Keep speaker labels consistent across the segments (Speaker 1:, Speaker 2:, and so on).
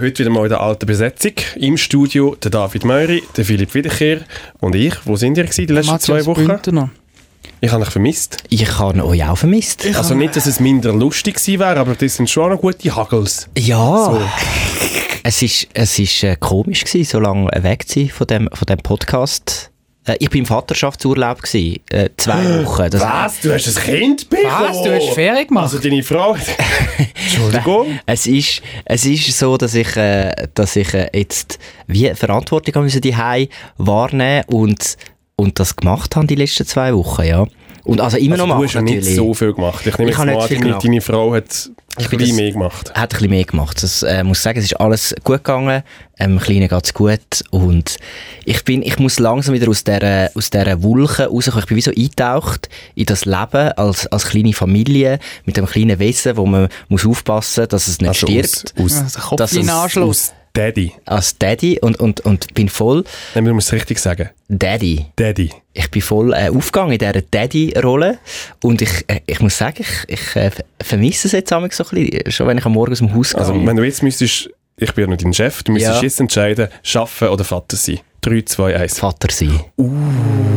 Speaker 1: Heute wieder mal in der alten Besetzung. Im Studio der David Meury, der Philipp Wiederkehr und ich. Wo sind ihr gewesen, die letzten zwei Wochen?
Speaker 2: genau.
Speaker 3: Bündner.
Speaker 1: Ich habe euch vermisst.
Speaker 2: Ich habe euch auch vermisst.
Speaker 1: Also nicht, dass es minder lustig gewesen wäre, aber das sind schon noch gute Huggles.
Speaker 2: Ja. Es ist, es ist äh, komisch gewesen, so lange weg zu sein von dem, von dem Podcast. Äh, ich bin im Vaterschaftsurlaub gewesen, äh, zwei Wochen. Das,
Speaker 1: Was? Du hast ein Kind bekommen?
Speaker 3: Was? Du hast Ferien gemacht?
Speaker 1: Also deine Frau... Entschuldigung.
Speaker 2: Es ist, es ist so, dass ich, äh, dass ich äh, jetzt wie Verantwortung an die Hei wahrnehmen und, und das gemacht habe die letzten zwei Wochen, ja. Und also immer
Speaker 1: Also
Speaker 2: noch
Speaker 1: du
Speaker 2: mache
Speaker 1: hast ja nicht
Speaker 2: natürlich.
Speaker 1: so viel gemacht. Ich nehme
Speaker 2: Ich
Speaker 1: jetzt
Speaker 2: habe
Speaker 1: mal
Speaker 2: nicht
Speaker 1: an,
Speaker 2: viel
Speaker 1: deine,
Speaker 2: gemacht.
Speaker 1: deine Frau hat ein
Speaker 2: bin
Speaker 1: bisschen
Speaker 2: das-
Speaker 1: mehr gemacht.
Speaker 2: hat ein bisschen mehr gemacht. Das äh, muss ich sagen, es ist alles gut gegangen. Ähm, Kleinen geht's gut und ich bin, ich muss langsam wieder aus der aus der Wolke rauskommen. Ich bin wie so eingetaucht in das Leben als als kleine Familie mit einem kleinen Wesen, wo man muss aufpassen, dass es nicht
Speaker 1: Also aus,
Speaker 2: stirbt.
Speaker 1: aus,
Speaker 3: Also Kopf
Speaker 2: Das
Speaker 3: in den
Speaker 2: ist-
Speaker 3: Anschluss.
Speaker 1: aus Daddy.
Speaker 2: Als Daddy und und und bin voll
Speaker 1: Nein, man muss es richtig sagen.
Speaker 2: Daddy.
Speaker 1: Daddy.
Speaker 2: Ich bin voll äh, aufgegangen in dieser Daddy-Rolle und ich, äh, ich muss sagen, ich, ich äh, vermisse es jetzt manchmal so ein bisschen, schon wenn ich am Morgen aus dem Haus gehe.
Speaker 1: Also, wenn du jetzt müsstest, ich bin ja nicht dein Chef, du müsstest
Speaker 2: Ja.
Speaker 1: jetzt entscheiden, schaffen oder Vater sein. 3, 2, 1.
Speaker 2: Vater sein. Im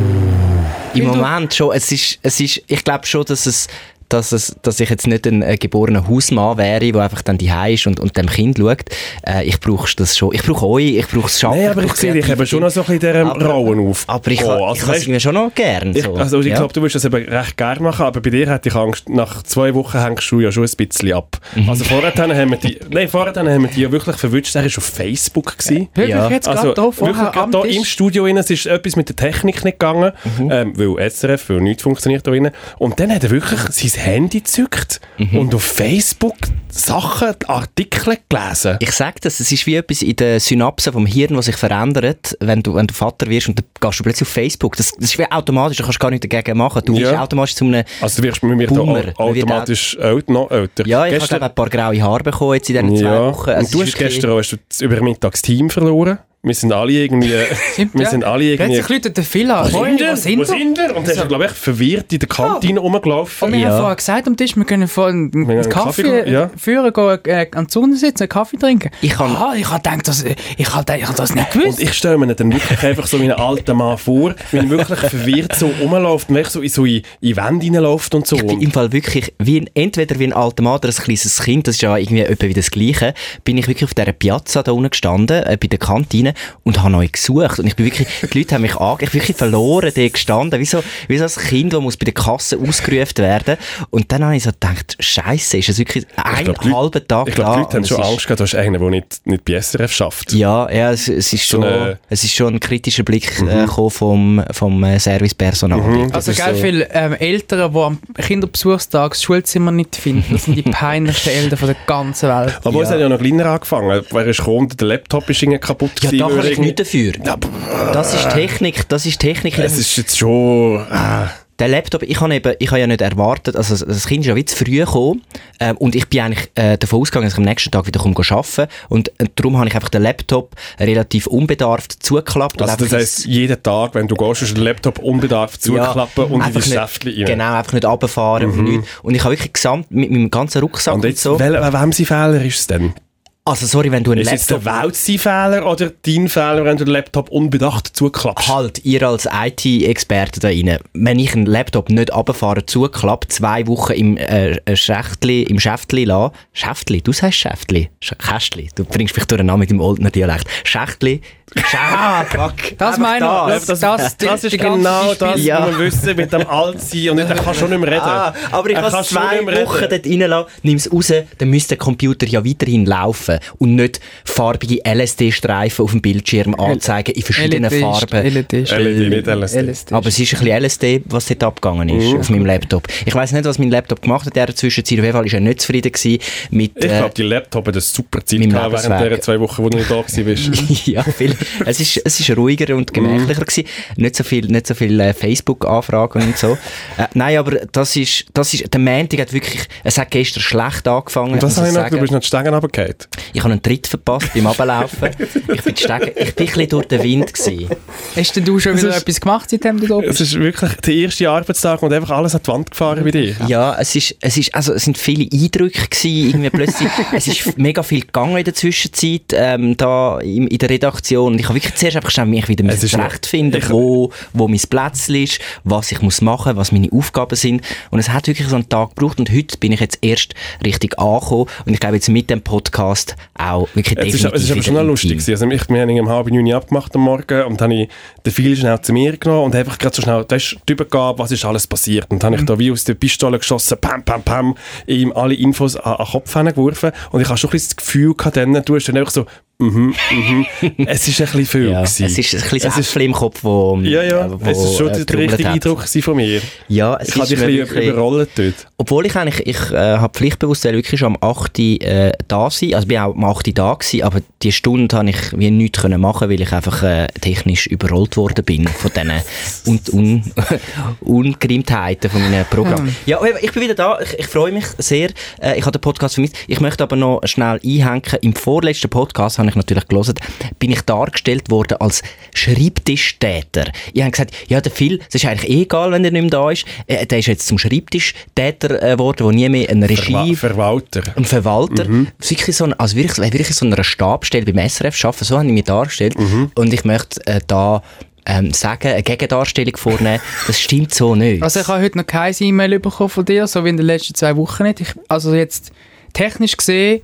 Speaker 3: Weil du-
Speaker 2: Moment schon. Es ist, es ist, ich glaube schon, dass es, dass es, dass ich jetzt nicht ein äh, geborener Hausmann wäre, der einfach dann daheim ist und, und dem Kind schaut. Äh, ich brauche das schon. Ich brauche euch, ich brauche das Schaffen.
Speaker 1: Nein, aber ich
Speaker 2: brauche
Speaker 1: sehe dich eben
Speaker 2: Kreativität.
Speaker 1: schon noch so ein bisschen in dieser
Speaker 2: Aber-
Speaker 1: Rauen auf.
Speaker 2: Aber ich,
Speaker 1: Oh,
Speaker 2: kann- ich
Speaker 1: also,
Speaker 2: kann es
Speaker 1: weißt,
Speaker 2: irgendwie schon noch gern.
Speaker 1: ich,
Speaker 2: so.
Speaker 1: also ich
Speaker 2: Ja.
Speaker 1: glaube, du würdest das eben recht gerne machen, aber bei dir hätte ich Angst, nach zwei Wochen hängst du ja schon ein bisschen ab.
Speaker 2: Mhm.
Speaker 1: Also vorher haben wir die, nein, vorher haben wir die ja wirklich verwünscht, er war auf Facebook. Gewesen.
Speaker 3: Wirklich,
Speaker 2: Ja.
Speaker 3: jetzt
Speaker 1: Also
Speaker 3: gerade hier
Speaker 1: wirklich
Speaker 3: vorher
Speaker 1: gerade
Speaker 3: am
Speaker 1: hier
Speaker 3: Tisch.
Speaker 1: im Studio innen, es ist etwas mit der Technik nicht gegangen,
Speaker 2: Mhm.
Speaker 1: ähm, weil SRF, weil nichts funktioniert da innen. Und dann hat er wirklich sein Handy gezückt
Speaker 2: Mhm.
Speaker 1: und auf Facebook Sachen, Artikel gelesen.
Speaker 2: Ich sage das, es ist wie etwas in der Synapse vom Hirn, was sich verändert, wenn du, wenn du Vater wirst und dann gehst du plötzlich auf Facebook. Das, das ist wie automatisch, du kannst gar nichts dagegen machen. Du
Speaker 1: Ja.
Speaker 2: bist automatisch zu einem...
Speaker 1: Also du wirst mit mir da
Speaker 2: Boomer.
Speaker 1: au- automatisch ält- noch älter.
Speaker 2: Ja, ich habe glaub, ein paar graue Haare bekommen jetzt in diesen zwei
Speaker 1: ja.
Speaker 2: Wochen. Also,
Speaker 1: und
Speaker 2: Es
Speaker 1: du
Speaker 2: ist
Speaker 1: hast
Speaker 2: wirklich-
Speaker 1: gestern auch, hast du das über Mittag das Team verloren. Wir sind alle irgendwie...
Speaker 3: Stimmt,
Speaker 1: wir
Speaker 3: ja.
Speaker 1: sind alle irgendwie...
Speaker 3: Plötzlich läutet der Phil an. Moin, wo sind
Speaker 1: Wo
Speaker 3: wir?
Speaker 1: sind wir? Und dann ist glaube ich, verwirrt in der Kantine rumgelaufen.
Speaker 3: Und wir
Speaker 2: Ja.
Speaker 3: haben vorher gesagt am Tisch, wir können vor einen,
Speaker 1: einen
Speaker 3: einen
Speaker 1: Kaffee
Speaker 3: Kaffee,
Speaker 1: gehen, ja.
Speaker 3: führen, gehen, äh, an die Sonne sitzen, einen Kaffee trinken.
Speaker 2: Ich kann-
Speaker 3: ah, ich habe gedacht, das, ich habe gedacht, ich habe das nicht
Speaker 1: Und
Speaker 3: gewusst.
Speaker 1: ich stelle mir ihn dann wirklich einfach so wie einen alten Mann vor, wie er wirklich verwirrt so rumläuft und wirklich so in, so in, in Wände hineinläuft und so.
Speaker 2: Ich bin im Fall wirklich, wie ein, entweder wie ein alter Mann oder ein kleines Kind, das ist ja irgendwie etwa wie das Gleiche, bin ich wirklich auf dieser Piazza da unten gestanden, äh, bei der Kantine, und habe euch gesucht. Und ich bin wirklich, die Leute haben mich ange... ich bin wirklich verloren da gestanden, wie so, wie so ein Kind, das muss bei der Kasse ausgerufen werden. Und dann habe ich so gedacht, Scheiße, ist es wirklich einen
Speaker 1: glaub, die Leute-
Speaker 2: halben Tag
Speaker 1: ich glaube, die Leute
Speaker 2: und
Speaker 1: haben
Speaker 2: es
Speaker 1: schon
Speaker 2: ist-
Speaker 1: Angst gehabt, du hast einen, der nicht, nicht bei SRF schafft.
Speaker 2: Ja, ja, es, es ist schon,
Speaker 1: eine- Mhm.
Speaker 2: es ist schon ein kritischer Blick äh, gekommen vom, vom äh, Servicepersonal.
Speaker 3: Also geil viele ähm, Eltern, die am Kinderbesuchstag das Schulzimmer nicht finden. Das sind die peinlichsten Eltern von der ganzen Welt.
Speaker 1: Aber es hat ja noch kleiner angefangen. Wer ist gekommen, der Laptop ist irgendwie kaputt
Speaker 2: Ja,
Speaker 1: gewesen,
Speaker 2: da
Speaker 1: weil
Speaker 2: kann ich
Speaker 1: irgendwie-
Speaker 2: nichts dafür. Das ist Technik, das ist Technik.
Speaker 1: Es ist jetzt schon... Ah.
Speaker 2: Der Laptop, ich habe eben, ich habe ja nicht erwartet, also das- das Kind ist ja wie zu früh gekommen ähm, und ich bin eigentlich äh, davon ausgegangen, dass ich am nächsten Tag wieder komme arbeiten und äh, darum habe ich einfach den Laptop relativ unbedarft zugeklappt.
Speaker 1: Also
Speaker 2: und
Speaker 1: das
Speaker 2: einfach
Speaker 1: heisst, jeden Tag, wenn du gehst, ist der Laptop unbedarft
Speaker 2: ins- ja,
Speaker 1: zuklappen und in die
Speaker 2: einfach nicht-
Speaker 1: Schäftchen rein. Mhm.
Speaker 2: Genau, einfach nicht runterfahren und nichts. Und ich habe wirklich gesamt mit meinem ganzen Rucksack und,
Speaker 1: Und jetzt,
Speaker 2: so.
Speaker 1: wel, wem sein Fehler ist es denn?
Speaker 2: Also sorry, wenn du einen
Speaker 1: Ist jetzt der
Speaker 2: Laptop...
Speaker 1: Welt sein Fehler oder dein Fehler, wenn du den Laptop unbedacht zuklappst?
Speaker 2: Halt, ihr als IT-Experte da rein, wenn ich einen Laptop nicht runterfahre, zuklappe, zwei Wochen im äh, äh, Schäftli, im Schäftli lasse, Schäftli, du sagst Schäftli, Sch- Kästli, du bringst mich durcheinander mit dem Oldner Dialekt, Schäftli, Schäftli, ah, fuck,
Speaker 3: Das meine ich.
Speaker 2: das.
Speaker 3: Das, das,
Speaker 1: Das ist
Speaker 3: die ganze
Speaker 1: genau
Speaker 3: Beispiel-
Speaker 1: das,
Speaker 2: Ja.
Speaker 1: was wir wissen mit dem Altsein. Und er kann schon nicht mehr reden.
Speaker 2: Ah, aber ich
Speaker 1: Er
Speaker 2: kann
Speaker 1: kann schon
Speaker 2: zwei
Speaker 1: nicht mehr
Speaker 2: Wochen
Speaker 1: reden.
Speaker 2: dort reinlassen, nimm es raus, dann müsste der Computer ja weiterhin laufen und nicht farbige LSD-Streifen auf dem Bildschirm anzeigen in verschiedenen
Speaker 3: Elitist,
Speaker 2: Farben.
Speaker 3: Elitist.
Speaker 1: LED, nicht LSD.
Speaker 3: Elitist.
Speaker 2: Aber es ist ein bisschen LSD, was dort abgegangen ist
Speaker 1: Mhm.
Speaker 2: auf meinem Laptop. Ich weiß nicht, was mein Laptop gemacht hat in dieser Zwischenzeit. Auf jeden Fall war er nicht zufrieden gewesen mit... äh,
Speaker 1: Ich glaube, die Laptop hat eine super Zeit
Speaker 2: Mein
Speaker 1: gehabt während
Speaker 2: Lebensweg.
Speaker 1: dieser zwei Wochen, wo du nicht da warst.
Speaker 2: ja, viel, es ist, es ist ruhiger und gemächlicher
Speaker 1: Mhm.
Speaker 2: gewesen. Nicht so viel, nicht so viel äh, Facebook-Anfragen und so. Äh, nein, aber das ist, das ist, der Montag hat wirklich, es hat gestern schlecht angefangen.
Speaker 1: Und das
Speaker 2: muss
Speaker 1: habe ich
Speaker 2: ich
Speaker 1: noch, du
Speaker 2: sagen.
Speaker 1: bist noch die Stangen runtergefallen.
Speaker 2: Ich habe einen Tritt verpasst beim Ablaufen. ich bin die Stege, ich bin ein bisschen durch den Wind gewesen.
Speaker 3: Hast denn du schon wieder
Speaker 1: ist-
Speaker 3: etwas gemacht, seitdem du da bist?
Speaker 1: Es ist wirklich der erste Arbeitstag und einfach alles an die Wand gefahren bei dir.
Speaker 2: Ja, es ist, es ist, also es sind viele Eindrücke gewesen, irgendwie plötzlich, es ist mega viel gegangen in der Zwischenzeit, ähm, da in, in der Redaktion. Und Ich habe wirklich zuerst einfach schnell mich wieder
Speaker 1: Es ist noch-
Speaker 2: zurechtfinden,
Speaker 1: ich-
Speaker 2: wo, wo mein Plätzchen ist, was ich muss machen, was meine Aufgaben sind. Und es hat wirklich so einen Tag gebraucht und heute bin ich jetzt erst richtig angekommen und ich glaube jetzt mit dem Podcast auch wirklich
Speaker 1: Es ist,
Speaker 2: definitiv
Speaker 1: es ist aber schon
Speaker 2: wieder
Speaker 1: noch
Speaker 2: im
Speaker 1: lustig.
Speaker 2: Team.
Speaker 1: gewesen. Also ich, wir haben ihn um halb neun Uhr abgemacht am Morgen und dann habe ich den viel schnell zu mir genommen und einfach gerade so schnell das übergab, was ist alles passiert. Und dann
Speaker 2: Mhm.
Speaker 1: habe ich da wie aus der Pistole geschossen, pam, pam, pam, ihm alle Infos an, an den Kopf geworfen. Und ich habe schon ein bisschen das Gefühl gehabt, dann, du hast dann einfach so, mhm, mhm. es ist ein bisschen viel
Speaker 2: Ja, es
Speaker 1: gewesen.
Speaker 2: ist ein bisschen
Speaker 1: Es
Speaker 2: das
Speaker 1: ist-
Speaker 2: Äpfel im Kopf, wo,
Speaker 1: ja, ja,
Speaker 2: wo,
Speaker 1: es ist schon
Speaker 2: äh,
Speaker 1: der- der
Speaker 2: getrommelt
Speaker 1: richtige
Speaker 2: hat.
Speaker 1: Eindruck gewesen von mir.
Speaker 2: Ja, es
Speaker 1: Ich habe
Speaker 2: ist
Speaker 1: dich
Speaker 2: mir
Speaker 1: ein bisschen
Speaker 2: wirklich-
Speaker 1: überrollt dort.
Speaker 2: Obwohl ich eigentlich, ich äh, habe pflichtbewusst wirklich schon am 8. Uhr, Äh, da sein, also bin auch am 8. Uhr da gewesen, aber die Stunde habe ich wie nichts können machen, weil ich einfach äh, technisch überrollt worden bin von diesen und, un, Ungereimtheiten von meinem Programm. Ja, aber ich bin wieder da, ich, ich freue mich sehr, äh, ich habe den Podcast vermisst. Ich möchte aber noch schnell einhängen, im vorletzten Podcast habe ich natürlich gelesen, bin ich dargestellt worden als Schreibtischtäter. Ich habe gesagt, ja, der Phil, es ist eigentlich eh egal, wenn er nicht mehr da ist, äh, der ist jetzt zum Schreibtischtäter äh, geworden, wo nie mehr eine
Speaker 1: Verwa
Speaker 2: Regie...
Speaker 1: Verwalter.
Speaker 2: Ein Verwalter, wirklich so ein, also wirklich, wenn wirklich so einer Stabstelle beim SRF arbeiten, so habe ich mich dargestellt. Und ich möchte äh, da ähm, sagen, eine Gegendarstellung vornehmen, das stimmt so nicht.
Speaker 3: Also ich habe heute noch keine E-Mail bekommen von dir, so wie in den letzten zwei Wochen nicht. Ich, also jetzt technisch gesehen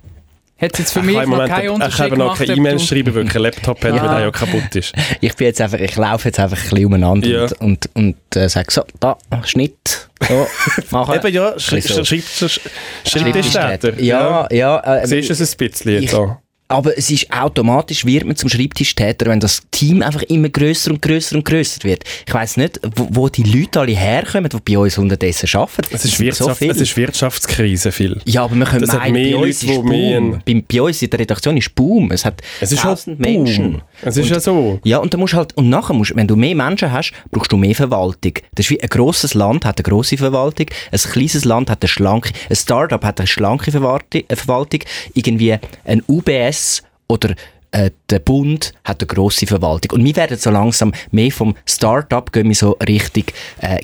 Speaker 3: hat es jetzt für
Speaker 1: Ich
Speaker 3: mich
Speaker 1: kann im
Speaker 3: noch
Speaker 1: Moment-
Speaker 3: keinen
Speaker 1: Ich
Speaker 3: Unterschied
Speaker 1: habe noch
Speaker 3: gemacht.
Speaker 1: keine
Speaker 3: ob
Speaker 1: E-Mail
Speaker 3: du-
Speaker 1: schreiben, weil kein Laptop hat,
Speaker 3: Ja.
Speaker 1: weil der ja kaputt ist.
Speaker 2: Ich bin jetzt einfach, ich laufe jetzt einfach ein bisschen umeinander
Speaker 1: Ja.
Speaker 2: und, und, und äh, sage so, da, Schnitt, so, machen.
Speaker 1: Eben ja, schreibt
Speaker 2: Wieso?
Speaker 1: Schreibtischtäter.
Speaker 2: Ja, ja. Äh,
Speaker 1: Siehst du es ein bisschen
Speaker 2: ich-
Speaker 1: jetzt auch?
Speaker 2: aber es ist automatisch, wird man zum Schreibtischtäter, wenn das Team einfach immer grösser und grösser und grösser wird. Ich weiss nicht, wo, wo die Leute alle herkommen, die bei uns unterdessen arbeiten.
Speaker 1: Es ist,
Speaker 2: sind so
Speaker 1: Wirtschaft,
Speaker 2: viele.
Speaker 1: es ist Wirtschaftskrise viel.
Speaker 2: ja, aber wir können
Speaker 1: es hat
Speaker 2: meinen,
Speaker 1: mehr
Speaker 2: bei uns
Speaker 1: Leute,
Speaker 2: ist
Speaker 1: die mehr-
Speaker 2: Boom. Bei, bei uns in der Redaktion ist Boom. Es hat
Speaker 1: Es ist
Speaker 2: tausend
Speaker 1: halt Boom.
Speaker 2: Menschen.
Speaker 1: Es ist
Speaker 2: und,
Speaker 1: ja so.
Speaker 2: Ja, und dann musst du halt, und nachher musst, wenn du mehr Menschen hast, brauchst du mehr Verwaltung. Das ist wie ein grosses Land hat eine grosse Verwaltung, ein kleines Land hat eine schlanke, ein Startup hat eine schlanke Verwalti- äh, Verwaltung, irgendwie ein UBS oder äh, der Bund hat eine grosse Verwaltung. Und wir werden so langsam mehr vom Startup gehen wir so richtig äh,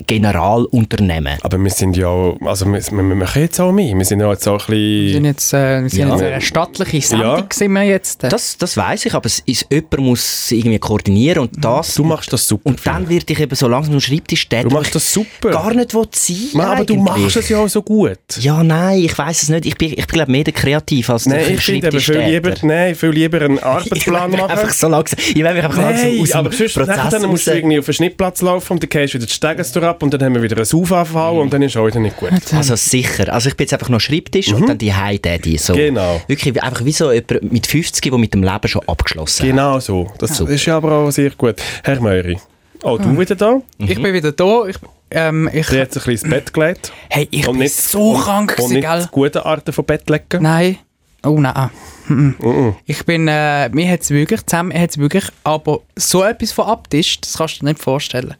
Speaker 2: Generalunternehmen.
Speaker 1: Aber wir sind ja auch, also wir, wir, wir machen jetzt auch mehr. Wir sind ja jetzt auch ein
Speaker 3: Wir sind
Speaker 1: bisschen...
Speaker 3: jetzt, äh, wir sind
Speaker 2: Ja.
Speaker 3: jetzt eine stattliche Sendung
Speaker 1: Ja.
Speaker 3: sind wir jetzt.
Speaker 2: Das, das weiß ich, aber es ist, jemand muss irgendwie koordinieren und das...
Speaker 1: Mhm. Du machst das super.
Speaker 2: und dann wird ich eben so langsam am Schreibtisch tätig.
Speaker 1: Du machst das super.
Speaker 2: Gar nicht wo sein.
Speaker 1: Mann, aber du
Speaker 2: eigentlich.
Speaker 1: machst es ja auch so gut.
Speaker 2: Ja, nein, ich weiß es nicht. Ich bin, ich bin glaube mehr der Kreativ als der
Speaker 1: Nein, ich finde eben viel lieber,
Speaker 2: Schreibtischtäter.
Speaker 1: nein, viel lieber einen Arbeitsplan
Speaker 2: Ich will mich
Speaker 1: machen.
Speaker 2: einfach so langsam. Ich will mich einfach langsam
Speaker 1: Nein,
Speaker 2: aus dem
Speaker 1: aber sonst nachher dann musst du
Speaker 2: raus.
Speaker 1: irgendwie auf den Schnittplatz laufen und dann gehst du wieder die Stegenstür ab und dann haben wir wieder einen Saufanfall und dann ist auch wieder nicht gut.
Speaker 2: Also sicher. Also ich bin jetzt einfach noch Schreibtisch und dann die High Daddy. So.
Speaker 1: Mhm. Genau.
Speaker 2: Wirklich wie- einfach wie so jemand mit 50, der mit dem Leben schon abgeschlossen hat.
Speaker 1: Genau so. Das
Speaker 2: Super.
Speaker 1: ist ja aber auch sehr gut. Herr Möri, auch
Speaker 3: Hm.
Speaker 1: du wieder da?
Speaker 3: Ich bin wieder da. Ich, ähm, ich,
Speaker 1: Sie hat sich ein bisschen ins Bett gelegt.
Speaker 3: hey, ich bin so
Speaker 1: und,
Speaker 3: krank
Speaker 1: und
Speaker 3: gewesen,
Speaker 1: nicht
Speaker 3: gell?
Speaker 1: gute Arten von Bett legen.
Speaker 3: Nein. Oh nein. Mhm. Ich bin, äh, mir hat es wirklich, zusammen hat es wirklich, aber so etwas von abtischt, das kannst du dir nicht vorstellen.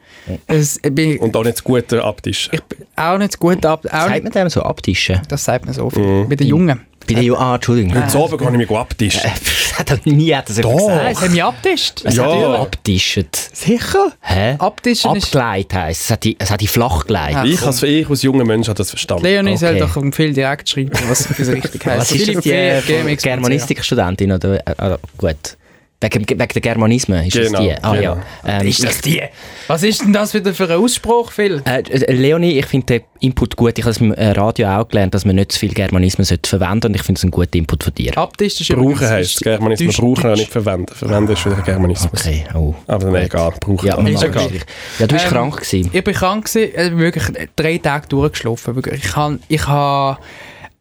Speaker 3: Es, ich bin
Speaker 1: Und auch nicht gute Abtisch.
Speaker 3: ich bin auch nicht gut ab,
Speaker 1: Genau.
Speaker 3: auch
Speaker 2: Sagt
Speaker 3: nicht,
Speaker 2: man dem so abtischen?
Speaker 3: das sagt man so viel,
Speaker 1: Mhm.
Speaker 3: bei den Jungen.
Speaker 2: Bei
Speaker 1: Äh,
Speaker 2: der ah, Entschuldigung.
Speaker 1: Heute zu Abend kann ich mich abtischen.
Speaker 2: Das hat er nie hat das jemand
Speaker 1: Doch.
Speaker 3: Nein, es
Speaker 2: gesagt.
Speaker 3: haben mich abtischt.
Speaker 2: Es hat
Speaker 1: Ja.
Speaker 2: jemand abtischen.
Speaker 3: Sicher?
Speaker 2: Hä?
Speaker 3: Abtischen ist-
Speaker 2: Abgelegt heisst. Es hat die, es hat die flach gelegt.
Speaker 3: Ja.
Speaker 1: Ich als, ich als junger Mensch habe das verstanden.
Speaker 3: Leonie
Speaker 2: Okay.
Speaker 3: soll doch um viel direkt schreiben, was das richtig heisst.
Speaker 2: Was ist das,
Speaker 3: Philipp
Speaker 2: die
Speaker 3: G.
Speaker 2: äh,
Speaker 3: GMX.
Speaker 2: Germanistikstudentin? Oder, äh, oder, gut. Wegen, wegen der Germanismen ist
Speaker 1: Genau,
Speaker 2: das die? Ah,
Speaker 1: genau.
Speaker 2: ja. Ähm, ist das die?
Speaker 3: Was ist denn das wieder für ein Ausspruch, Phil?
Speaker 2: Äh, äh, Leonie, ich finde den Input gut. Ich habe es im äh, Radio auch gelernt, dass man nicht zu viel Germanismen sollte verwenden und ich finde es einen guten Input von dir.
Speaker 3: Abtisch ist
Speaker 1: Brauchen
Speaker 3: übrigens-
Speaker 1: heisst es. Germanismus.
Speaker 3: Deutsch-
Speaker 1: Brauchen ja nicht verwenden. Verwenden ist wieder Germanismus.
Speaker 2: Okay, oh.
Speaker 1: Aber dann egal. Brauchen
Speaker 2: Ja,
Speaker 1: ist
Speaker 2: Mann,
Speaker 1: egal.
Speaker 2: wirklich. ja du bist
Speaker 3: Ähm,
Speaker 2: krank gewesen.
Speaker 3: Ich bin krank gewesen, ich bin wirklich drei Tage durchgeschlafen. Wirklich. Ich habe, ich habe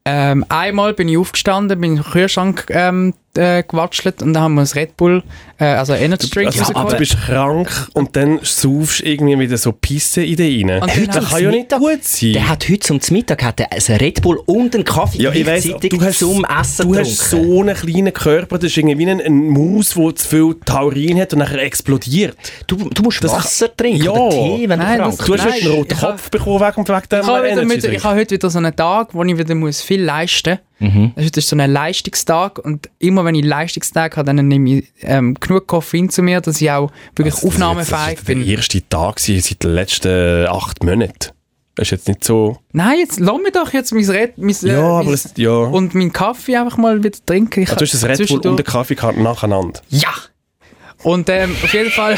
Speaker 3: ähm, einmal bin ich aufgestanden, bin in den Kühlschrank ähm, äh, gewatschelt und dann haben wir uns Red Bull, äh, also Energy Drink
Speaker 1: Also,
Speaker 3: rausgeholt.
Speaker 1: du bist krank und dann saufst irgendwie wieder so Pisse in dich rein.
Speaker 3: Und dann
Speaker 1: Das
Speaker 3: hat's
Speaker 1: kann ja nicht
Speaker 2: Mittag-
Speaker 1: gut sein.
Speaker 2: Der hat heute zum Mittag hat er einen Red Bull und einen Kaffee
Speaker 1: Ja, ich weiss,
Speaker 2: gleichzeitig
Speaker 1: du hast,
Speaker 2: zum Essen
Speaker 1: du hast
Speaker 2: getrunken.
Speaker 1: so einen kleinen Körper, das ist irgendwie wie ein, ein Maus, der zu viel Taurin hat und nachher explodiert.
Speaker 2: du, du musst
Speaker 1: Das-
Speaker 2: Wasser trinken
Speaker 1: Ja.
Speaker 2: oder Tee, wenn
Speaker 3: Nein,
Speaker 2: du
Speaker 3: das-
Speaker 2: krank
Speaker 1: Du hast
Speaker 3: Nein,
Speaker 1: einen roten
Speaker 3: ich hab-
Speaker 1: Kopf bekommen wegen, wegen dem
Speaker 3: Ich habe, wieder mit,
Speaker 1: Energy
Speaker 3: ich habe heute wieder so einen Tag, wo ich wieder muss viel leisten muss.
Speaker 1: Mhm.
Speaker 3: Also Heute ist so ein Leistungstag und immer wenn ich Leistungstag habe, dann nehme ich ähm, genug Koffein zu mir, dass ich auch wirklich aufnahmefähig
Speaker 1: Das war der
Speaker 3: bin.
Speaker 1: erste Tag gewesen seit den letzten acht Monaten. Das ist jetzt nicht so...
Speaker 3: Nein, jetzt lass mir doch jetzt mein Red... Mein, äh,
Speaker 1: Ja, aber
Speaker 3: mein-
Speaker 1: es, ja. Also,
Speaker 3: und meinen Kaffee einfach mal wieder trinken. Ich
Speaker 1: du hast das Red Bull
Speaker 3: zwischendurch-
Speaker 1: und den Kaffeekarten nacheinander.
Speaker 3: Ja! Und ähm, auf jeden Fall...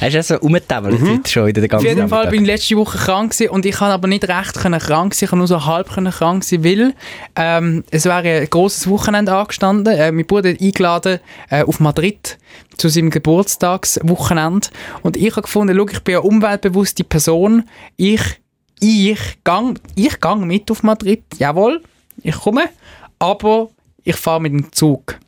Speaker 2: Hast du auch so rumgetäbelt
Speaker 1: Mhm.
Speaker 2: heute schon wieder
Speaker 3: Auf
Speaker 2: den ganzen
Speaker 3: jeden Fall
Speaker 2: Nachmittag?
Speaker 3: bin ich letzte Woche krank gewesen und ich kann aber nicht recht können krank sein, ich kann nur so halb können krank sein, weil ähm, es wäre ein großes Wochenende angestanden. Äh, mein Bruder hat eingeladen äh, auf Madrid zu seinem Geburtstagswochenende und ich habe gefunden, schau, ich bin eine umweltbewusste Person, ich ich gang ich gang mit auf Madrid, jawohl, ich komme, aber ich fahre mit dem Zug.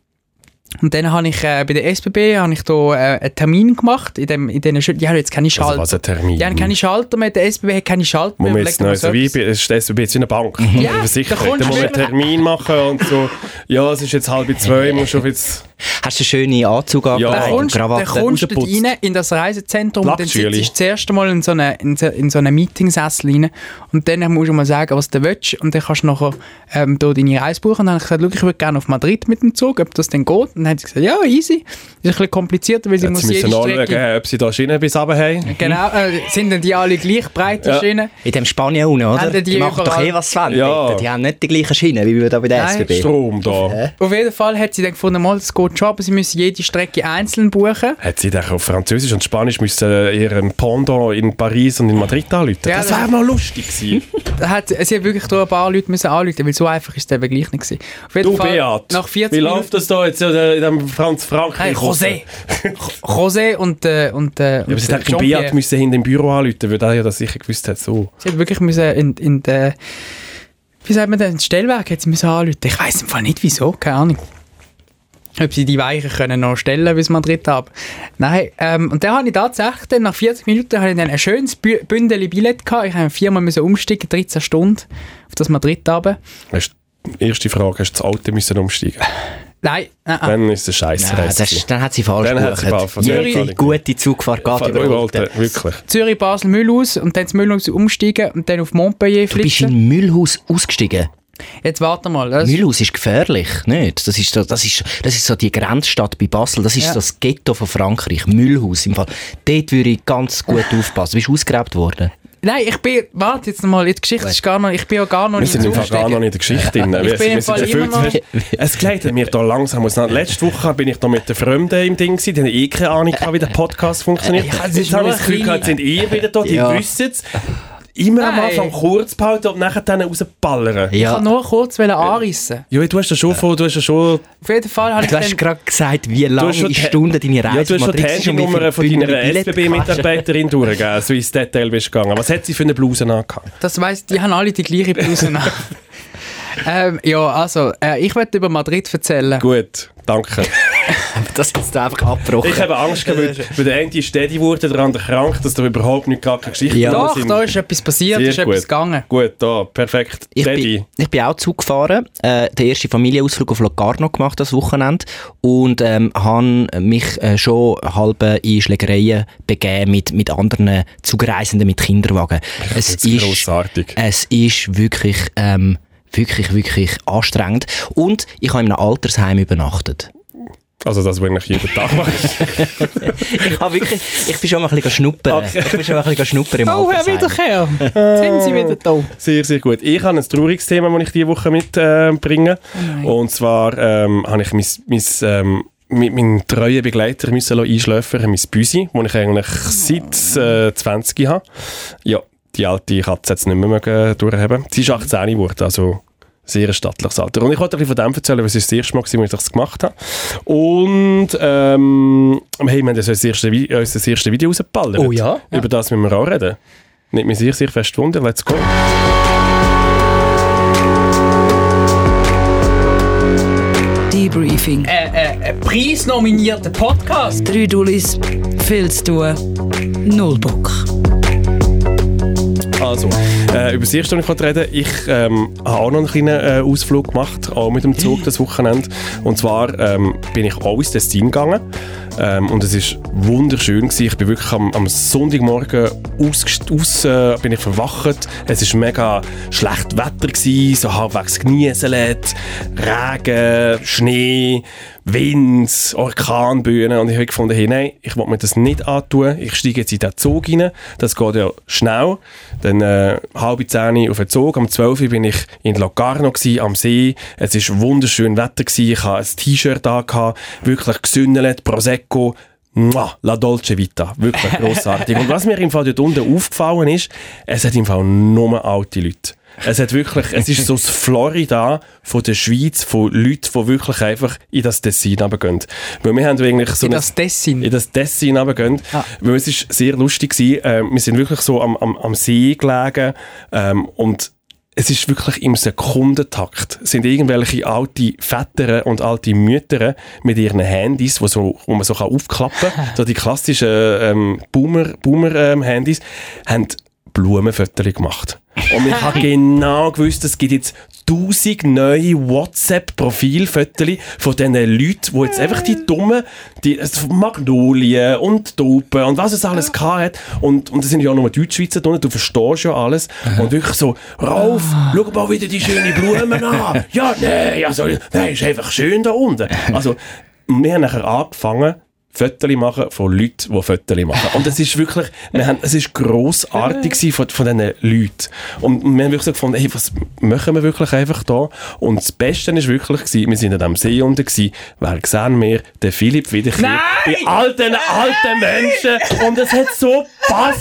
Speaker 3: Und dann habe ich äh, bei der SBB habe ich da, äh, einen Termin gemacht in dem in den die haben jetzt keine
Speaker 1: Also
Speaker 3: Schalter.
Speaker 1: was ein Termin.
Speaker 3: Die haben keine Schalter mehr, der SBB hat keine Schalter mehr.
Speaker 1: Moment, jetzt
Speaker 3: Überlegt
Speaker 1: neu,
Speaker 3: mal
Speaker 1: so wie,
Speaker 3: selbst.
Speaker 1: bei- es ist jetzt wie bei einer Bank.
Speaker 3: Mhm. Ja,
Speaker 1: Eine
Speaker 3: da
Speaker 1: Versicherung.
Speaker 3: kommst
Speaker 1: Da muss
Speaker 3: du
Speaker 1: man einen
Speaker 3: wirklich-
Speaker 1: Termin machen und so. Ja, es ist jetzt halb zwei, musst du auf jetzt...
Speaker 2: Hast du einen schönen Anzug
Speaker 1: Ja.
Speaker 3: Da
Speaker 1: Nein,
Speaker 2: angelegt und
Speaker 3: kommst, da
Speaker 2: Krawatte?
Speaker 3: kommst du
Speaker 1: rausgeputzt.
Speaker 3: rein in das Reisezentrum und dann
Speaker 1: Platzschüli.
Speaker 3: sitzt du das erste Mal in so einem in so, in so eine Meetingsessel rein und dann musst du mal sagen, was du willst und dann kannst du nachher ähm, da deine Reise buchen. Und dann habe ich gesagt, schau, ich würde gerne auf Madrid mit dem Zug, ob das denn geht. Und dann hat sie gesagt, ja, easy. Ist ein bisschen komplizierter, weil sie
Speaker 1: Jetzt
Speaker 3: muss
Speaker 1: müssen
Speaker 3: jede
Speaker 1: wir
Speaker 3: Strecke...
Speaker 1: anschauen, ob sie da Schienen bis runter haben.
Speaker 3: Genau, äh, sind denn die alle gleich breit, die
Speaker 1: Ja.
Speaker 3: Schienen?
Speaker 2: In dem Spanien unten, oder?
Speaker 3: Haben die
Speaker 2: Die, machen doch
Speaker 3: überall-
Speaker 2: eh was sie wollen.
Speaker 1: Ja.
Speaker 2: dort. Die haben nicht die gleichen Schienen wie wir da bei der
Speaker 3: Nein.
Speaker 2: SBB.
Speaker 1: Strom da.
Speaker 3: Auf jeden Fall hat sie dann gefunden, mal, das geht schon, aber sie müssen jede Strecke einzeln buchen.
Speaker 1: Hat sie dann auf Französisch und Spanisch müssen äh, ihren Pendant in Paris und in Madrid anrufen?
Speaker 3: Ja,
Speaker 1: das
Speaker 3: das-
Speaker 1: wäre mal lustig gewesen.
Speaker 3: Da hat, sie hat wirklich da ein paar Leute müssen anrufen, weil so einfach ist es eben gleich nicht gewesen. Auf jeden
Speaker 1: du,
Speaker 3: Fall,
Speaker 1: Beat,
Speaker 3: nach 40
Speaker 1: wie
Speaker 3: Minuten...
Speaker 1: läuft das da jetzt äh, in dem franz frank
Speaker 3: Nein, José. José und... Äh, und äh,
Speaker 1: Ja, aber sie hätten Beat müssen hinten im Büro anrufen, weil der ja das sicher gewusst hat. So.
Speaker 3: Sie hat wirklich müssen in, in der... Wie sagt man denn? Stellwerk hat sie müssen anrufen. Ich weiß im Fall nicht, wieso. Keine Ahnung. Ob sie die Weichen können noch stellen bis Madrid ab. Nein, ähm, und dann habe ich tatsächlich dann nach 40 Minuten habe ich dann ein schönes Bü- Bündel Billett gehabt. Ich habe viermal müssen umsteigen, 13 Stunden auf das Madrid runter.
Speaker 1: Hast, erste Frage, hast du das Auto müssen umsteigen
Speaker 3: Nein, äh, äh.
Speaker 1: Dann ist es scheiße.
Speaker 2: Ja, Ah, das ist, dann hat sie falsch
Speaker 1: Dann hat sie
Speaker 2: gebucht.
Speaker 1: falsch-
Speaker 2: Jede
Speaker 1: Juri.
Speaker 2: gute Zugfahrt geht über Olten.
Speaker 1: Wirklich.
Speaker 3: Zürich, Basel, Mühlhaus und dann zu Mühlhaus umsteigen und dann auf Montpellier
Speaker 2: Du bist
Speaker 3: flitzen.
Speaker 2: in Müllhaus ausgestiegen.
Speaker 3: Jetzt warte mal. Das
Speaker 2: Mühlhaus ist gefährlich, nicht? Das ist, so, das, ist, das ist so die Grenzstadt bei Basel. Das ist
Speaker 3: Ja.
Speaker 2: so das Ghetto von Frankreich. Mühlhaus im Fall. Dort würde ich ganz gut aufpassen. Du bist ausgeräbt worden.
Speaker 3: Nein, ich bin... Warte jetzt mal, die Geschichte ist gar noch... Ich bin ja gar noch
Speaker 1: Wir
Speaker 3: nicht
Speaker 1: sind im Fall gar noch
Speaker 3: umgestiegen.
Speaker 1: nicht in der Geschichte drin. Wir-
Speaker 3: bin im
Speaker 1: wir sind
Speaker 3: Fall
Speaker 1: erfüllt.
Speaker 3: immer noch-
Speaker 1: Es gleitet mir hier langsam aus. Letzte Woche bin ich noch mit den Fremden im Ding, gewesen, die haben eh keine Ahnung, gehabt, wie der Podcast funktioniert.
Speaker 3: Ja, es ist
Speaker 1: Jetzt
Speaker 3: nur
Speaker 1: habe ich das Gefühl,
Speaker 3: eine
Speaker 1: gehabt, jetzt sind ihr wieder da, die
Speaker 2: Ja.
Speaker 1: wissen es. Immer am
Speaker 3: Nein.
Speaker 1: Anfang kurz behalten und nachher dann rausballern.
Speaker 3: Ich wollte nur kurz anreissen.
Speaker 1: Ja, du hast ja schon vor, du hast ja schon,
Speaker 3: Auf jeden Fall habe ich
Speaker 2: Du hast
Speaker 3: dann...
Speaker 2: gerade gesagt, wie
Speaker 1: du
Speaker 2: lange
Speaker 1: hast schon
Speaker 2: in
Speaker 1: die-
Speaker 2: Stunden deine Reise
Speaker 1: ja, du hast schon die
Speaker 2: Madrid ist und wie
Speaker 1: Handynummer
Speaker 2: viele
Speaker 1: von
Speaker 2: Bündel
Speaker 1: deiner
Speaker 2: Billett hast.
Speaker 1: SBB-Mitarbeiterin durchgegeben, so ins Detail bist du gegangen. Was hat sie für eine Bluse angehabt?
Speaker 3: Das weiss, die haben alle die gleiche Bluse an. ähm, ja, also, äh, ich möchte über Madrid erzählen.
Speaker 1: Gut, danke.
Speaker 2: Das ist einfach abgebrochen.
Speaker 1: Ich habe Angst, gehabt, weil, weil der eine ist steady wurde, der andere krank, dass da überhaupt nicht gar keine Geschichte
Speaker 2: Ja.
Speaker 1: drin
Speaker 3: Doch,
Speaker 1: sind.
Speaker 3: da ist etwas passiert,
Speaker 1: Sehr
Speaker 3: ist etwas
Speaker 1: gut.
Speaker 3: gegangen.
Speaker 1: Gut, da, perfekt.
Speaker 2: Ich
Speaker 1: Steady.
Speaker 2: bin, ich bin auch Zug gefahren, äh, den ersten Familienausflug auf Locarno gemacht das Wochenende und ähm, habe mich äh, schon halb in Schlägereien begeben mit, mit anderen Zugreisenden mit Kinderwagen. Es
Speaker 1: jetzt grossartig.
Speaker 2: es ist wirklich, ähm, wirklich, wirklich anstrengend und ich habe in einem Altersheim übernachtet.
Speaker 1: Also das, was ich jeden Tag mache.
Speaker 2: Ich, habe Ah, wirklich, ich bin schon mal ein bisschen schnuppern. Ich bin schon mal ein bisschen schnuppern im
Speaker 3: Oh, Herr
Speaker 2: Altersheim.
Speaker 3: Wiederkehr! sind Sie wieder da? Oh
Speaker 1: sehr, sehr gut. Ich habe ein trauriges Thema, das ich diese Woche mitbringe. Äh, bringe. und zwar ähm, habe ich mein, mein, ähm, mit meinen treuen Begleiter müssen lassen einschläfern, lassen, mein Büsi, das ich eigentlich seit äh, 20 habe. Ja, die alte Katze hat es nicht mehr mögen durchhaben. Sie ist 18 geworden, also sehr ein stattliches Alter. Und ich wollte ein bisschen von dem erzählen, weil es ist das erste Mal war, als ich das gemacht habe. Und ähm, hey, wir haben ja so das erste, Vi- äh, unser erstes Video rausgeballert.
Speaker 2: Oh ja?
Speaker 1: Über das müssen wir auch reden. Nicht mir sehr, sehr fest Wunder. Let's go.
Speaker 4: Die Debriefing.
Speaker 3: Äh, äh, preisnominierter Podcast.
Speaker 4: Drei Dullis, viel zu tun, null Bock.
Speaker 1: Also, äh, über Sicherstellung kann ich reden. Ich ähm, habe auch noch einen kleinen äh, Ausflug gemacht, auch mit dem Zug das Wochenende. Und zwar ähm, bin ich auch ins Tessin gegangen. Ähm, und es ist wunderschön gewesen. Ich bin wirklich am, am Sonntagmorgen aus, aus äh, bin ich verwacht. Es ist mega schlecht Wetter gewesen, so halbwegs genieselt, Regen, Schnee, Wind, Orkanböen und ich habe gefunden, hey, nein, ich will mir das nicht antun, ich steige jetzt in den Zug rein, das geht ja schnell, dann äh, halbe zehn auf den Zug, am 12 Uhr bin ich in Locarno gewesen, am See, es ist wunderschön Wetter gewesen, ich habe ein T-Shirt an, gehabt, wirklich gesündelt, Prosecco, Mua, La Dolce Vita, wirklich grossartig. Und was mir im Fall dort unten aufgefallen ist, es hat im Fall nur alte Leute. Es hat wirklich, es ist so das Florida von der Schweiz, von Leuten, die wirklich einfach in das Tessin runtergehen. Weil wir haben eigentlich so
Speaker 3: In
Speaker 1: ein-
Speaker 3: das Dessin.
Speaker 1: in das Tessin runtergehen.
Speaker 3: Ah.
Speaker 1: Weil es ist sehr lustig war. Äh, wir sind wirklich so am, am, am See gelegen ähm, und es ist wirklich im Sekundentakt sind irgendwelche alte Väter und alte Mütter mit ihren Handys, wo, so, wo man so kann aufklappen kann, so die klassischen ähm, Boomer-Handys, Boomer, ähm, Handys, haben Blumenfotos gemacht. Und ich habe genau gewusst, es gibt jetzt tausend neue WhatsApp-Profilfotos von diesen Leuten, die jetzt einfach die dummen, die also Magnolien und Tauben und was es alles gehabt hat. Und, und das sind ja auch nur Deutschschweizer drin, du verstehst ja alles. Und wirklich so, Rolf, schau mal wieder die schönen Blumen an. Ja, nein, also, nein, ist einfach schön da unten. Also, wir haben nachher angefangen, Fotos machen von Leuten, die Fotos machen. Und es ist wirklich, wir haben, es ist grossartig gewesen von, von diesen Leuten. Und wir haben wirklich so gefunden, hey, was machen wir wirklich einfach da? Und das Beste war wirklich, gewesen, wir sind an diesem See unten gewesen, wer sehen wir? Der Philipp Wiederkehr.
Speaker 3: Nein!
Speaker 1: Bei all diesen alten Menschen. Und es hat so gepasst.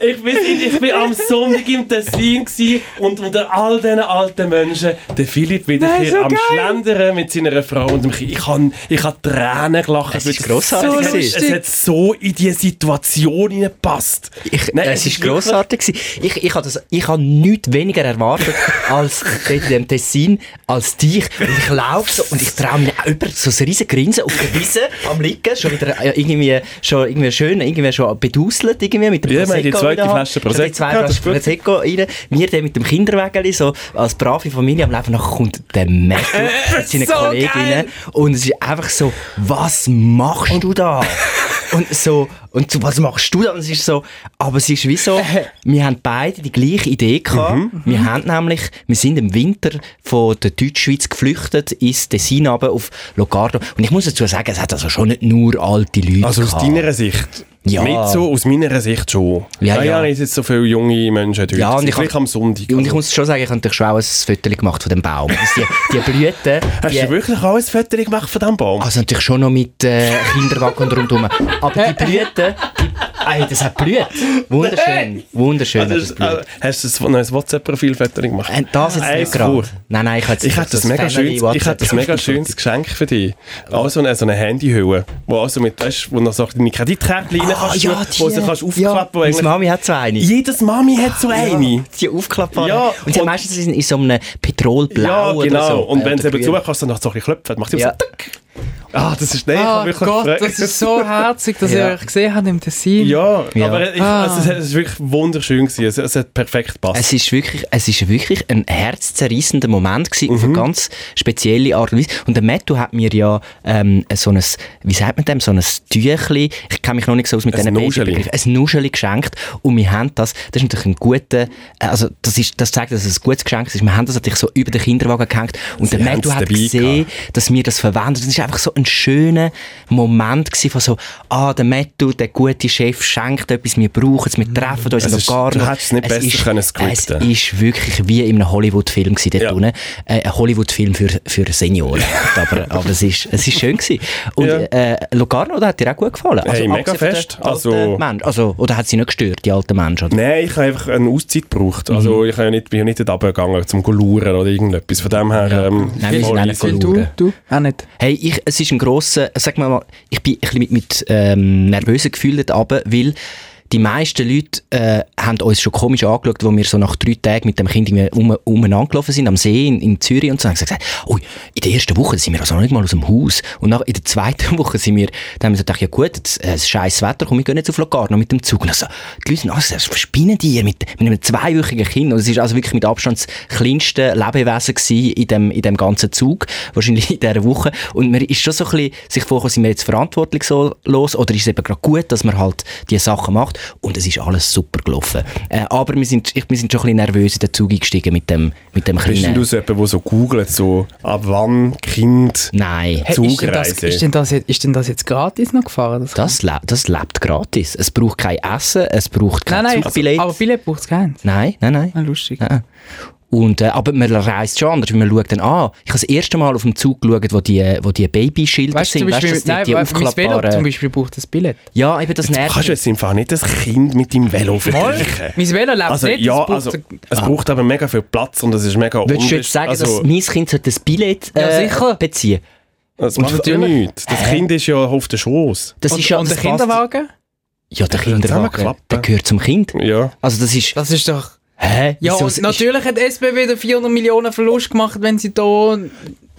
Speaker 1: Ich bin, ich bin am Sonntag im Tessin gewesen und unter all diesen alten Menschen, der Philipp Wiederkehr
Speaker 3: so
Speaker 1: am
Speaker 3: geil.
Speaker 1: Schlendern mit seiner Frau und dem Kind. Ich habe ich hab Tränen gelacht.
Speaker 2: Es ist
Speaker 1: Weil
Speaker 2: grossartig
Speaker 1: so
Speaker 2: gewesen.
Speaker 1: lustig. Es hat so in die Situation hineingepasst.
Speaker 2: Ich,
Speaker 1: Nein,
Speaker 2: es
Speaker 1: es
Speaker 2: ist
Speaker 1: ist wirklich-
Speaker 2: grossartig gewesen. Ich, ich habe das, ich habe nichts weniger erwartet als dort in dem Tessin, als dich. Und ich laufe so und ich traue mir auch über so ein riesen Grinsen auf der Wiese am Liegen, schon wieder äh, irgendwie, schon irgendwie schön, irgendwie schon beduselt irgendwie mit dem
Speaker 1: Ja, wir haben die
Speaker 2: Prosecco
Speaker 1: zweite Flasche
Speaker 2: wieder Schon Die
Speaker 1: Prosecco.
Speaker 2: zwei
Speaker 1: Ja, das
Speaker 2: Flaschen
Speaker 1: ist gut.
Speaker 2: Prosecco rein. Wir dann mit dem Kinderwägeli so als brave Familie am Leben nachher kommt der Metal mit seinen
Speaker 3: So
Speaker 2: Kolleginnen.
Speaker 3: geil!
Speaker 2: Und es ist einfach so, was machst du da? Und so, und so, was machst du da? Und es ist so, aber es ist wie so, wir haben beide die gleiche Idee gehabt. Wir haben nämlich, wir sind im Winter von der Deutschschweiz geflüchtet ins Tessin runter auf Locarno. Und ich muss dazu sagen, es hat also schon nicht nur alte Leute
Speaker 1: Also aus
Speaker 2: gehabt.
Speaker 1: deiner Sicht?
Speaker 2: Ja.
Speaker 1: Nicht so, aus meiner Sicht schon.
Speaker 2: Ja,
Speaker 1: Nein,
Speaker 2: ja.
Speaker 1: es sind jetzt so viele junge Menschen heute.
Speaker 2: Ja, und ich
Speaker 1: Vielleicht
Speaker 2: hab-
Speaker 1: am Sonntag. also.
Speaker 2: Und ich muss schon sagen, ich habe natürlich schon auch ein Foto gemacht von dem Baum. Also die, die Blüten.
Speaker 1: Hast
Speaker 2: die,
Speaker 1: du wirklich auch ein Foto gemacht von diesem Baum? Ah,
Speaker 2: Also natürlich schon noch mit äh, Kinderwagen und rundherum. Aber die Blüten, die, ey, das hat blüht. Wunderschön, wunderschön
Speaker 1: Also,
Speaker 2: hat das
Speaker 1: hast
Speaker 2: blüht.
Speaker 1: du- hast du ein neues WhatsApp-Profil-Foto gemacht?
Speaker 2: Und das jetzt
Speaker 1: Eins
Speaker 2: nicht gerade.
Speaker 1: vor.
Speaker 2: Nein, nein, ich hätte
Speaker 1: Ich hätte ein mega schönes, ich hätte ein mega schönes Geschenk für dich. Auch so eine, so eine Handyhülle, wo also mit, weißt, wo noch so deine Kreditkarte rein
Speaker 2: Ah,
Speaker 1: kannst,
Speaker 2: ja,
Speaker 1: tun, wo du kannst aufklappen, wo
Speaker 2: ja, meine
Speaker 1: eigentlich-
Speaker 2: Mami hat zwei.
Speaker 1: Jedes Mami hat so eine.
Speaker 2: Die aufklappbaren.
Speaker 1: Ja,
Speaker 2: und sie haben
Speaker 1: und-
Speaker 2: meistens in, in so einem Petrolblau
Speaker 1: Ja,
Speaker 2: oder
Speaker 1: genau.
Speaker 2: so. Äh,
Speaker 1: Und wenn
Speaker 2: Oder
Speaker 1: es eben
Speaker 2: grün.
Speaker 1: zu kannst du dann noch so ein bisschen klopfen. Macht sie
Speaker 2: Ja.
Speaker 1: so tick. Ah, das ist nein, ich
Speaker 3: Oh
Speaker 1: hab wirklich
Speaker 3: Gott,
Speaker 1: gefreut.
Speaker 3: das ist so herzig, dass
Speaker 2: Ja.
Speaker 3: ihr euch gesehen habt im Tessin.
Speaker 1: Ja,
Speaker 2: Ja.
Speaker 1: aber ich,
Speaker 3: Ah.
Speaker 1: also, es, es ist wirklich wunderschön gewesen. Es, es hat perfekt gepasst.
Speaker 2: Es ist wirklich, es ist wirklich ein herzzerreißender Moment gewesen,
Speaker 1: Mhm.
Speaker 2: auf eine ganz spezielle Art und Weise. Und der Matthew hat mir ja ähm, so ein, wie sagt man dem, so ein Tüchli, ich kenne mich noch nicht so aus mit
Speaker 1: Ein
Speaker 2: diesen
Speaker 1: Nuscheli.
Speaker 2: Medienbegriffen, ein Nuscheli geschenkt. Und wir haben das, das ist natürlich ein guter, äh, also das, ist, das zeigt, dass es ein gutes Geschenk ist. Wir haben das natürlich so über den Kinderwagen gehängt. Und der
Speaker 1: haben's
Speaker 2: Matthew hat
Speaker 1: dabei
Speaker 2: gesehen, dass wir das verwenden. Das ist einfach so ein schöner Moment gewesen von so, ah, der Matthew, der gute Chef, schenkt etwas, wir brauchen es, wir treffen uns
Speaker 1: Es
Speaker 2: noch
Speaker 1: ist-
Speaker 2: gar
Speaker 1: du hättest es nicht besser können scripten.
Speaker 2: ist wirklich wie in einem Hollywood-Film gewesen, dort
Speaker 1: Ja.
Speaker 2: unten. Äh, ein Hollywood-Film für, für Senioren. aber aber es, ist, es ist schön gewesen. Und
Speaker 1: Ja.
Speaker 2: äh, Locarno, da hat dir auch gut gefallen.
Speaker 1: Hey, mega
Speaker 2: abgesehen von den
Speaker 1: fest.
Speaker 2: alten
Speaker 1: Also-
Speaker 2: Menschen. also, oder hat sie nicht gestört, die alten Menschen? Oder?
Speaker 1: Nein, ich habe einfach eine Auszeit gebraucht. Also
Speaker 2: Mhm.
Speaker 1: ich habe ja nicht, bin ja nicht dort runtergegangen, um zu luren oder irgendetwas. Von dem her... Ähm,
Speaker 2: Nein, wir sind
Speaker 1: sorry.
Speaker 2: auch nicht
Speaker 3: Weil du,
Speaker 2: verloren.
Speaker 3: du, auch nicht.
Speaker 2: Hey, ich, es ist ein grosser, sag mal, mal, ich bin ein bisschen mit, mit ähm, nervösen Gefühlen da runter, weil die meisten Leute äh, haben uns schon komisch angeschaut, wo wir so nach drei Tagen mit dem Kind irgendwie um, umeinander gelaufen sind, am See in, in Zürich und so, haben sie gesagt, ui, in der ersten Woche sind wir also noch nicht mal aus dem Haus. Und nach, in der zweiten Woche sind wir, dann haben wir so gedacht, ja gut, jetzt, äh, es ist scheiß Wetter, komm, wir gehen jetzt auf Locarno mit dem Zug. Und also, die Leute sind, also, was spinnen die hier mit, mit einem zweiwöchigen Kind? Und es ist also wirklich mit Abstand das kleinste Lebewesen gewesen in dem, in dem ganzen Zug, wahrscheinlich in dieser Woche. Und man ist schon so ein bisschen sich vorgekommen, sind wir jetzt verantwortungslos oder ist es eben gerade gut, dass man halt diese Sachen macht? Und es ist alles super gelaufen. Äh, aber wir sind, ich, wir sind schon ein bisschen nervös in den Zug eingestiegen mit dem, mit dem
Speaker 1: Bist denn du
Speaker 2: kleinen...
Speaker 1: so jemand, der so googelt, so ab wann Kind
Speaker 2: Nein.
Speaker 3: Hey, ist, denn das,
Speaker 1: Zugreise.
Speaker 3: ist, denn das, jetzt- ist denn das jetzt gratis noch gefahren? Das
Speaker 2: Das, le das lebt gratis. Es braucht kein Essen, es braucht kein
Speaker 3: nein, also, nein,
Speaker 2: Zugbillett.
Speaker 3: aber Billett braucht es keins.
Speaker 2: nein, nein, nein.
Speaker 3: Ah, lustig.
Speaker 2: Nein. Und, äh, aber man reist schon anders. Man schaut dann an. Ich habe das erste Mal auf dem Zug geschaut, wo die, wo die Babyschilder
Speaker 3: Weißt du,
Speaker 2: sind.
Speaker 3: zum Beispiel,
Speaker 2: Weißt du, das
Speaker 3: nein,
Speaker 2: sind die
Speaker 3: weil- mein Velo zum
Speaker 2: aufklappbaren...
Speaker 3: Beispiel braucht das Billett.
Speaker 2: Ja, eben das
Speaker 1: Kannst
Speaker 2: nervt.
Speaker 1: du jetzt einfach nicht das Kind mit deinem Velo vergleichen?
Speaker 3: Mein Velo lebt
Speaker 1: Also
Speaker 3: nicht,
Speaker 1: ja,
Speaker 3: es braucht
Speaker 1: also es braucht aber mega viel Platz und es ist mega
Speaker 2: Ah. Würdest du
Speaker 1: unwisch-
Speaker 2: jetzt sagen,
Speaker 1: also,
Speaker 2: dass mein Kind sollte das Billett
Speaker 3: Ja,
Speaker 2: äh,
Speaker 3: sicher.
Speaker 2: beziehen
Speaker 1: das macht ja
Speaker 3: natürlich-
Speaker 1: nichts. Das Kind ist ja auf der Schoß.
Speaker 2: das
Speaker 3: und,
Speaker 2: ist ja,
Speaker 3: und der
Speaker 2: das passt-
Speaker 3: Kinderwagen?
Speaker 2: Ja, der
Speaker 1: Jetzt haben wir
Speaker 2: Kinderwagen,
Speaker 1: Klappe.
Speaker 2: der gehört zum Kind.
Speaker 1: Ja.
Speaker 2: Also das ist...
Speaker 3: Das ist doch...
Speaker 2: Hä?
Speaker 3: Ja,
Speaker 2: Wieso
Speaker 3: und
Speaker 2: ist-
Speaker 3: natürlich hat SBB den 400 Millionen Verlust gemacht, wenn sie da...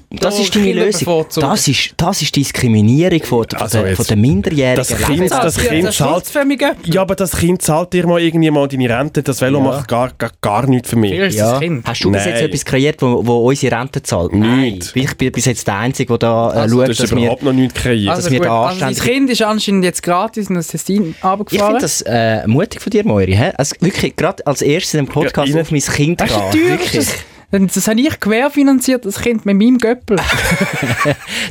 Speaker 2: Das
Speaker 3: da
Speaker 2: ist deine
Speaker 3: Kinder
Speaker 2: Lösung.
Speaker 3: bevorzugen.
Speaker 2: Das ist, das ist Diskriminierung von, von,
Speaker 1: Also
Speaker 2: der,
Speaker 1: jetzt-
Speaker 2: von der Minderjährigen.
Speaker 1: Das Kind,
Speaker 3: Das,
Speaker 1: das
Speaker 3: das,
Speaker 1: Kind halt.
Speaker 3: das
Speaker 1: zahlt
Speaker 3: schuldförmige.
Speaker 1: Ja, aber das Kind zahlt dir mal irgendwie mal deine Rente. Das Velo macht gar, gar, gar nichts für mich.
Speaker 3: Ist das
Speaker 2: Ja.
Speaker 3: Kind.
Speaker 2: Hast du bis jetzt
Speaker 1: Nein.
Speaker 2: etwas kreiert, wo, wo unsere Rente zahlt?
Speaker 1: Nicht.
Speaker 2: Nein. Ich bin bis jetzt der Einzige, der da äh,
Speaker 1: Du
Speaker 2: schaut,
Speaker 1: hast
Speaker 2: dass wir...
Speaker 1: überhaupt noch nichts kreiert.
Speaker 3: Also
Speaker 2: dass wir
Speaker 3: gut,
Speaker 2: da
Speaker 3: also das
Speaker 2: anständig-
Speaker 3: Kind ist anscheinend jetzt gratis und das ist ihn
Speaker 2: Ich finde
Speaker 3: runtergefahren.
Speaker 2: das äh, mutig von dir, Moiri. hä? Also wirklich, gerade als erstes in dem Podcast
Speaker 1: Ja,
Speaker 2: auf mein Kind
Speaker 3: Weißt du,
Speaker 2: gehen.
Speaker 3: wie teuer ist
Speaker 2: Wirklich.
Speaker 3: das? Das habe ich querfinanziert, das Kind, mit meinem Göppel.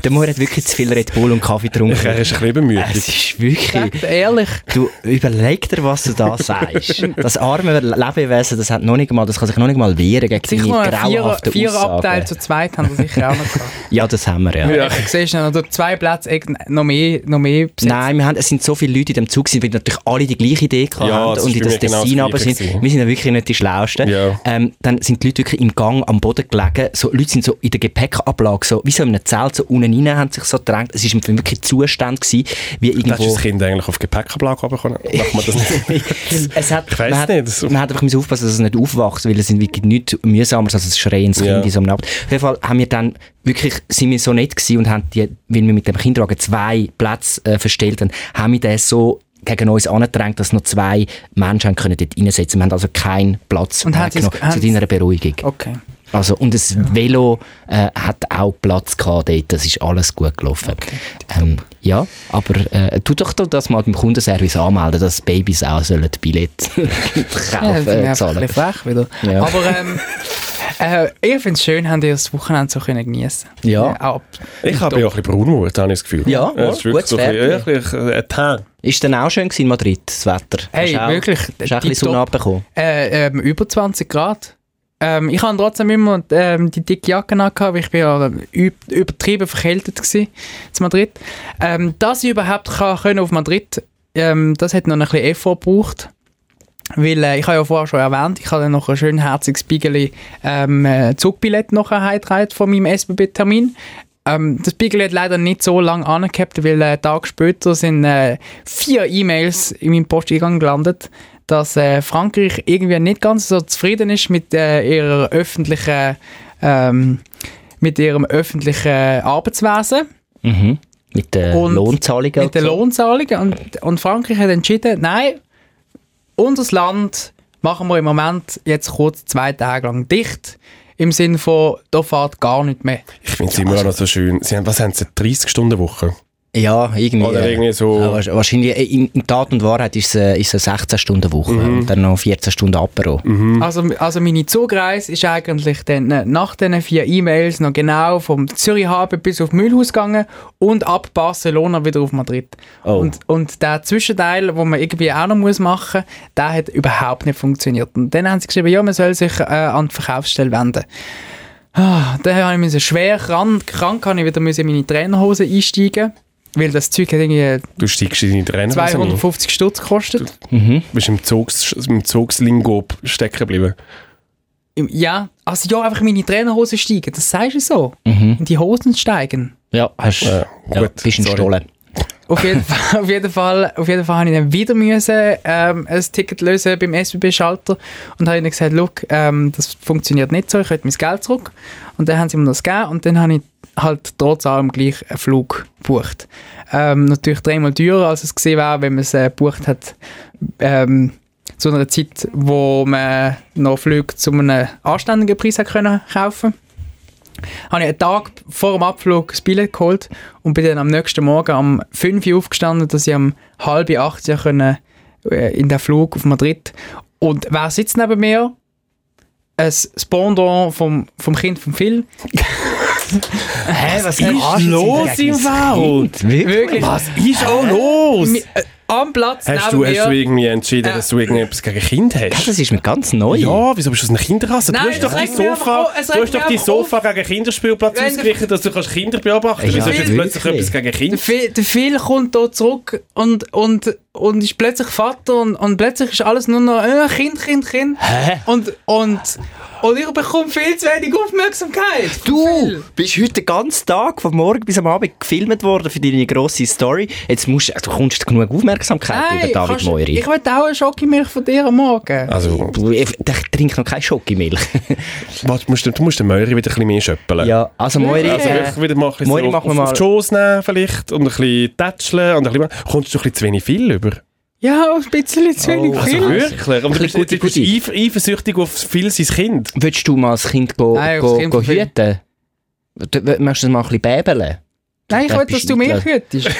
Speaker 2: Der Moiri hat wirklich zu viel Red Bull und Kaffee
Speaker 1: Er
Speaker 2: getrunken.
Speaker 1: ist ein bisschen
Speaker 2: Es
Speaker 1: übermütig.
Speaker 2: ist wirklich...
Speaker 3: Sagt Ehrlich.
Speaker 2: Du überleg dir, was du da sagst. Das arme Lebewesen, das hat noch nicht mal, das kann sich noch nicht mal wehren gegen
Speaker 3: Sicher noch
Speaker 2: deine
Speaker 3: ein Vierer,
Speaker 2: grauhaften Aussagen.
Speaker 3: Viererabteil zu zweit haben wir sicher auch noch gehabt.
Speaker 2: Ja, das haben wir, ja.
Speaker 1: Ja.
Speaker 3: Ja. Du siehst du, oder zwei Plätze eh, noch mehr, noch mehr besetzt.
Speaker 2: Nein, wir haben, es sind so viele Leute in dem Zug, gewesen, weil natürlich alle die gleiche Idee gehabt
Speaker 1: Ja,
Speaker 2: haben
Speaker 1: das
Speaker 2: und in
Speaker 1: ist bei
Speaker 2: das
Speaker 1: mir genau das
Speaker 2: Dessin aber sind.
Speaker 1: Gleiche gewesen.
Speaker 2: Wir sind ja wirklich nicht die Schlausten.
Speaker 1: Ja.
Speaker 2: Ähm, dann sind die Leute wirklich im Gang am Boden gelegen. So, Leute sind so in der Gepäckablage, so, wie so in einem Zelt, so unten rein, haben sich so gedrängt. Es war wirklich Zustand, gewesen, wie
Speaker 1: Hast du
Speaker 2: irgendwo...
Speaker 1: das Kind eigentlich auf Gepäckablage runterkommen? Macht man das nicht?
Speaker 2: es hat,
Speaker 1: Ich weiss
Speaker 2: man hat,
Speaker 1: nicht, so-
Speaker 2: Man hat einfach müssen aufpassen, dass es nicht aufwachst, weil es sind wirklich nichts mühsamer als ein schreiendes
Speaker 1: Ja.
Speaker 2: Kind in so einem Abend. Auf jeden Fall haben wir dann wirklich, sind wir so nett gewesen und haben die, weil wir mit dem Kinderwagen zwei Plätze äh, verstellt haben, haben wir den so gegen uns angedrängt, dass noch zwei Menschen haben können dort reinsetzen. Wir haben also keinen Platz
Speaker 3: Und haben sie es-
Speaker 2: weggenommen,
Speaker 3: haben
Speaker 2: zu
Speaker 3: sie-
Speaker 2: deiner Beruhigung.
Speaker 3: Okay.
Speaker 2: Also, und das Velo äh, hat auch Platz gehabt dort. Das ist alles gut gelaufen. Ähm, ja, aber äh, tu doch doch das mal beim Kundenservice anmelden, dass Babys auch sollen Billett
Speaker 3: Ja, das
Speaker 2: kaufen, äh,
Speaker 3: ist ein
Speaker 2: zahlen.
Speaker 3: bisschen frech wieder.
Speaker 2: Ja.
Speaker 3: Aber ähm, äh, ich finde es schön, habt ihr das Wochenende so können geniessen
Speaker 2: Ja.
Speaker 3: Äh, ab.
Speaker 1: Ich habe ja auch ein bisschen Braunwut, habe ich das Gefühl.
Speaker 2: Ja,
Speaker 1: es ist wirklich
Speaker 2: wohl, gutes
Speaker 1: so ein bisschen, wirklich, äh, ein Teint.
Speaker 2: Ist dann auch schön gewesen in Madrid, das Wetter?
Speaker 3: Hey,
Speaker 2: Hast auch-
Speaker 3: wirklich,
Speaker 2: Hast auch ein bisschen
Speaker 3: tipptopp.
Speaker 2: Sonne abbekommen?
Speaker 3: Äh, ähm, über 20 Grad. Ähm, ich habe trotzdem immer ähm, die dicke Jacke angehabt, weil ich bin ja ähm, üb- übertrieben verkältet war in Madrid. Ähm, dass ich überhaupt kann, können auf Madrid, ähm, das hat noch ein bisschen Effort gebraucht. Weil äh, ich habe ja vorher schon erwähnt, ich habe dann noch ein schön herziges Bigeli ähm, äh, Zugbillett noch heimgetragen von meinem SBB-Termin. Ähm, das Bigel hat leider nicht so lange angehabt, weil äh, einen Tag später sind äh, vier E-Mails in meinem Posteingang gelandet, dass äh, Frankreich irgendwie nicht ganz so zufrieden ist mit äh, ihrer öffentlichen, ähm, mit ihrem öffentlichen Arbeitswesen,
Speaker 2: Mhm. Mit den
Speaker 3: Und
Speaker 2: Lohnzahlungen?
Speaker 3: mit den
Speaker 2: und so.
Speaker 3: Lohnzahlungen und, und Frankreich hat entschieden, nein, unser Land machen wir im Moment jetzt kurz zwei Tage lang dicht, im Sinn von, da fährt gar nicht mehr.
Speaker 1: Ich finde es immer noch so schön. Sie haben, was haben sie? 30-Stunden-Woche?
Speaker 2: Ja, irgendwie.
Speaker 1: Oder
Speaker 2: äh,
Speaker 1: irgendwie so.
Speaker 2: ja, wahrsch- wahrscheinlich, äh, in, in Tat und Wahrheit ist es äh, ist es eine 16-Stunden-Woche
Speaker 1: Mhm.
Speaker 2: und dann noch 14 Stunden Apero.
Speaker 3: Also, also meine Zugreise ist eigentlich dann äh, nach diesen vier E-Mails noch genau vom Zürich Hafen bis auf Mühlhaus gegangen und ab Barcelona wieder auf Madrid.
Speaker 2: Oh.
Speaker 3: Und, und der Zwischenteil, den man irgendwie auch noch muss machen muss, der hat überhaupt nicht funktioniert. Und dann haben sie geschrieben, ja, man soll sich äh, an die Verkaufsstelle wenden. Ah, dann habe ich müssen schwer krank, krank habe ich wieder müssen in meine Trainerhose einsteigen, weil das Zeug hat irgendwie
Speaker 1: Du steigst in deine Trainer.
Speaker 3: 250 Stutz gekostet.
Speaker 1: Du bist im, Zugs, im Zugslingo stecken geblieben.
Speaker 3: Ja, also ja, einfach meine Trainerhosen steigen, das sagst du so. In die Hosen steigen.
Speaker 2: Ja, hast
Speaker 1: Äh,
Speaker 2: ja,
Speaker 1: gut,
Speaker 2: bist in den
Speaker 1: sorry.
Speaker 2: Stollen.
Speaker 3: Auf jeden Fall, auf jeden Fall, auf jeden Fall habe ich dann wieder müssen, ähm, ein Ticket lösen beim SBB-Schalter und habe ihnen gesagt, «Look, ähm, das funktioniert nicht so, ich möchte mein Geld zurück.» Und dann haben sie mir das gegeben und dann habe ich halt trotz allem gleich einen Flug gebucht. Ähm, natürlich dreimal teurer, als es gesehen wäre, wenn man es äh, gebucht hat ähm, zu einer Zeit, wo man noch Flüge zu einem anständigen Preis hat können kaufen habe ich einen Tag vor dem Abflug das Billett geholt und bin dann am nächsten Morgen um 5 Uhr aufgestanden, dass ich um halb 8 Uhr können, äh, in den Flug auf Madrid Und wer sitzt neben mir? Ein Spondon vom, vom Kind von Phil.
Speaker 2: Hä, was
Speaker 1: ist los im Wald?
Speaker 3: Wirklich.
Speaker 1: Was ist auch los?
Speaker 3: Mi- äh, Am Platz
Speaker 1: Hast
Speaker 3: neben
Speaker 1: du, hast du
Speaker 3: mir.
Speaker 1: irgendwie entschieden, dass du irgendetwas gegen Kinder hast?
Speaker 2: Das ist mir ganz neu.
Speaker 1: Ja, wieso bist du aus einer Kinderrasse? Du
Speaker 3: Nein,
Speaker 1: hast doch
Speaker 3: es
Speaker 1: die
Speaker 3: regt mich
Speaker 1: Sofa,
Speaker 3: einfach auf, es
Speaker 1: du
Speaker 3: regt
Speaker 1: hast doch
Speaker 3: mich
Speaker 1: die
Speaker 3: einfach auf.
Speaker 1: Sofa gegen Kinderspielplatz
Speaker 3: Wenn-
Speaker 1: ausgerichtet, dass du kannst Kinder beobachten
Speaker 2: Ja,
Speaker 1: Wieso ist jetzt
Speaker 2: wirklich.
Speaker 1: plötzlich etwas gegen
Speaker 3: Der
Speaker 1: Kinder?
Speaker 3: Phil, der Phil kommt hier zurück und, und, und ist plötzlich Vater und, und plötzlich ist alles nur noch äh, Kind, Kind, Kind. Hä? Und, und, und ich bekomme viel zu wenig Aufmerksamkeit. von
Speaker 2: Du
Speaker 3: Phil.
Speaker 2: bist heute den ganzen Tag, von morgen bis am Abend, gefilmt worden für deine grosse Story. Jetzt musst, du kommst genug Aufmerksamkeit über
Speaker 3: Nein,
Speaker 2: Äh,
Speaker 3: Äh,
Speaker 2: David
Speaker 3: kannst-
Speaker 2: Moiri.
Speaker 3: ich will auch eine Schokimilch von dir am Morgen.
Speaker 1: Also,
Speaker 2: Du, Ich, ich trinke noch keine Schokimilch.
Speaker 1: warte, du musst, du musst den Möri wieder ein bisschen mehr schöppeln.
Speaker 2: ja, also Moiri...
Speaker 1: Also
Speaker 2: äh,
Speaker 1: wirklich wieder mal ein bisschen
Speaker 2: Moiri,
Speaker 1: so
Speaker 2: mach
Speaker 1: auf,
Speaker 2: mir
Speaker 1: auf
Speaker 2: mal-
Speaker 1: die Schoß nehmen vielleicht und ein bisschen tätscheln und ein bisschen... Kommst du ein bisschen zu wenig viel über?
Speaker 3: Ja, ein bisschen zu wenig
Speaker 2: Oh,
Speaker 1: Also
Speaker 3: Phil.
Speaker 1: wirklich? Und du bist,
Speaker 2: Guti,
Speaker 1: du bist
Speaker 2: Guti.
Speaker 1: eif- eifersüchtig auf viel sein Kind?
Speaker 2: Willst du mal das Kind go,
Speaker 3: Nein,
Speaker 2: go,
Speaker 3: das Kind
Speaker 2: go
Speaker 3: von Phil.
Speaker 2: hüten? Du, w- möchtest du es mal ein bisschen bäbeln?
Speaker 3: Nein, ich
Speaker 2: Das
Speaker 3: will,
Speaker 2: bist
Speaker 3: dass du mich
Speaker 2: nicht-
Speaker 3: hütest.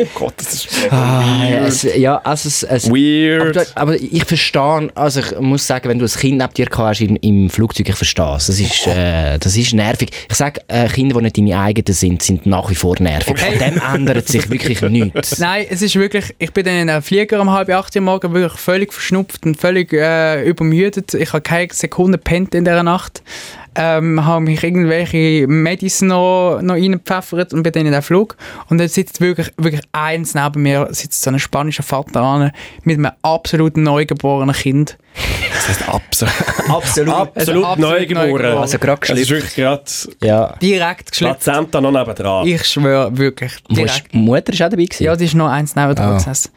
Speaker 1: Oh Gott, das ist...
Speaker 2: Ah, ja, es, ja, also es... es aber,
Speaker 1: Weird.
Speaker 2: du- aber ich verstehe, also ich muss sagen, wenn du ein Kind neben dir gehabt hast im, im Flugzeug, ich verstehe es. Das ist, äh, das ist nervig. Ich sage, äh, Kinder, die nicht deine eigenen sind, sind nach wie vor nervig. An dem ändert sich wirklich nichts.
Speaker 3: Nein, es ist wirklich, ich bin dann in einem Flieger um halb acht Uhr morgen wirklich völlig verschnupft und völlig äh, übermüdet. Ich habe keine Sekunde pennt in dieser Nacht. Ähm, habe mich irgendwelche Medis noch, noch reingepfeffert und bin dann in den Flug. Und dann sitzt wirklich, wirklich eins neben mir, sitzt so ein spanischer Vater an, mit einem absolut neugeborenen Kind.
Speaker 1: Das heißt absolut...
Speaker 2: Absolut.
Speaker 1: Absolut,
Speaker 3: Also absolut
Speaker 1: neugeboren.
Speaker 3: neugeboren.
Speaker 2: Also gerade
Speaker 1: Das ist wirklich gerade
Speaker 2: Ja.
Speaker 3: Direkt geschleppt.
Speaker 1: Plazenta noch nebendran.
Speaker 3: Ich schwöre, wirklich. Direkt.
Speaker 2: Musst, Mutter ist auch dabei gewesen.
Speaker 3: Ja, die ist noch eins neben
Speaker 2: Ah.
Speaker 3: dran gesessen.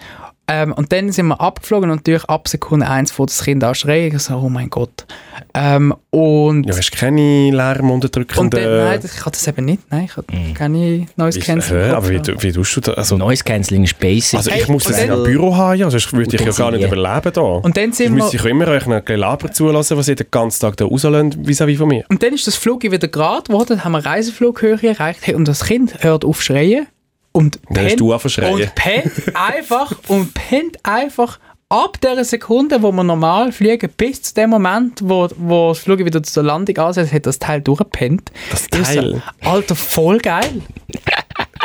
Speaker 3: Ähm, und dann sind wir abgeflogen und natürlich ab Sekunde eins vor das Kind anschreien. Ich so, oh mein Gott. Ähm, und,
Speaker 1: Ja, hast keine
Speaker 3: und dann, nein,
Speaker 1: Lärmunterdrückende...
Speaker 3: das- ich hatte das eben nicht. Nein, ich hatte keine neues
Speaker 1: Hm. Ist-
Speaker 3: Cancel.
Speaker 1: Hä, aber wie, du- wie tust du das? Also,
Speaker 2: Noise Cancelling ist basic.
Speaker 1: also
Speaker 3: Hey,
Speaker 1: ich muss
Speaker 3: und
Speaker 1: das in
Speaker 3: dann-
Speaker 1: einem Büro haben, ja, sonst würde ich
Speaker 2: dann
Speaker 1: ja gar
Speaker 2: sind
Speaker 1: nicht
Speaker 2: wir-
Speaker 1: überleben da.
Speaker 3: Und dann sind
Speaker 1: Sonst müsste
Speaker 3: wir-
Speaker 1: ich ja immer euch noch ein Laber zulassen, was ihr den ganzen Tag da rauslöhnt, vis-à-vis von mir.
Speaker 3: und dann ist das Flug wieder gerade geworden, dann haben wir Reiseflughöhe erreicht hey, und das Kind hört auf schreien und
Speaker 1: Dann hast
Speaker 3: pennt-
Speaker 1: du angeschrien.
Speaker 3: Und pennt einfach, und pennt einfach ab der Sekunde, wo wir normal fliegen, bis zu dem Moment, wo, wo das Flug wieder zur Landung ansetzt, hat das Teil durchgepennt.
Speaker 1: Das
Speaker 3: Ich so,
Speaker 1: Teil.
Speaker 3: Alter, voll geil.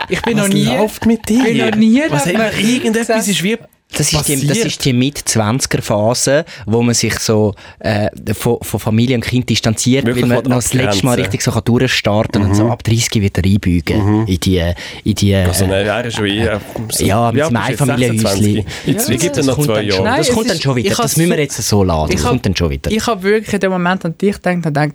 Speaker 3: Ich bin
Speaker 1: Was
Speaker 3: noch nie...
Speaker 1: läuft mit dir?
Speaker 3: bin noch nie
Speaker 1: was hat
Speaker 3: neben
Speaker 1: man,
Speaker 3: einem Kind
Speaker 1: irgendetwas
Speaker 3: gesessen.
Speaker 1: ist wie...
Speaker 2: Das ist, die, das
Speaker 1: passiert.
Speaker 2: ist die Mit-20er-Phase, wo man sich so äh, von, von Familie und Kind distanziert,
Speaker 1: Wirklich
Speaker 2: weil man
Speaker 1: will
Speaker 2: noch das letzte Mal
Speaker 1: abgrenzen.
Speaker 2: richtig so kann durchstarten und so ab 30 wieder einbeugen in die... In die
Speaker 1: Mhm. Also
Speaker 2: äh,
Speaker 1: nein, er ist schon eher...
Speaker 2: Ja, mit
Speaker 1: bist
Speaker 2: dem
Speaker 1: jetzt
Speaker 2: Einfamilienhäuschen.
Speaker 1: 26. Jetzt
Speaker 3: Ja,
Speaker 1: gibt es noch
Speaker 2: kommt
Speaker 1: zwei
Speaker 2: dann schon-
Speaker 1: Jahre.
Speaker 3: Nein,
Speaker 2: Das
Speaker 3: es
Speaker 2: kommt dann
Speaker 3: ist-
Speaker 2: schon
Speaker 3: ich
Speaker 2: wieder.
Speaker 3: habe
Speaker 2: Das müssen wir
Speaker 3: so-
Speaker 2: jetzt so laden.
Speaker 3: Ich
Speaker 2: Das
Speaker 3: habe-
Speaker 2: kommt dann schon wieder.
Speaker 3: Ich habe wirklich in dem Moment an dich gedacht und gedacht,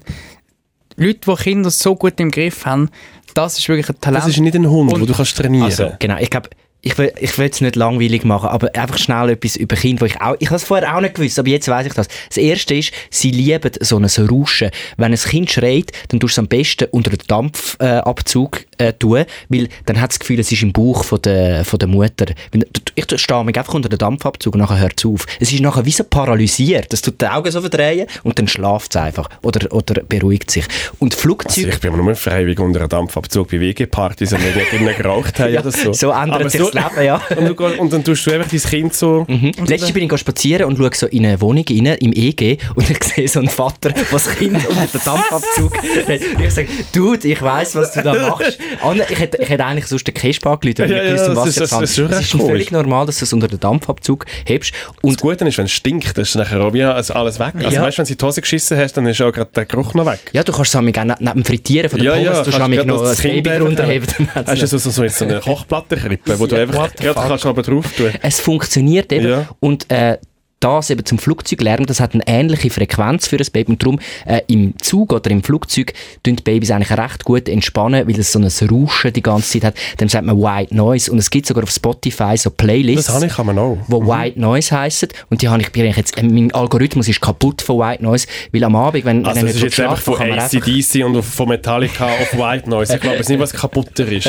Speaker 3: Leute, die Kinder so gut im Griff haben, das ist wirklich ein Talent.
Speaker 1: Das ist nicht ein Hund, den du kannst trainieren kannst.
Speaker 2: Also, genau. Ich glaube, ich will es nicht langweilig machen, aber einfach schnell etwas über Kinder, wo ich auch, ich habe es vorher auch nicht gewusst, aber jetzt weiß ich das. Das Erste ist, sie lieben so ein Rauschen. Wenn ein Kind schreit, dann tust du es am besten unter den Dampfabzug äh, Abzug, äh, tun, weil dann hat es das Gefühl, es ist im Bauch von der, von der Mutter. Weil du- du- Ich stehe mich einfach unter den Dampfabzug und nachher hört es auf. Es ist nachher wie so paralysiert. Es tut die Augen so verdrehen und dann schlaft es einfach oder, oder beruhigt sich. Und
Speaker 1: Also
Speaker 2: Flugzeuge...
Speaker 1: ich bin nur freiwillig unter einem Dampfabzug bei WG-Partys und wir dort innen geraucht haben oder so.
Speaker 2: so ändert
Speaker 1: Aber
Speaker 2: sich das Leben, ja.
Speaker 1: Und, du, gehst- und dann tust du einfach dein Kind so...
Speaker 2: Mhm. Letztens bin ich go spazieren und schaue so in eine Wohnung rein, im EG, und ich sehe so einen Vater, was Kind unter den Dampfabzug hat. Und ich sage, Dude, ich weiss, was du da machst. Anne, ich hätte, ich hätte eigentlich sonst den Kesp angerufen, weil
Speaker 1: Ja,
Speaker 2: ich
Speaker 1: ja,
Speaker 2: gewusst, um
Speaker 1: das
Speaker 2: was
Speaker 1: ist-
Speaker 2: es
Speaker 1: das
Speaker 2: geht.
Speaker 1: ist schon
Speaker 2: Es
Speaker 1: recht
Speaker 2: ist völlig
Speaker 1: komisch.
Speaker 2: normal, dass du es unter den Dampfabzug hebst.
Speaker 1: Und
Speaker 2: Und
Speaker 1: das Gute ist, wenn es stinkt, dann ist nachher auch wie alles, alles weg. Also
Speaker 2: Ja.
Speaker 1: weißt du, wenn du in die Hose geschissen hast, dann ist auch gerade der Geruch noch weg.
Speaker 2: ja, du kannst es auch neben, neben dem Frittieren von der
Speaker 1: Ja,
Speaker 2: Pommes,
Speaker 1: ja,
Speaker 2: du kannst
Speaker 1: kannst
Speaker 2: auch
Speaker 1: grad
Speaker 2: noch
Speaker 1: noch
Speaker 2: ein
Speaker 1: das
Speaker 2: Baby
Speaker 1: Kind
Speaker 2: runterheben. dann hat's
Speaker 1: Hast du so, so, so, jetzt so eine Kochplatte krippen, wo du
Speaker 2: Ja,
Speaker 1: einfach
Speaker 2: what the
Speaker 1: gerade
Speaker 2: fuck.
Speaker 1: kannst oben drauf tun.
Speaker 2: Es funktioniert eben.
Speaker 1: Ja.
Speaker 2: Und äh, das eben zum Flugzeuglärm, das hat eine ähnliche Frequenz für ein Baby. Und darum äh, im Zug oder im Flugzeug tun die Babys eigentlich recht gut entspannen, weil es so ein Rauschen die ganze Zeit hat. Dann sagt man White Noise. Und es gibt sogar auf Spotify so Playlists.
Speaker 1: Das habe ich, Mhm. kann man auch.
Speaker 2: wo White Noise heissen. Und die habe ich bin eigentlich jetzt, äh, mein Algorithmus ist kaputt von White Noise, weil am Abend, wenn,
Speaker 1: Also
Speaker 2: wenn
Speaker 1: das ist jetzt einfach von ACDC und von Metallica auf White Noise. Ich glaube es ist nicht, was kaputter ist.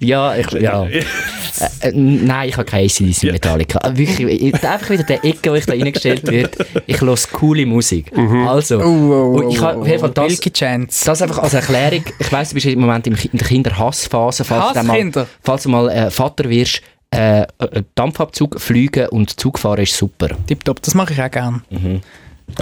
Speaker 2: ja, ich, ja. äh, äh, nein, ich habe keine ACDC
Speaker 1: Ja.
Speaker 2: Metallica. Äh, Wirklich, ich- einfach wieder der Ecke, wo ich da reingestellt wird. Ich höre coole Musik.
Speaker 1: Oh,
Speaker 2: Also, und ich habe auf jeden Fall das,
Speaker 3: Mhm. Milky Chance.
Speaker 2: das einfach als Erklärung. Ich weiss, du bist im Moment im Ki- in der Kinderhassphase. Falls du dann mal,
Speaker 3: Hasskinder.
Speaker 2: falls du mal äh, Vater wirst, äh, äh, Dampfabzug, Fliegen und Zugfahren ist super.
Speaker 3: Tipptopp, das mache ich auch gerne.
Speaker 1: Mhm.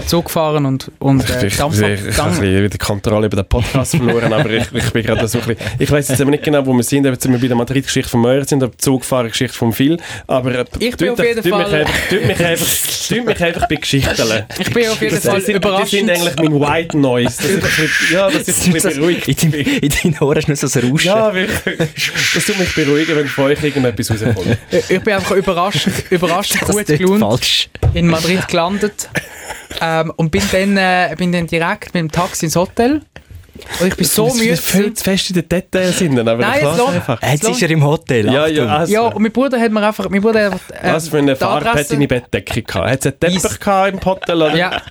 Speaker 3: Zug fahren und, und äh,
Speaker 1: Ich, ich, ich,
Speaker 3: Dampf
Speaker 1: ich habe ein
Speaker 3: Dampf-
Speaker 1: bisschen die Kontrolle über den Podcast verloren, aber ich, ich bin gerade so ein bisschen... Ich weiß jetzt eben nicht genau, wo wir sind, ob jetzt wir bei der Madrid-Geschichte von Möhr sind, oder der Zugfahrergeschichte von Phil, aber... äh,
Speaker 3: Ich
Speaker 1: tut
Speaker 3: bin auf
Speaker 1: mich-
Speaker 3: jeden
Speaker 1: tut Mich
Speaker 3: Fall-
Speaker 1: einfach, tut, mich einfach, tut mich einfach bei Geschichten.
Speaker 3: Ich bin auf jeden
Speaker 1: Das,
Speaker 3: Fall
Speaker 1: das, sind, das sind
Speaker 3: überraschend.
Speaker 1: eigentlich mein White Noise. Das ist ein bisschen, ja, das ist ein bisschen
Speaker 2: In deinem-
Speaker 1: beruhigt.
Speaker 2: in deinen Ohren ist nur so ein Rauschen.
Speaker 1: Ja, wirklich. Das tut mich beruhigen, wenn von euch irgendetwas rauskommt.
Speaker 3: Äh, Ich bin einfach überraschend, überraschend
Speaker 2: das
Speaker 3: gut
Speaker 2: klingt
Speaker 3: gelaunt
Speaker 2: falsch.
Speaker 3: in Madrid gelandet ähm, und bin dann, äh, bin dann direkt mit dem Taxi ins Hotel. Und ich bin so
Speaker 1: Das
Speaker 3: müde.
Speaker 1: ist viel
Speaker 3: gewesen.
Speaker 1: zu fest in den Details sind, aber
Speaker 3: Nein,
Speaker 1: ich lasse
Speaker 3: es lohnt-
Speaker 1: einfach.
Speaker 2: Äh, Jetzt ist er im Hotel.
Speaker 1: Ja, ja,
Speaker 2: Achtung.
Speaker 1: also.
Speaker 3: Ja, und mein Bruder hat mir einfach. Mein Bruder hat, äh,
Speaker 1: was für eine
Speaker 3: die
Speaker 1: Farbe hat
Speaker 3: Adresse-
Speaker 1: deine Bettdecke gehabt? Hat es einen Teppich
Speaker 3: Eis.
Speaker 1: gehabt im Hotel? Oder?
Speaker 3: Ja,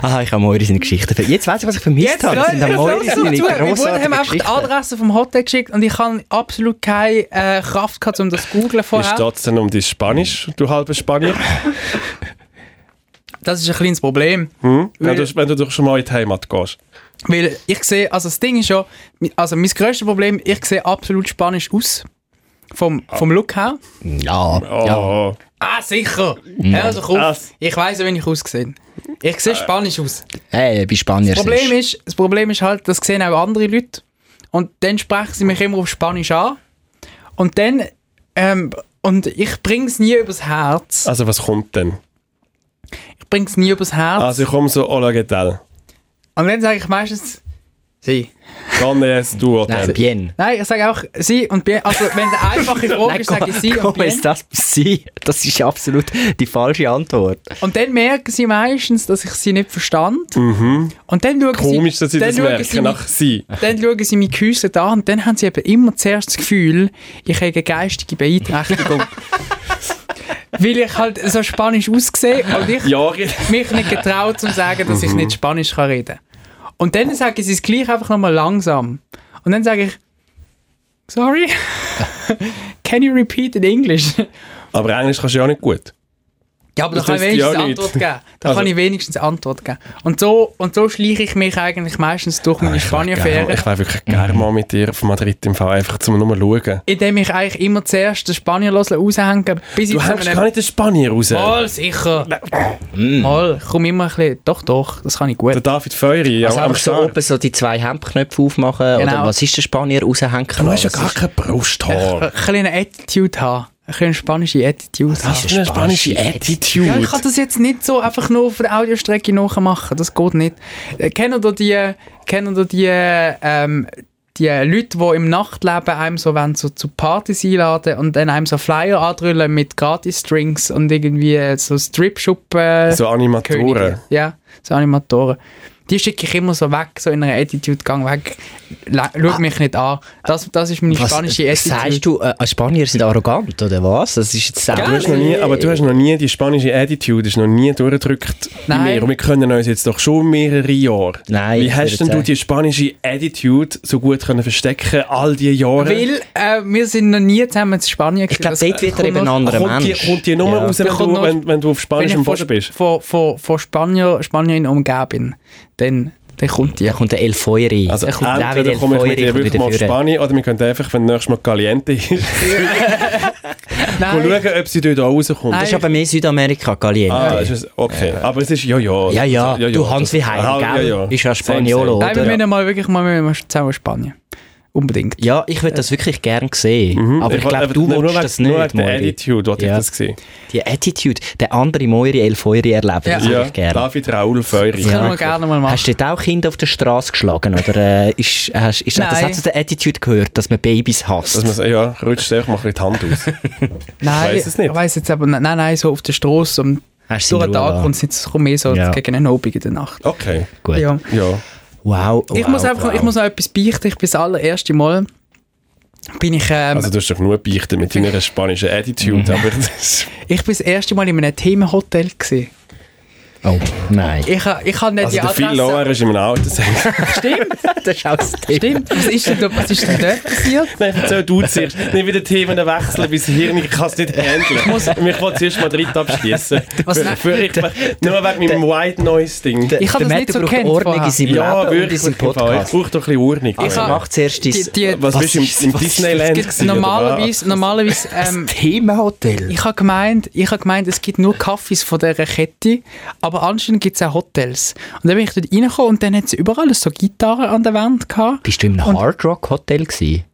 Speaker 2: Aha, ich habe Moiri seine Geschichte ver- Jetzt weiss ich, was ich vermisst
Speaker 3: jetzt
Speaker 2: habe. Das
Speaker 3: Leute,
Speaker 2: sind am
Speaker 3: jetzt
Speaker 2: Moiri
Speaker 3: hörst du
Speaker 2: seine
Speaker 3: zu. Mein Bruder hat
Speaker 2: grossartigen
Speaker 3: mir einfach die
Speaker 2: Geschichten.
Speaker 3: Adresse vom Hotel geschickt und ich habe absolut keine äh, Kraft gehabt, um das zu googeln
Speaker 1: Wie
Speaker 3: vorher.
Speaker 1: steht es denn um dein Spanisch, du halber Spanier?
Speaker 3: Das ist ein kleines Problem.
Speaker 1: Hm? Wenn, du, wenn du doch schon mal in die Heimat gehst.
Speaker 3: Weil ich sehe, also das Ding ist ja, mi- also mein grösstes Problem, ich sehe absolut spanisch aus. Vom, vom Look her.
Speaker 2: Ja,
Speaker 1: Oh,
Speaker 2: ja.
Speaker 3: Ah, sicher! Hör doch
Speaker 1: Das-
Speaker 3: auf. Ich weiss ja, wie ich aussehe. Ich sehe spanisch aus.
Speaker 2: Hey, bei Spanier
Speaker 3: Das Problem ist, das Problem ist halt, das sehen auch andere Leute. Und dann sprechen sie mich immer auf Spanisch an. Und dann, ähm, und ich bring's nie übers Herz.
Speaker 1: Also was kommt denn?
Speaker 3: Ich bring's nie übers Herz.
Speaker 1: Also ich komme so, hola, ¿qué tal? Ah.
Speaker 3: Und dann sage ich meistens, sie.
Speaker 1: Donde es tu
Speaker 2: Nein,
Speaker 3: Äh,
Speaker 1: hotel?
Speaker 2: bien.
Speaker 3: Nein, ich sage auch sie und bien. Also, wenn der einfache Frage ist, sage ich sie und
Speaker 2: komm,
Speaker 3: bien.
Speaker 2: ist das sie? Das ist absolut die falsche Antwort.
Speaker 3: Und dann merken sie meistens, dass ich sie nicht verstand. Und dann schauen
Speaker 1: Mhm. Komisch,
Speaker 3: sie,
Speaker 1: dass ich
Speaker 3: dann
Speaker 1: das
Speaker 3: schauen
Speaker 1: merke,
Speaker 3: Sie
Speaker 1: nach
Speaker 3: mich,
Speaker 1: sie.
Speaker 3: dann schauen sie mich gehäuselt an und dann haben sie eben immer zuerst das Gefühl, ich habe eine geistige Beeinträchtigung. Weil ich halt so spanisch aussehe und ich
Speaker 1: Jahre.
Speaker 3: mich nicht getraut um zu sagen, dass
Speaker 1: Mhm.
Speaker 3: ich nicht spanisch kann reden Und dann sage ich es gleich einfach nochmal langsam. Und dann sage ich, sorry, can you repeat in English?
Speaker 1: Aber Englisch kannst du ja auch nicht gut.
Speaker 3: Ja, aber da
Speaker 1: Das
Speaker 3: kann ich
Speaker 1: heisst ja
Speaker 3: wenigstens
Speaker 1: nicht.
Speaker 3: Antwort geben. Da
Speaker 1: Also-
Speaker 3: kann ich wenigstens Antwort geben. Und so, und so schleiche ich mich eigentlich meistens durch meine
Speaker 1: Gerne-
Speaker 3: Spanien-Ferien,
Speaker 1: Ah, Ich wäre wirklich gerne mal mit dir auf Madrid im Fall, einfach zum nur schauen.
Speaker 3: indem ich eigentlich immer zuerst den Spanier loslasse, raushänge, bis ich
Speaker 1: Du hängst gar nicht Mm. den Spanier raus.
Speaker 3: Mal, sicher. Mal, ich komme immer ein bisschen... Doch, doch, das kann ich
Speaker 1: Der
Speaker 3: gut.
Speaker 1: David Feury
Speaker 2: Also
Speaker 1: am- am
Speaker 2: einfach so
Speaker 1: Start.
Speaker 2: oben so die zwei Hemdknöpfe aufmachen oder
Speaker 3: Genau.
Speaker 2: was ist der Spanier raushängen?
Speaker 1: Du hast ja gar kein Brusthaar.
Speaker 3: Ein bisschen eine Attitude haben. Ein bisschen eine spanische Attitude
Speaker 1: Das
Speaker 3: haben.
Speaker 1: ist eine spanische Attitude.
Speaker 3: Ja, ich kann das jetzt nicht so einfach nur auf der Audiostrecke nachmachen. Das geht nicht. Äh, Kennt ihr die, kennt ihr die, ähm, die Leute, die im Nachtleben einem so, wollen, so zu Partys einladen und dann einem so Flyer andrüllen mit Gratis-Drinks und irgendwie so Strip-Schuppen?
Speaker 1: so Animatoren.
Speaker 3: Ja, so Animatoren. Die schicke ich immer so weg, so in einer Attitude, gang weg. La- Schau mich nicht an. Das, das ist meine spanische
Speaker 2: Ah. was
Speaker 3: Attitude.
Speaker 2: sagst du, äh, Spanier sind arrogant, oder was? Das ist jetzt
Speaker 1: Du hast noch nie, aber du hast noch nie die spanische Attitude ist noch nie durchgedrückt
Speaker 3: Nein.
Speaker 1: bei mir. Und wir können uns jetzt doch schon mehrere Jahre.
Speaker 2: Nein,
Speaker 1: Wie
Speaker 2: ich
Speaker 1: hast
Speaker 2: würde
Speaker 1: denn du
Speaker 2: sagen-
Speaker 1: die spanische Attitude so gut können verstecken all die Jahre?
Speaker 3: Weil äh, wir sind noch nie zusammen in Spanien
Speaker 2: Ich glaube, dort wird er eben ein anderer
Speaker 1: Ah, kommt, die,
Speaker 2: Mensch.
Speaker 1: kommt die Nummer
Speaker 2: Ja.
Speaker 1: raus, wenn
Speaker 3: Da kommt
Speaker 1: du,
Speaker 3: noch-
Speaker 1: wenn, wenn du auf
Speaker 3: Wenn
Speaker 1: Spanisch
Speaker 3: ich
Speaker 1: am
Speaker 3: von,
Speaker 1: Boden bist?
Speaker 3: Von, von, von Spanier, Spanierin umgeben, dann, dann kommt die.
Speaker 2: Da kommt der El Feueri.
Speaker 1: Also
Speaker 2: da kommt
Speaker 1: entweder komme ich mit dir wirklich mal auf Spanien oder wir können einfach, wenn nächstes Mal Caliente ist, mal
Speaker 3: Nein,
Speaker 1: schauen, ob sie dort auch rauskommt.
Speaker 3: Nein.
Speaker 2: Das ist aber mehr Südamerika, Galiente.
Speaker 1: Ah, ist es, okay. Aber es ist, ja, ja.
Speaker 2: Ja, ja, du Hans wie Heim,
Speaker 1: Ah,
Speaker 2: gell? Ist ja Spaniolo,
Speaker 3: nein wir
Speaker 2: oder?
Speaker 3: müssen mal wirklich mal wir müssen zusammen Spanien. Unbedingt.
Speaker 2: Ja, ich würde das wirklich gern sehen.
Speaker 1: Mhm.
Speaker 2: Aber ich glaube,
Speaker 1: wollte-
Speaker 2: du
Speaker 1: nur
Speaker 2: willst
Speaker 1: wegen-
Speaker 2: das
Speaker 1: Nur
Speaker 2: nicht,
Speaker 1: wegen der
Speaker 2: Moiri.
Speaker 1: Attitude wollte
Speaker 2: Ja.
Speaker 1: ich das sehen.
Speaker 2: Die Attitude, der andere Moiri, El Feueri erleben, das würde
Speaker 1: Ja,
Speaker 2: ich gerne.
Speaker 1: David Raoul Feurig.
Speaker 3: Können
Speaker 2: Ja.
Speaker 3: wir gerne mal machen.
Speaker 2: Hast du dort auch Kinder auf der Straße geschlagen? Oder äh, ist, hast, ist, das
Speaker 3: Nein.
Speaker 2: hat zu der Attitude gehört, dass man Babys hasst?
Speaker 1: Dass man sagt, ja, rutscht einfach mal ein bisschen die Hand aus.
Speaker 3: nein,
Speaker 1: weiss es nicht.
Speaker 3: Ich weiss jetzt aber, nein, nein, so auf der Straße um
Speaker 2: Hast du
Speaker 3: durch
Speaker 2: es
Speaker 3: den
Speaker 2: in
Speaker 3: Tag
Speaker 2: Ruhe gelassen?
Speaker 3: kommt es nicht, es kommt mehr so
Speaker 2: Ja.
Speaker 3: gegen einen Abend in der Nacht.
Speaker 1: Okay.
Speaker 2: Gut.
Speaker 3: Ja.
Speaker 1: Ja.
Speaker 2: Wow,
Speaker 3: Ich
Speaker 2: wow,
Speaker 3: muss einfach,
Speaker 2: wow.
Speaker 3: ich muss noch etwas beichten. Ich bin das allererste Mal, bin ich, ähm,
Speaker 1: Also du hast doch nur beichten mit deiner spanischen
Speaker 2: Mhm.
Speaker 1: Attitude, aber das
Speaker 3: ich bin das erste Mal in einem Themenhotel gewesen.
Speaker 2: Oh, nein.
Speaker 3: Ich, ha- ich habe nicht
Speaker 1: Also
Speaker 3: die
Speaker 1: der Phil
Speaker 3: Adresse.
Speaker 1: Lohr ist in einem Auto.
Speaker 2: das ist auch das Thema.
Speaker 3: Stimmt, was ist denn da, was ist denn da passiert?
Speaker 1: Nein, erzähl du zuerst. Nicht wieder Themen wechseln, weil das Hirn ich kann es nicht handeln. Muss ich will zuerst mal dritt abschließen.
Speaker 3: Was-
Speaker 1: Bevor ich mich- Nur wegen meinem White Noise Ding.
Speaker 2: Der-
Speaker 3: Ich hab
Speaker 2: der
Speaker 3: das
Speaker 2: Matt
Speaker 3: nicht so
Speaker 2: braucht
Speaker 3: gekannt
Speaker 2: Ordnung
Speaker 3: vorher.
Speaker 2: in seinem
Speaker 1: ja,
Speaker 2: Leben und in
Speaker 1: wirklich.
Speaker 2: seinem
Speaker 1: im Fall. Ich
Speaker 2: Podcast.
Speaker 1: brauche doch ein bisschen Ordnung.
Speaker 3: Ich
Speaker 1: Mach-
Speaker 2: Mach zuerst dein
Speaker 3: Die, die,
Speaker 1: was, bist du im, im
Speaker 2: was ist-
Speaker 1: Disneyland
Speaker 3: es gibt
Speaker 1: gewesen,
Speaker 3: normalerweise, normalerweise ähm,
Speaker 2: Themenhotel.
Speaker 3: Ich habe gemeint, ich habe gemeint, es gibt nur Kaffees von dieser Kette, aber anscheinend gibt es auch Hotels. Und dann bin ich dort reingekommen und dann hat es überall so Gitarren an der Wand gehabt.
Speaker 2: Bist du im Hard Rock Hotel gewesen?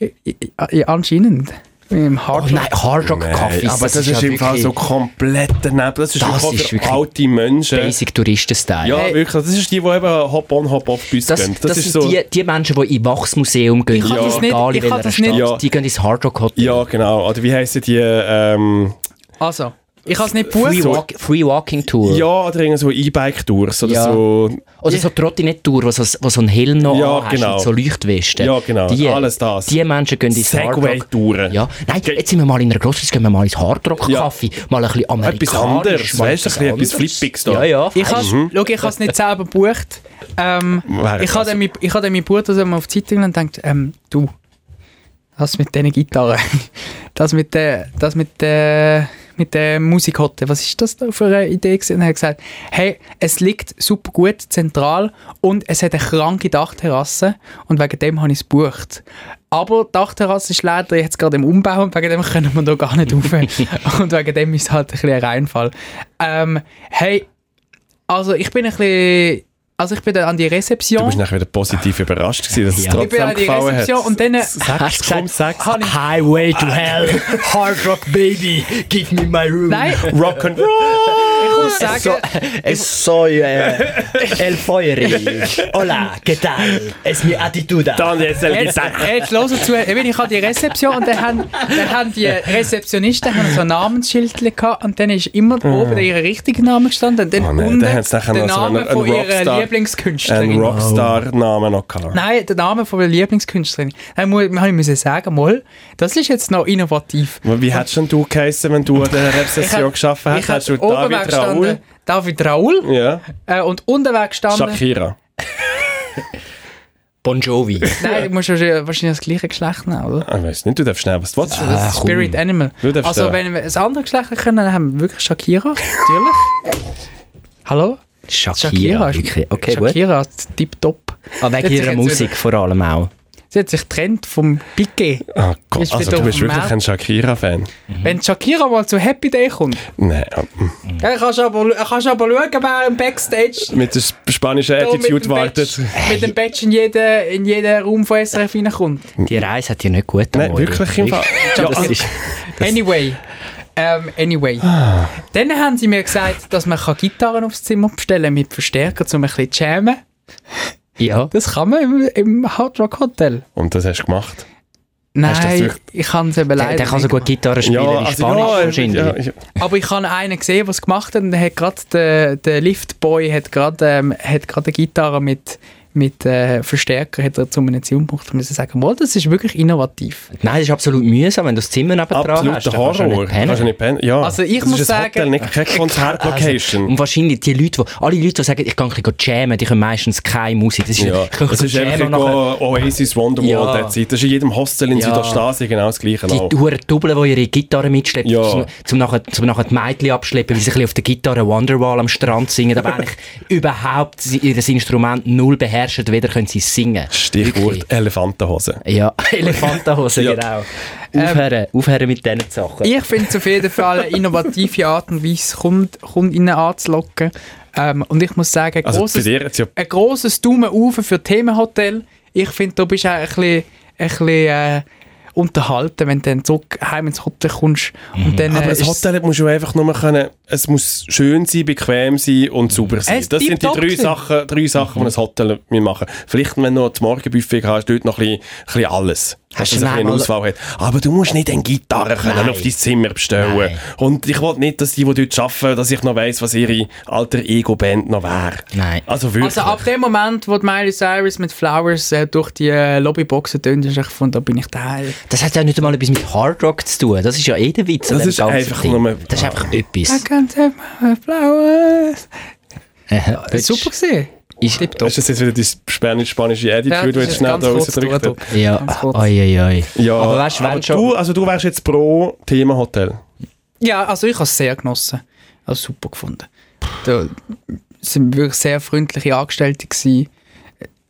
Speaker 3: I- I- I- anscheinend. Im Hard
Speaker 2: Oh nein, Hard Rock
Speaker 1: Nein,
Speaker 2: Kaffee.
Speaker 1: aber das, ist im Fall so komplett daneben. Das ist,
Speaker 2: Das
Speaker 1: einfach
Speaker 2: ist
Speaker 1: für
Speaker 2: wirklich
Speaker 1: alte Menschen.
Speaker 2: Basic Touristen-Style.
Speaker 1: Ja,
Speaker 3: Hey.
Speaker 1: wirklich. also Das ist die, die eben Hop-on, Hop-off Bus
Speaker 2: Das,
Speaker 1: gehen.
Speaker 2: das, sind die, die Menschen, die in Wachsmuseum gehen,
Speaker 3: Ich kann
Speaker 2: ja.
Speaker 3: das nicht-
Speaker 2: egal
Speaker 3: ich
Speaker 2: in
Speaker 3: kann
Speaker 2: welcher
Speaker 3: das nicht-
Speaker 2: Stadt,
Speaker 1: Ja.
Speaker 2: die gehen ins Hard Rock Hotel.
Speaker 1: Ja, genau. Oder wie heissen die? Ähm,
Speaker 3: Also, ich habe es nicht
Speaker 2: Free,
Speaker 3: gebucht.
Speaker 2: walk, free Walking Tour.
Speaker 1: ja, oder irgend so E-Bike-Tours oder
Speaker 2: Ja.
Speaker 1: so.
Speaker 2: Oder so Trottinett-Tour, wo, so, wo so einen Helm noch
Speaker 1: Ja,
Speaker 2: anhast
Speaker 1: genau.
Speaker 2: und so Leuchtwesten.
Speaker 1: Ja, genau.
Speaker 2: Die,
Speaker 1: Alles das.
Speaker 2: Die Menschen gehen ins Hard Rock.
Speaker 1: Segway-Touren.
Speaker 2: Ja, nein, jetzt sind wir mal in einer Grosse, jetzt gehen wir mal ins Hardrock-Kaffee. Mal ein bisschen amerikanisch.
Speaker 1: Etwas anderes,
Speaker 2: mal
Speaker 1: weißt du, ein bisschen etwas
Speaker 2: anderes.
Speaker 1: Flippiges da.
Speaker 2: Ja, ja.
Speaker 3: Ich habe schau, ich habe es nicht selber gebucht. Ähm,
Speaker 1: Wäre
Speaker 3: ich habe
Speaker 1: krass.
Speaker 3: dann mein- ich habe dann meinen Bruder so mal auf die Zeitung gelesen und gedacht, ähm, du, das mit diesen Gitarren, das mit der, das mit der, mit der Musikhotte, was ist das da für eine Idee gewesen? Und er hat gesagt, hey, es liegt super gut zentral und es hat eine kranke Dachterrasse und wegen dem habe ich es gebucht. Aber die Dachterrasse ist leider jetzt gerade im Umbau und wegen dem können wir da gar nicht rauf. und wegen dem ist es halt ein bisschen ein Reinfall. Ähm, hey, also ich bin ein bisschen. Also ich bin dann an die
Speaker 1: Du
Speaker 3: Rezeption.
Speaker 1: bist nachher wieder positiv überrascht gewesen, dass es
Speaker 2: Ja.
Speaker 3: Ich bin
Speaker 1: trotzdem
Speaker 3: an die
Speaker 1: gefallen hat.
Speaker 3: Rezeption und dann.
Speaker 2: Hast du
Speaker 1: komm, sag's.
Speaker 3: Hab ich-
Speaker 2: Highway to Hell, Hát- Hard Rock Baby, give me my room.
Speaker 3: Nein,
Speaker 1: Rock and Roll!
Speaker 3: ich muss
Speaker 2: So,
Speaker 3: sagen,
Speaker 2: es soy eh, el feuerig. Hola, ¿qué tal? Es mi attitude.
Speaker 1: Dann jetzt äh, er
Speaker 3: jetzt,
Speaker 1: gesagt.
Speaker 3: jetzt los zu. Eben, ich habe die Rezeption und dann haben, dann haben die Rezeptionisten haben so ein Namensschildchen gehabt und dann ist immer
Speaker 1: Hm.
Speaker 3: oben ihr richtiger Name gestanden und dann
Speaker 1: Oh nein,
Speaker 3: unten
Speaker 1: dann hat's nachher
Speaker 3: der
Speaker 1: noch so
Speaker 3: Name
Speaker 1: einen- einen
Speaker 3: von ihrer
Speaker 1: Rockstar- Ein
Speaker 3: Lieblingskünstlerin.
Speaker 1: Rockstar-Name noch gehabt.
Speaker 3: Nein, der Name von der Lieblingskünstlerin. Dann mu- habe ich müssen sagen, mal, das ist jetzt noch innovativ.
Speaker 1: Aber Wie hättest denn du geheissen, wenn du an dieser Rezession geschaffen
Speaker 3: ich
Speaker 1: hättest?
Speaker 3: hab
Speaker 1: Hättest du
Speaker 3: oben
Speaker 1: David
Speaker 3: weggestanden,
Speaker 1: Raoul?
Speaker 3: David Raoul
Speaker 1: Ja.
Speaker 3: äh, und unterwegs gestanden.
Speaker 1: Shakira.
Speaker 2: Bon Jovi.
Speaker 3: Nein, du musst ja wahrscheinlich das gleiche Geschlecht nehmen, oder?
Speaker 1: Ah, Ich weiß nicht, du darfst schnell was du willst.
Speaker 3: Das ist Spirit Animal.
Speaker 1: Du darfst
Speaker 3: Also,
Speaker 1: sagen.
Speaker 3: wenn wir das andere Geschlecht können, dann haben wir wirklich Shakira. Natürlich. Hallo?
Speaker 2: Shakira,
Speaker 3: ist-
Speaker 2: wirklich. Okay, gut.
Speaker 3: Shakira, tipptopp.
Speaker 2: Aber wegen
Speaker 3: Jetzt-
Speaker 2: ihrer
Speaker 3: jetzt-
Speaker 2: Musik vor allem auch.
Speaker 3: Sie hat sich getrennt vom Piqué.
Speaker 1: Ah, Gott,
Speaker 3: Bist
Speaker 1: also
Speaker 3: wieder
Speaker 1: du bist
Speaker 3: auf dem
Speaker 1: wirklich
Speaker 3: Markt?
Speaker 1: ein Shakira-Fan.
Speaker 3: Wenn Shakira mal zu Happy Day kommt,
Speaker 1: Nein, ah, mm.
Speaker 3: dann kannst du aber, kannst du aber schauen, wer im Backstage
Speaker 1: mit der sp- spanischen
Speaker 3: da mit
Speaker 1: Attitude
Speaker 3: dem
Speaker 1: wartet.
Speaker 3: Badge- mit dem Badge in jeden, in jeden Raum von SRF reinkommt.
Speaker 2: Die Reise hat dir nicht gut getan.
Speaker 1: Nein, wirklich im Fall.
Speaker 2: Ja, das ist,
Speaker 3: Anyway. Ähm, anyway. Dann haben sie mir gesagt, dass man kann Gitarren aufs Zimmer bestellen mit Verstärker, um ein bisschen zu jammen.
Speaker 2: ja.
Speaker 3: Das kann man im, im Hard Rock Hotel.
Speaker 1: Und das hast du gemacht. Hast du das
Speaker 3: Nein,
Speaker 1: wirklich-
Speaker 3: ich kann es eben
Speaker 2: Der,
Speaker 3: leider
Speaker 2: der kann so
Speaker 3: nicht
Speaker 2: gut Gitarre spielen in Spanisch wahrscheinlich.
Speaker 1: also ja, ich-
Speaker 3: Aber ich habe einen gesehen, der es gemacht hat und der hat gerade der, der Liftboy hat gerade ähm, hat gerade eine Gitarre mit mit äh, Verstärker hat er zu einem Ziel gebracht. Ich muss sagen, wow, das ist wirklich innovativ.
Speaker 2: Nein, das ist absolut mühsam, wenn du das Zimmer nebenan hast.
Speaker 1: Absoluter
Speaker 2: dann kannst du
Speaker 1: Horror.
Speaker 2: nicht pennen.
Speaker 1: Kannst du nicht pennen? Ja.
Speaker 3: Also ich
Speaker 1: das
Speaker 3: muss
Speaker 1: ist ein
Speaker 3: sagen-
Speaker 1: Hotel, nicht, keine Konzertlocation.
Speaker 2: Also, Und wahrscheinlich die Leute, die, alle Leute, die sagen, ich kann ein bisschen jammen, die können meistens keine Musik. Das ist,
Speaker 1: ja,
Speaker 2: ich kann ein
Speaker 1: das
Speaker 2: bisschen
Speaker 1: ist einfach
Speaker 2: jammen und nachher-
Speaker 1: go Oasis Wonderwall
Speaker 2: Ja.
Speaker 1: der Zeit. Das ist in jedem Hostel in
Speaker 2: Ja.
Speaker 1: Südostasien genau das gleiche.
Speaker 2: die
Speaker 1: Lau.
Speaker 2: Huren Double, die ihre Gitarre mitschleppen,
Speaker 1: Ja.
Speaker 2: zum, zum, nachher, zum nachher die Mädchen abschleppen, weil sie ein bisschen auf der Gitarre Wonderwall am Strand singen, aber eigentlich überhaupt sie- ihr Instrument null beherrschen, weder können sie singen.
Speaker 1: Stichwort Elefantenhose.
Speaker 2: Ja, Elefantenhose,
Speaker 1: Ja. Ähm,
Speaker 2: genau. Aufhören, aufhören mit diesen Sachen.
Speaker 3: Ich finde es auf jeden Fall eine innovative Art und Weise, Kunden, Kunden anzulocken. Ähm, und ich muss sagen, ein
Speaker 1: Also
Speaker 3: grosses,
Speaker 1: für dich jetzt ja
Speaker 3: ein grosses Daumen auf für Themenhotel. Ich finde, du bist auch ein bisschen, ein bisschen äh, unterhalten, wenn du dann zurück heim ins Hotel kommst. Und dann,
Speaker 1: Aber
Speaker 3: äh,
Speaker 1: ein
Speaker 3: ist-
Speaker 1: Hotel muss ja einfach nur können, es muss schön sein, bequem sein und sauber sein.
Speaker 3: Es
Speaker 1: Das sind die
Speaker 3: tipptopp
Speaker 1: drei
Speaker 3: gewesen.
Speaker 1: Sachen, drei Sachen, die ein Hotel will machen muss. Vielleicht, wenn du noch das Morgenbuffet hast, dort noch ein bisschen, ein bisschen alles. dass
Speaker 2: Hast du
Speaker 1: er so ein bisschen
Speaker 2: mal-
Speaker 1: eine Auswahl hat. Aber du musst nicht eine Gitarre können
Speaker 2: Nein.
Speaker 1: auf dein Zimmer bestellen.
Speaker 2: Nein.
Speaker 1: Und ich will nicht, dass die, die dort arbeiten, dass ich noch weiss, was ihre alter Ego-Band noch wäre.
Speaker 2: Nein.
Speaker 1: Also wirklich.
Speaker 3: Also ab dem Moment, wo die Miley Cyrus mit Flowers äh, durch die äh, Lobbyboxen tönt, ist ich von da bin ich daheim.
Speaker 2: Das hat ja nicht einmal etwas mit Hard Rock zu tun. Das ist ja eh der Witz. an
Speaker 1: Das
Speaker 2: dem
Speaker 1: ist
Speaker 2: ganzen
Speaker 1: einfach
Speaker 2: Ding.
Speaker 1: nur- Ah.
Speaker 2: Das ist einfach etwas.
Speaker 3: can't have my flowers. Super gesehen.
Speaker 2: Äh, Ist,
Speaker 1: ist das jetzt wieder die spanisch-spanische Attitude,
Speaker 3: Ja,
Speaker 1: die du
Speaker 3: das
Speaker 1: jetzt
Speaker 3: ist
Speaker 1: schnell
Speaker 3: ganz
Speaker 1: da
Speaker 3: kurz
Speaker 1: rausdrückst?
Speaker 3: durchgedrückt.
Speaker 2: ja.
Speaker 3: Ganz kurz.
Speaker 2: Oi, oi, oi.
Speaker 1: Ja,
Speaker 2: Aber weißt du, wenn schon-
Speaker 1: du, also du wärst jetzt pro Thema-Hotel.
Speaker 3: Ja, also ich habe es sehr genossen. Also super gefunden. Da sind wirklich sehr freundliche Angestellte gewesen.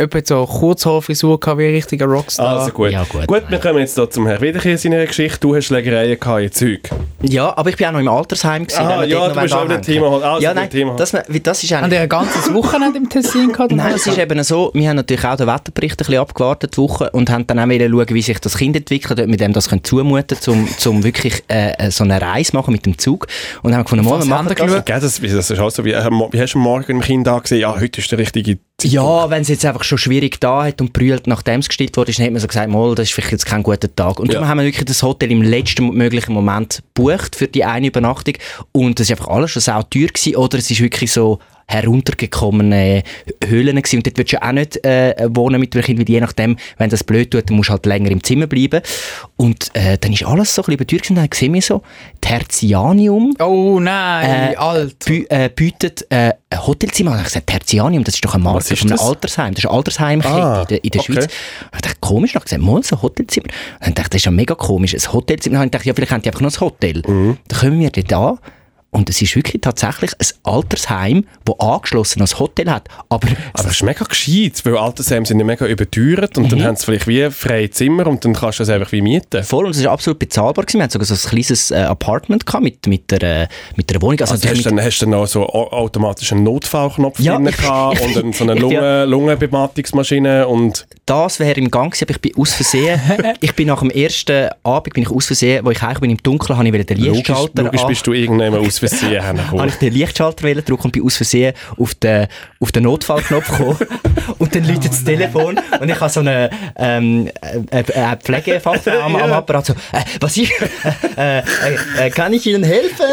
Speaker 3: Jemand hat so eine Kurzhaarfrisur gehabt, wie ein richtiger Rockstar.
Speaker 1: Also gut.
Speaker 2: Ah, Ja, gut.
Speaker 1: wir kommen jetzt da zum Herrn Wiederkehr seiner Geschichte. Du hast Schlägereien gehabt in Zeug.
Speaker 2: Ja, aber ich bin auch noch im Altersheim. Gewesen,
Speaker 1: Aha,
Speaker 2: wenn wir
Speaker 1: Ah, ja,
Speaker 2: dort noch
Speaker 1: du bist
Speaker 2: wollen
Speaker 1: auch nicht
Speaker 2: anhängen.
Speaker 1: Thema Hall. Also
Speaker 2: ja,
Speaker 1: gut,
Speaker 2: nein,
Speaker 1: Thema Hall.
Speaker 2: das, weil das ist
Speaker 3: Haben die
Speaker 2: eigentlich...
Speaker 3: ein ganzes Wochenende im Tessin gehabt? Also-
Speaker 2: Nein, es ist eben so, wir haben natürlich auch den Wetterbericht ein bisschen abgewartet die Woche und haben dann auch wollen schauen, wie sich das Kind entwickelt, ob wir dem das können zumuten können, um, um wirklich äh, äh, so eine Reise machen mit dem Zug. Und haben gefunden, mal, wir
Speaker 3: Was haben
Speaker 2: machen
Speaker 3: wir
Speaker 2: das.
Speaker 3: geschaut?
Speaker 1: Gell, das, das ist auch so, wie, äh, mo- wie hast du am Morgen im Kind angesehen? Ja, heute ist der richtige Zeitpunkt.
Speaker 2: Ja, wenn es jetzt einfach schon schwierig da hat und brüllt, nachdem es gestillt wurde, ist, dann hat man so gesagt, mal, das ist vielleicht jetzt kein guter Tag. Und
Speaker 1: Ja.
Speaker 2: darum haben wir wirklich das Hotel im letzten möglichen Moment gebucht für die eine Übernachtung. Und das ist einfach alles schon sau teuer gewesen. Oder es ist wirklich so heruntergekommene Höhlen gewesen. Und dort willst du ja auch nicht äh, wohnen mit dem Kind, weil je nachdem, wenn das blöd tut, dann musst du halt länger im Zimmer bleiben. Und äh, dann ist alles so ein bisschen überteuert gewesen. Und dann sehen wir so, Tertianium
Speaker 3: Oh nein,
Speaker 2: Äh,
Speaker 3: alt.
Speaker 2: bü- äh, bietet äh, ein Hotelzimmer. Und ich habe gesagt, Tertianium, das ist doch ein Markt
Speaker 1: Was ist
Speaker 2: von einem
Speaker 1: das?
Speaker 2: Altersheim. Das ist ein Altersheim
Speaker 1: Ah,
Speaker 2: in der, in der
Speaker 1: okay.
Speaker 2: Schweiz. Und ich dachte, komisch, ich gesagt, mal so ein Hotelzimmer. Und dann dachte ich, das ist ja mega komisch, ein Hotelzimmer. Und dann dachte ich, ja, vielleicht haben die einfach nur ein Hotel.
Speaker 1: Mhm.
Speaker 2: Dann kommen wir dort an und es ist wirklich tatsächlich ein Altersheim, das angeschlossen als Hotel hat. Aber,
Speaker 1: Aber es Also, ist mega gescheit, weil Altersheime sind ja mega überteuert und dann haben sie vielleicht wie freie Zimmer und dann kannst du das einfach wie mieten.
Speaker 2: Mhm. voll und es ist absolut bezahlbar gewesen. Wir hatten sogar so ein kleines äh, Apartment gehabt mit, mit, der, äh, mit der Wohnung. Also,
Speaker 1: Also
Speaker 2: natürlich
Speaker 1: hast du
Speaker 2: mit
Speaker 1: dann, hast du dann auch so au- automatisch einen Notfallknopf
Speaker 2: Ja,
Speaker 1: drin
Speaker 2: ich-
Speaker 1: gehabt
Speaker 2: ich-
Speaker 1: und dann so eine
Speaker 2: ich bin
Speaker 1: Lunge,
Speaker 2: ja-
Speaker 1: Lungenbematungsmaschine und
Speaker 2: das wäre im Gang gewesen, aber ich bin aus Versehen, ich bin nach dem ersten Abend, bin ich aus Versehen, wo ich heim bin, im Dunkeln, habe ich wieder den
Speaker 1: logisch,
Speaker 2: Lichtschalter
Speaker 1: logisch
Speaker 2: an-
Speaker 1: bist du irgendjemand aus Versehen
Speaker 2: habe
Speaker 1: hergekommen.
Speaker 2: ich den Lichtschalter wählen drücken und bin aus Versehen auf den, auf den Notfallknopf gekommen. und dann läutet das Telefon und ich habe so eine ähm, äh, äh, Pflegefachfrau am, am Apparat so, äh, was ist, äh, äh, äh, kann ich Ihnen helfen?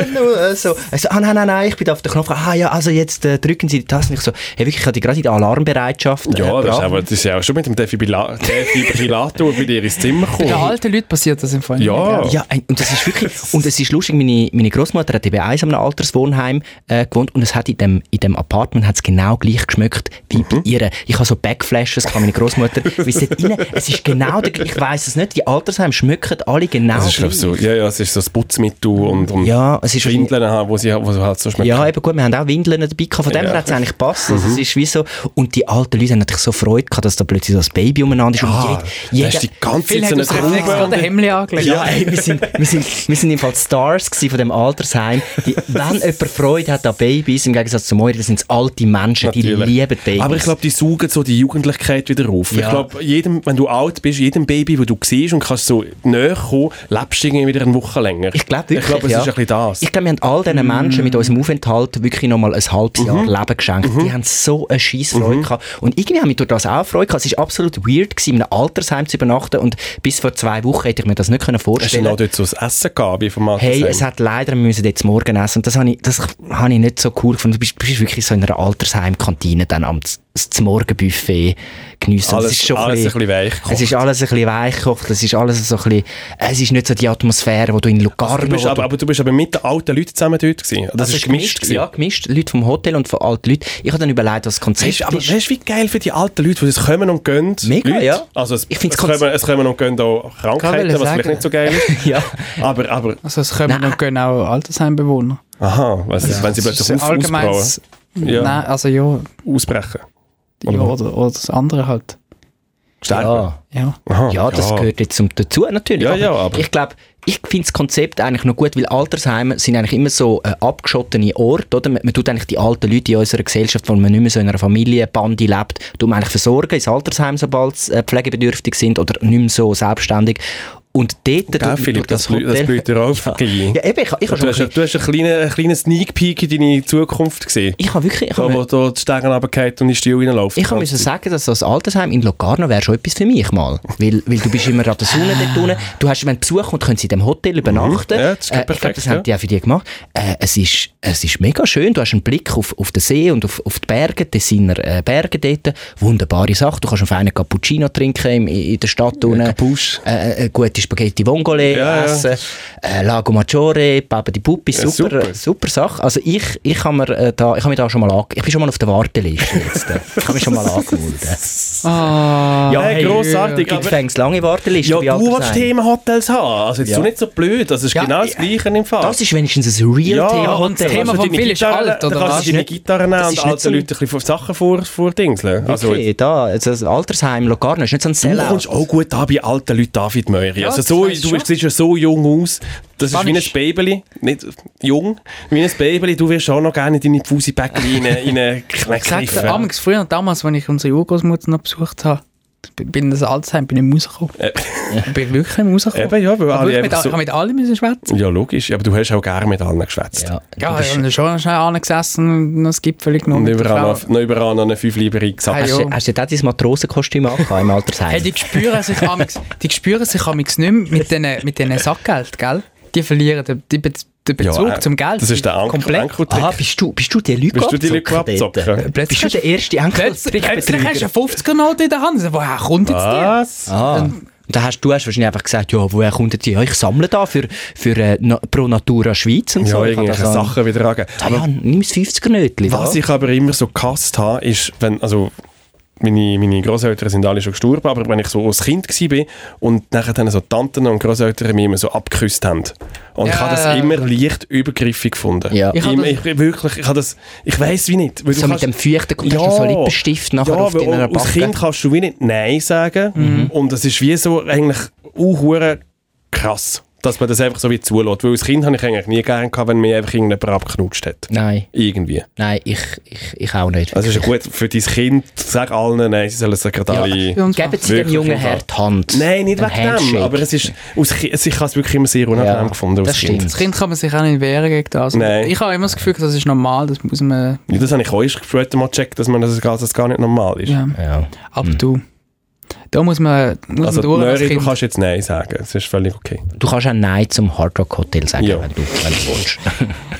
Speaker 2: Äh, so, ich so, ah nein, nein, nein, ich bin da auf den Knopf, ah ja, also jetzt äh, drücken Sie die Taste. Und Ich so, hey, wirklich, ich hatte gerade in der Alarmbereitschaft. äh,
Speaker 1: Ja, das ist,
Speaker 2: gebracht.
Speaker 1: aber, das ist ja auch schon mit dem Defibrilla- Defibrillator bei dir ins Zimmer
Speaker 2: oh.
Speaker 3: Bei
Speaker 1: gekommen.
Speaker 3: alten Leuten passiert das im Fall.
Speaker 1: Ja.
Speaker 2: Ja, ein- und das ist wirklich, und es ist lustig, meine, meine Großmutter hat eben eins an einem Alterswohnheim äh, gewohnt und es hat in dem, in dem Apartment hat's genau gleich geschmeckt wie
Speaker 1: Mhm.
Speaker 2: bei ihr. Ich habe so Backflashes gehabt, meine Großmutter, weil es dort rein, es ist genau der, ich weiss es nicht, die Altersheime schmecken alle genau
Speaker 1: Das ist, glaub,
Speaker 2: gleich.
Speaker 1: ich, so, ja, ja, es ist so das Putzmittel und, und
Speaker 2: Ja, es ist
Speaker 1: Schwindeln, haben, wo sie, wo sie halt so schmecken.
Speaker 2: Ja, eben gut, wir haben auch Windeln dabei gehabt, von dem
Speaker 1: Ja. Mhm.
Speaker 2: her hat es eigentlich gepasst. Also, es ist wie so, und die alten Leute haben natürlich so Freude gehabt, dass da plötzlich so ein Baby umeinander ist.
Speaker 1: Ah,
Speaker 2: und
Speaker 1: da
Speaker 2: jeder,
Speaker 1: hast du
Speaker 2: jeder,
Speaker 1: die ganze
Speaker 3: Viele
Speaker 1: Zeit so
Speaker 3: haben aus
Speaker 1: eine
Speaker 3: Reflex
Speaker 1: Gruppe.
Speaker 3: gerade ein Hemd angelegt.
Speaker 2: Ja, ey, wir sind, wir sind, wir sind im Fall die Stars gewesen von dem Altersheim. Die, wenn jemand Freude hat an Babys, im Gegensatz zu Moira, das sind es alte Menschen, die
Speaker 1: Natürlich.
Speaker 2: lieben Babys.
Speaker 1: Aber ich glaube, die saugen so die Jugendlichkeit wieder auf.
Speaker 2: Ja.
Speaker 1: Ich glaube, jedem, wenn du alt bist, jedem Baby, das du siehst und kannst so näher kommen, lebst du irgendwie wieder eine Woche länger.
Speaker 2: ich glaube wirklich,
Speaker 1: Ich glaube, es
Speaker 2: ja.
Speaker 1: ist ein bisschen das. Mhm.
Speaker 2: Ich glaube, wir haben all diesen Menschen mit unserem Aufenthalt wirklich nochmal ein halbes Jahr Leben geschenkt.
Speaker 1: Mhm.
Speaker 2: Die haben so eine scheisse Freude gehabt. Und irgendwie haben wir durch das auch Freude gehabt. Es war absolut weird, gewesen, in einem Altersheim zu übernachten. Und bis vor zwei Wochen hätte ich mir das nicht können
Speaker 1: Hast du
Speaker 2: vorstellen
Speaker 1: noch dort so das Essen gehabt, wie vom
Speaker 2: Hey,
Speaker 1: Altersheim?
Speaker 2: es hat leider, wir müssen jetzt morgen essen. Und das habe ich, das habe ich nicht so cool gefunden. Du bist, bist wirklich so in einer Altersheimkantine dann am Z- das Morgenbuffet geniessen. Und
Speaker 1: alles,
Speaker 2: es ist schon
Speaker 1: alles ein bisschen weich.
Speaker 2: es ist alles ein bisschen weich gekocht, es ist alles so ein bisschen, es ist nicht so die Atmosphäre, die du in Locarno...
Speaker 1: Also, du bist
Speaker 2: oder-
Speaker 1: aber, aber du bist aber mit den alten Leuten zusammen dort gewesen. Das
Speaker 2: Also
Speaker 1: ist gemischt. gewesen.
Speaker 2: Ja, gemischt. Leute vom Hotel und von alten Leuten. Ich habe dann überlegt, was das Konzept
Speaker 1: Weißt, du, aber
Speaker 2: ist.
Speaker 1: weißt du, wie geil für die alten Leute, die es kommen und gehen?
Speaker 2: Mega,
Speaker 1: Leute.
Speaker 2: ja.
Speaker 1: Also es,
Speaker 2: Ich find's
Speaker 1: es,
Speaker 2: ganz-
Speaker 1: kommen, es kommen und gehen auch Krankheiten, was
Speaker 3: wollte
Speaker 1: vielleicht
Speaker 3: sagen.
Speaker 1: nicht so geil ist.
Speaker 2: Ja.
Speaker 1: Aber, aber,
Speaker 3: Also es kommen
Speaker 2: Nein.
Speaker 3: und gehen auch Altersheimbewohner.
Speaker 1: aha, was ist, wenn sie
Speaker 3: Das
Speaker 1: plötzlich
Speaker 3: ist ein
Speaker 1: auf, ausbrauen,
Speaker 3: allgemeines...
Speaker 1: Ja.
Speaker 3: Nein, also ja,
Speaker 1: ausbrechen?
Speaker 3: ja
Speaker 1: Oder-
Speaker 3: oder, oder das andere halt.
Speaker 1: Sterben?
Speaker 2: ja.
Speaker 3: Ja.
Speaker 1: Aha,
Speaker 2: ja, das gehört jetzt zum, dazu natürlich.
Speaker 1: Ah, Ja, ja, aber-
Speaker 2: ich glaube, ich finde das Konzept eigentlich noch gut, weil Altersheime sind eigentlich immer so äh, abgeschottene Orte. Oder? Man, man tut eigentlich die alten Leute in unserer Gesellschaft, wo man nicht mehr so in einer Familienbande lebt, tut man eigentlich versorgen ins Altersheim, sobald sie äh, pflegebedürftig sind oder nicht mehr so selbstständig. Und dort...
Speaker 1: Gell, Philipp, das, blü- das blüht dir auf.
Speaker 2: Ja,
Speaker 1: Gilly.
Speaker 2: ja eben, ich, ich, ich,
Speaker 1: du, hast, du hast einen kleinen, einen kleinen Sneak Peek in deine Zukunft gesehen.
Speaker 2: ich habe wirklich... Ich
Speaker 1: Da,
Speaker 2: habe-
Speaker 1: wo da die Stegen runtergeht und in die Stühle reinläuft.
Speaker 2: Ich muss sagen, dass das Altersheim in Locarno wäre schon etwas für mich mal. Weil, weil du bist immer an der Sonne dort unten. Du hast, wenn Besuch kommt, können sie in dem Hotel übernachten.
Speaker 1: Mhm. Ja, das ist
Speaker 2: äh, ich
Speaker 1: perfekt,
Speaker 2: glaube, das haben
Speaker 1: ja.
Speaker 2: die auch für dich gemacht. Äh, es, ist, es ist mega schön. Du hast einen Blick auf, auf den See und auf, auf die Berge, die seiner äh, Berge dort. Wunderbare Sache. Du kannst einen feinen Cappuccino trinken im, in in der Stadt unten.
Speaker 1: Capusch.
Speaker 2: Äh, äh, gute Spaghetti Vongole
Speaker 1: Ja, ja.
Speaker 2: essen. Äh, Lago Maggiore, Papa di Puppi.
Speaker 1: Ja,
Speaker 2: Super,
Speaker 1: super.
Speaker 2: super. Sache. Also ich, ich habe mir, äh, da, ich habe mich da schon mal ange Ich bin schon mal auf der Warteliste jetzt. äh. ich habe mich schon mal angemeldet.
Speaker 3: Ah,
Speaker 1: Ja, hey, grossartig.
Speaker 2: Ich
Speaker 1: Aber,
Speaker 2: fängst lange Warteliste
Speaker 1: ja,
Speaker 2: bei
Speaker 1: du
Speaker 2: Altersheim.
Speaker 1: willst Themenhotels haben. Also jetzt
Speaker 2: Ja.
Speaker 1: so nicht so blöd. Das ist
Speaker 2: Ja,
Speaker 3: äh,
Speaker 1: genau das
Speaker 2: ja.
Speaker 1: Gleiche im Fall.
Speaker 2: Das ist wenigstens ein real Thema.
Speaker 1: und
Speaker 3: das Thema
Speaker 1: kannst du
Speaker 3: vom
Speaker 1: deine
Speaker 3: Phil ist
Speaker 1: Gitarre-
Speaker 3: alt, oder
Speaker 1: Dann
Speaker 3: was?
Speaker 1: kannst du deine Gitarre nehmen
Speaker 2: Das
Speaker 1: und
Speaker 2: ist nicht
Speaker 1: alten
Speaker 2: so ein-
Speaker 1: Leuten ein bisschen von Sachen vor, vordingseln. Also,
Speaker 2: okay, da, also das Altersheim Locarno ist nicht so ein
Speaker 1: du
Speaker 2: Sellout.
Speaker 1: kommst auch gut an bei alten Leuten, David Möri. also
Speaker 3: das
Speaker 1: so,
Speaker 3: weiss ich
Speaker 1: du
Speaker 3: schon.
Speaker 1: siehst ja so jung aus. Das ist wie ein
Speaker 3: Spanisch.
Speaker 1: Baby. Nicht jung. Wie ein Baby. Du wirst auch noch gerne in deine Fusi-Bäckchen rein-
Speaker 3: Gesagt,
Speaker 1: reinkniffen.
Speaker 3: damals, früher, damals, als ich unsere Urgroßmutter noch besucht habe, b- bin in das Alzheimer, bin ich nicht mehr rausgekommen. Ich bin wirklich nicht mehr rausgekommen.
Speaker 1: Äh, Eben, ja, weil
Speaker 3: Aber
Speaker 1: alle
Speaker 3: wirklich mit,
Speaker 1: einfach
Speaker 3: all- ich
Speaker 1: so...
Speaker 3: habe mit allen müssen schwätzen.
Speaker 1: Ja, logisch. Aber du hast auch gerne mit allen geschwätzt.
Speaker 2: Ja,
Speaker 3: Ja,
Speaker 2: du bist-
Speaker 3: ich habe schon schnell angesessen und noch das Gipfel genommen.
Speaker 1: Und
Speaker 3: mit der
Speaker 1: überall
Speaker 3: Frau.
Speaker 1: noch, noch überall noch eine Fünfliberei gesagt.
Speaker 3: Genau. Hey,
Speaker 2: Hast, du- hast du da dein Matrosenkostüm angehabt im Altersheim?
Speaker 3: Hey, die spüren sich amigs, die spüren sich amigs nicht mehr mit diesen mit denen Sackgeld, gell? Die verlieren den, die Be den Bezug
Speaker 1: äh,
Speaker 3: zum Geld.
Speaker 1: das ist der Anker-
Speaker 3: Komplett.
Speaker 1: Ankertrick.
Speaker 2: Ah, bist du, bist du die Leute
Speaker 1: Bist du die Leute
Speaker 2: abzocken dort?
Speaker 1: abzocken?
Speaker 2: Bist du
Speaker 3: Plötzlich-
Speaker 2: der erste
Speaker 3: Plötzlich, plötzlich hast du
Speaker 2: Enkeltrickbetrüger?
Speaker 3: eine 50er-Note in der Hand. Also, Woher kommt jetzt die?
Speaker 1: Was?
Speaker 2: Ah. Und da hast du hast wahrscheinlich einfach gesagt, ja, woher kommt denn die? Ja, ich sammle da für, für äh, Na- Pro Natura Schweiz und so.
Speaker 1: Ja,
Speaker 2: Ich habe
Speaker 1: irgendwelche
Speaker 2: das an-
Speaker 1: Sachen wieder angeben.
Speaker 2: Ah, ja, nimm das 50er-Nötchen.
Speaker 1: Was
Speaker 2: da.
Speaker 1: ich aber immer so gehasst habe, ist, wenn, also meine, meine Großeltern sind alle schon gestorben, aber wenn ich so als Kind war und nachher dann so Tanten und Großeltern mich immer so abgeküsst haben. Und ich
Speaker 3: Ja.
Speaker 1: habe das immer leicht übergriffig gefunden.
Speaker 2: Ja.
Speaker 1: Ich,
Speaker 3: Ich habe
Speaker 1: Immer,
Speaker 3: das-
Speaker 1: ich, wirklich, ich habe das, ich weiß wie nicht. weil du
Speaker 2: So mit
Speaker 1: kannst-
Speaker 2: dem feuchten kommst du so Lippenstift nachher
Speaker 1: ja,
Speaker 2: auf
Speaker 1: weil
Speaker 2: deiner
Speaker 1: Als
Speaker 2: Backe. Mhm.
Speaker 1: Kind kannst du wie nicht Nein sagen Mhm. und das ist wie so eigentlich unhure krass, dass man das einfach so wie zulässt. Weil als Kind habe ich eigentlich nie gerne gehabt, wenn mir einfach irgendjemand abgeknutscht hat.
Speaker 2: Nein,
Speaker 1: Irgendwie.
Speaker 2: nein, ich, ich, ich auch nicht.
Speaker 1: Also ist ja gut für dein Kind, sag allen, nein, sie sollen es gerade
Speaker 2: Ja.
Speaker 1: alle...
Speaker 3: Für uns
Speaker 2: Geben Sie dem
Speaker 1: Wirklich
Speaker 2: jungen
Speaker 1: im Fall.
Speaker 2: Herr die Hand.
Speaker 1: Nein, nicht
Speaker 2: Ein
Speaker 1: wegen dem,
Speaker 2: Handshake.
Speaker 1: aber es ist, aus, Ki- es- ich habe es wirklich immer sehr unangenehm
Speaker 2: Ja,
Speaker 1: gefunden als
Speaker 2: das
Speaker 1: Kind.
Speaker 2: stimmt.
Speaker 3: Als Kind kann man sich auch nicht wehren gegen das.
Speaker 1: Nein.
Speaker 3: Ich habe immer das Gefühl, das ist normal, das muss man...
Speaker 1: Ja, das habe ich auch erst später mal gecheckt, dass, man das, dass das gar nicht normal ist.
Speaker 3: Ja.
Speaker 2: Ja.
Speaker 3: Aber du, da muss man, muss
Speaker 1: Also
Speaker 3: man durch als
Speaker 1: Nöri, du
Speaker 3: Kind.
Speaker 1: kannst jetzt Nein sagen, das ist völlig okay.
Speaker 2: Du kannst auch Nein zum Hard Rock Hotel sagen,
Speaker 1: Ja.
Speaker 2: wenn du wenn du willst.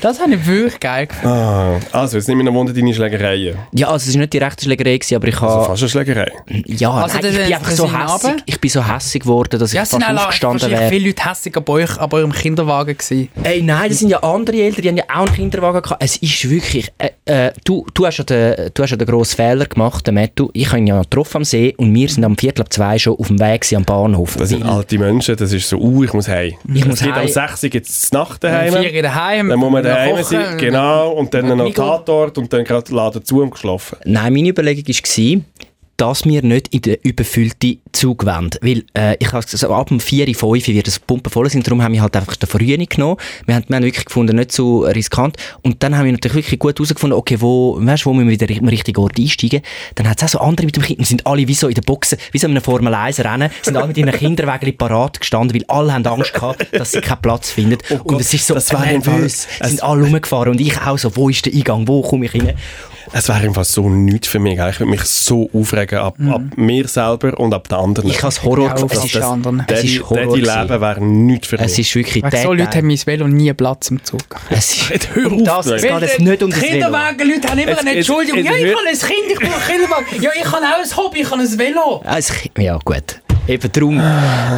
Speaker 3: Das habe ich wirklich geil gefunden.
Speaker 1: Ah, also, jetzt nehme ich noch Wunder deine Schlägereien.
Speaker 2: ja, also es war nicht die rechte Schlägerei, gewesen, aber ich
Speaker 1: Also
Speaker 2: habe...
Speaker 1: fast eine Schlägerei.
Speaker 2: ja,
Speaker 3: Also
Speaker 2: nein,
Speaker 3: das
Speaker 2: ich bin
Speaker 3: sind-
Speaker 2: einfach
Speaker 3: das
Speaker 2: so
Speaker 3: sind
Speaker 2: hässig.
Speaker 3: aber-
Speaker 2: Ich bin so hässig geworden, dass ich
Speaker 3: Ja, es sind
Speaker 2: fast
Speaker 3: auch
Speaker 2: aufgestanden
Speaker 3: wahrscheinlich
Speaker 2: wäre.
Speaker 3: viele Leute hässig an euch, an eurem Kinderwagen gewesen.
Speaker 2: Ey, nein, das sind ja andere Eltern, die haben ja auch einen Kinderwagen gehabt. Es ist wirklich... Äh, äh, du, du, hast ja den, du hast ja den grossen Fehler gemacht, den Mattu. Ich habe ihn ja getroffen am See und wir sind am Viertel ab zwei schon auf dem Weg gewesen am Bahnhof.
Speaker 1: Das sind
Speaker 2: Weil-
Speaker 1: alte Menschen, das ist so, uh, ich muss heim.
Speaker 2: Ich muss
Speaker 1: es geht
Speaker 2: heim.
Speaker 1: am 6 Uhr jetzt Nacht
Speaker 3: Heim,
Speaker 1: daheim.
Speaker 3: Vier daheim.
Speaker 1: Dann muss man
Speaker 3: noch
Speaker 1: daheim
Speaker 3: kochen,
Speaker 1: sein, genau, und dann noch
Speaker 3: Mikro-
Speaker 1: Tatort und dann gerade Laden zu und geschlafen.
Speaker 2: Nein, meine Überlegung war, dass wir nicht in den überfüllten Zug wollen. Weil, äh, ich habe gesagt, so ab dem 4, 5 wird das Pumpen voll sind, darum haben wir halt einfach den Frühen genommen. Wir haben, wir haben wirklich gefunden, nicht so riskant. Und dann haben wir natürlich wirklich gut herausgefunden, okay, wo, weißt, wo müssen wir wieder am richtigen Ort einsteigen. Dann hat es auch so andere mit dem Kind, und sind alle wie so in den Boxen, wie so in einem Formel 1 Rennen, sind alle mit ihren Kinderwägeln parat gestanden, weil alle haben Angst gehabt, dass sie keinen Platz finden.
Speaker 1: Oh Gott,
Speaker 2: und es ist so
Speaker 1: das wäre im Fall-
Speaker 2: nervös. Sie
Speaker 1: es-
Speaker 2: sind alle rumgefahren und ich auch so, wo ist der Eingang, wo komme ich rein?
Speaker 1: Es wäre im Fall so nichts für mich. gell? Ich würde mich so aufregen ab,
Speaker 2: Mhm.
Speaker 1: ab mir selber und ab den anderen.
Speaker 2: Ich habe es Horror
Speaker 3: Ja,
Speaker 2: gefunden.
Speaker 3: auf
Speaker 2: Es ist-
Speaker 3: den anderen.
Speaker 2: es
Speaker 1: Daddy,
Speaker 2: ist Horror
Speaker 1: Daddy
Speaker 2: gewesen.
Speaker 1: Leben wäre nichts für
Speaker 2: Es
Speaker 1: mich.
Speaker 2: ist wirklich
Speaker 3: Wegen so
Speaker 2: der
Speaker 3: Leute
Speaker 2: Teil.
Speaker 3: haben mein Velo nie Platz im Zug.
Speaker 2: Es ist
Speaker 1: hör
Speaker 2: um
Speaker 1: auf,
Speaker 2: das
Speaker 1: Leute.
Speaker 2: geht es nicht um das Velo.
Speaker 3: Kinderwagen-Leute haben immer
Speaker 1: Es- es- es wird-
Speaker 3: ein Kind, ich brauche einen Kinderwagen. Ja, ich habe auch ein Hobby, ich habe ein Velo.
Speaker 2: Es, ja gut, eben drum.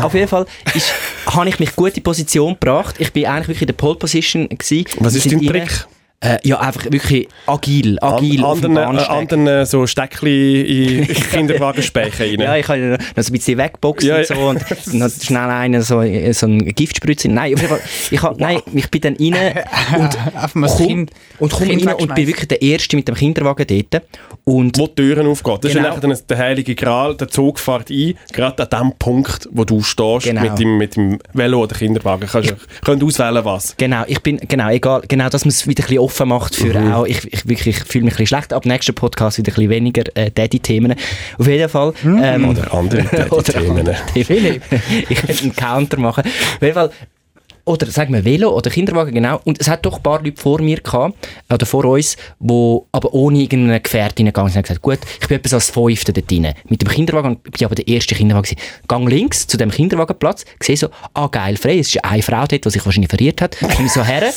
Speaker 2: Auf jeden Fall ist- habe ich mich gut in Position gebracht. Ich bin eigentlich wirklich in der Pole Position gewesen.
Speaker 1: Was ist
Speaker 2: Wir
Speaker 1: dein
Speaker 2: sind
Speaker 1: Trick?
Speaker 2: rein- Äh, ja, einfach wirklich agil, agil auf dem
Speaker 1: anderen, äh,
Speaker 2: Bahnsteig.
Speaker 1: anderen so Steckchen in Kinderwagenspeicher rein.
Speaker 2: Ja, ich kann ihn noch so ein bisschen wegboxen
Speaker 1: Ja,
Speaker 2: und so und noch schnell einen so, so einen Giftspritzer. Nein, auf jeden Fall, ich, hab, nein, ich bin dann rein und
Speaker 3: Auf mein
Speaker 2: komm,
Speaker 3: Kind.
Speaker 2: und, komm
Speaker 3: Kind
Speaker 2: rein und bin
Speaker 3: wegschmeißen.
Speaker 2: wirklich der Erste mit dem Kinderwagen dort. Und
Speaker 1: wo die Türen aufgehen. Das
Speaker 2: Genau.
Speaker 1: ist dann nachher der heilige Gral, der Zug fährt ein, gerade an dem Punkt, wo du stehst,
Speaker 2: Genau.
Speaker 1: mit, dem, mit dem Velo oder Kinderwagen. Kannst, könnt auswählen, was.
Speaker 2: Genau, ich bin, genau, egal, genau, dass man es wieder ein bisschen offen macht für
Speaker 3: Mhm.
Speaker 2: auch, ich, ich, wirklich, ich fühle mich ein bisschen schlecht, ab nächsten Podcast wieder ein bisschen weniger äh, Daddy-Themen. Auf jeden Fall.
Speaker 3: Mhm.
Speaker 2: Ähm,
Speaker 1: Oder andere
Speaker 2: oder
Speaker 1: Themen. ne?
Speaker 2: andere Themen. ich hätte einen Counter machen. Auf jeden Fall, oder sagen wir Velo oder Kinderwagen, genau. Und es hat doch ein paar Leute vor mir gehabt, oder vor uns, wo aber ohne irgendeinen Gefährt reingegangen sind und gesagt, gut, ich bin etwas als Fünfter dort drin. Mit dem Kinderwagen, ich bin aber der erste Kinderwagen gewesen. Gang links zu dem Kinderwagenplatz, sehe so, ah geil, frei, es ist eine Frau dort, die sich wahrscheinlich verirrt hat. Komme ich so her,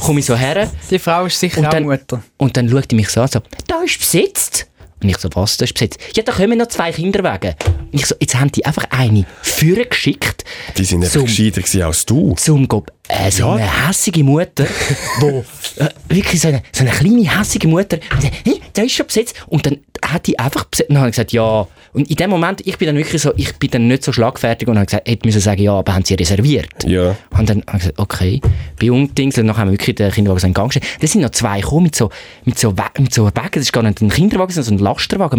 Speaker 2: komme ich so her,
Speaker 3: Die Frau ist sicher
Speaker 2: und
Speaker 3: auch
Speaker 2: dann,
Speaker 3: Mutter.
Speaker 2: und dann schaut die mich so an, so, da ist besetzt. Und ich so, was, da ist besetzt? Ja, da kommen noch zwei Kinderwagen. Und ich so, jetzt haben die einfach eine Führer geschickt.
Speaker 1: Die sind einfach
Speaker 2: zum,
Speaker 1: gescheiter gewesen als du.
Speaker 2: zum go- äh, so
Speaker 1: Ja.
Speaker 2: eine hässige Mutter, wo äh, wirklich so eine, so eine kleine hässige Mutter, und sagt, hey, da ist schon besetzt. Und dann hat die einfach besetzt. Und dann habe ich gesagt, ja. Und in dem Moment, ich bin dann wirklich so, ich bin dann nicht so schlagfertig und habe gesagt, hätte müssen sagen, ja, aber haben sie reserviert.
Speaker 1: Ja.
Speaker 2: Und dann habe ich gesagt, okay, bei Ungdings, und dann haben wir wirklich den Kinderwagen so in Gang gestellt. Da sind noch zwei gekommen mit so, mit so, We- mit so Wagen, das ist gar nicht ein Kinderwagen, sondern so ein Lasterwagen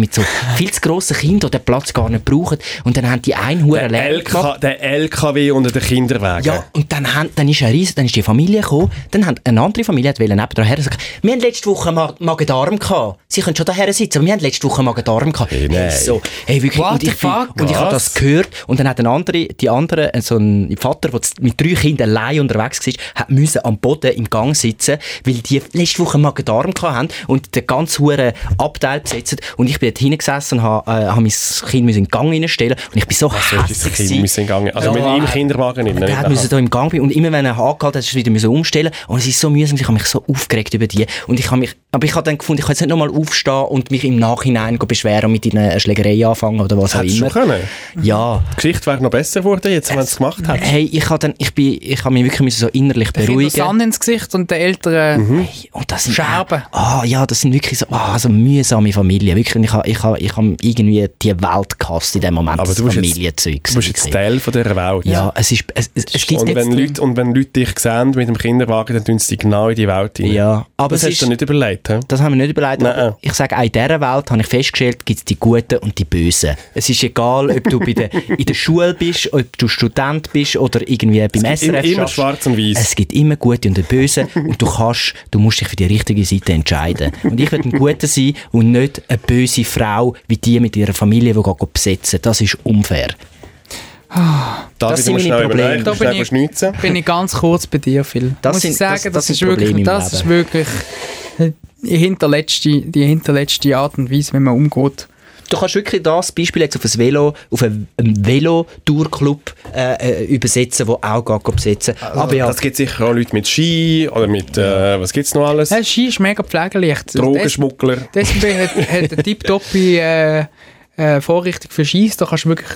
Speaker 2: mit so viel zu grossen Kindern, die den Platz gar nicht brauchen. Und dann haben die einen Huren
Speaker 1: Der,
Speaker 2: leer gemacht.
Speaker 1: LK, der LKW unter den Kinderwagen.
Speaker 2: Ja, und dann, haben, dann ist ein Riesen, dann ist die Familie gekommen, dann hat eine andere Familie hat wollen nebenan her sagen, wir haben letzte Woche Ma Magen-Darm gehabt. Sie können schon daher sitzen, aber wir haben letzte Woche Magen-Darm gehabt.
Speaker 1: Hey, nein.
Speaker 2: so, hey, wirklich,
Speaker 3: What
Speaker 2: und
Speaker 3: the
Speaker 2: ich, bin-
Speaker 3: fuck?
Speaker 2: und ich habe
Speaker 3: Was?
Speaker 2: das gehört und dann hat ein andere, die andere, äh, so ein Vater, der z- mit drei Kindern allein unterwegs war, hat müssen am Boden im Gang sitzen, weil die letzte Woche Magen-Darm gehabt haben und den ganz hohen Abteil besetzt und ich bin dort hingesessen und habe äh, hab mein Kind müssen in den Gang reinstellen und ich bin so
Speaker 1: Das
Speaker 2: hässlich
Speaker 1: Kind müssen gegangen. Also
Speaker 2: Ja.
Speaker 1: mit ihm Kinderwagen nicht.
Speaker 2: Der hat müssen da im Gang bleiben und immer wenn er angehalten hat, ist er wieder müssen umstellen und es ist so mühsam, ich habe mich so aufgeregt über die und ich habe mich, aber ich habe dann gefunden, ich kann jetzt nicht nochmal aufstehen und mich im Nachhinein go beschweren und mit einer Schlägerei anfangen oder was auch
Speaker 1: Hättest du
Speaker 2: immer.
Speaker 1: schon können.
Speaker 2: Ja.
Speaker 1: Die Geschichte wäre noch besser geworden, jetzt, wenn es gemacht hat.
Speaker 2: Hey, ich habe dann, ich bin, ich habe mich wirklich müssen so innerlich
Speaker 3: Der Kind hat
Speaker 2: beruhigen.
Speaker 3: Sand ins Gesicht und der Eltern... äh,
Speaker 2: Hey, und das sind,
Speaker 3: Scherben.
Speaker 2: Ah, ja, das sind wirklich so, ah, so mühsame Familien. Wirklich, und ich habe, ich habe, ich habe irgendwie die Welt gehasst in dem Moment.
Speaker 1: Aber
Speaker 2: das
Speaker 1: du bist jetzt-
Speaker 2: Familienzeug.
Speaker 1: Du bist jetzt
Speaker 2: gewesen.
Speaker 1: Teil von dieser Welt.
Speaker 2: ja, es ist, es, es, es gibt
Speaker 1: Und
Speaker 2: jetzt-
Speaker 1: wenn, Leute, und wenn Leute dich sehen mit dem Kinderwagen, dann tun sie dich genau in die Welt hinein.
Speaker 2: ja, aber
Speaker 1: Das
Speaker 2: es
Speaker 1: hast
Speaker 2: ist,
Speaker 1: du dir nicht überlegt. He?
Speaker 2: Das haben wir nicht überlegt.
Speaker 1: Nein.
Speaker 2: aber Ich sage, auch in dieser Welt habe ich festgestellt, gibt es die Guten und die Bösen. Es ist egal, ob du bei der, in der Schule bist, ob du Student bist oder irgendwie beim
Speaker 1: gibt immer-
Speaker 2: SRF
Speaker 1: immer
Speaker 2: schaffst.
Speaker 1: schwarz und weiß.
Speaker 2: Es gibt immer Gute und die Bösen und du kannst, du musst dich für die richtige Seite entscheiden. Und ich will ein Guter sein und nicht eine böse Frau wie die mit ihrer Familie, die geht besetzen. Das ist unfair.
Speaker 1: Da
Speaker 2: Das sind meine Probleme.
Speaker 1: Da
Speaker 3: Da
Speaker 1: bin
Speaker 3: bin ich- bin ich ganz kurz bei dir, Phil.
Speaker 2: Das
Speaker 3: Muss
Speaker 2: sind-
Speaker 3: ich sagen,
Speaker 2: das-
Speaker 3: das,
Speaker 2: das sind
Speaker 3: ist wirklich,
Speaker 2: Probleme im
Speaker 3: das ist
Speaker 2: Leben.
Speaker 3: wirklich die hinterletzte, die hinterletzte Art und Weise, wenn man umgeht.
Speaker 2: Du kannst wirklich das Beispiel jetzt auf ein Velo, auf einen einen Velo-Tour-Club äh, äh, übersetzen, wo auch geht besetzen. Aber ja,
Speaker 1: Also, Das gibt sicher auch Leute mit Ski oder mit, äh, was gibt es noch alles?
Speaker 3: Ja, Ski ist mega pflegeleicht.
Speaker 1: Drogenschmuggler.
Speaker 3: Des- Deswegen hat, hat eine tipptoppe äh, äh, Vorrichtung für Skis. Da kannst du wirklich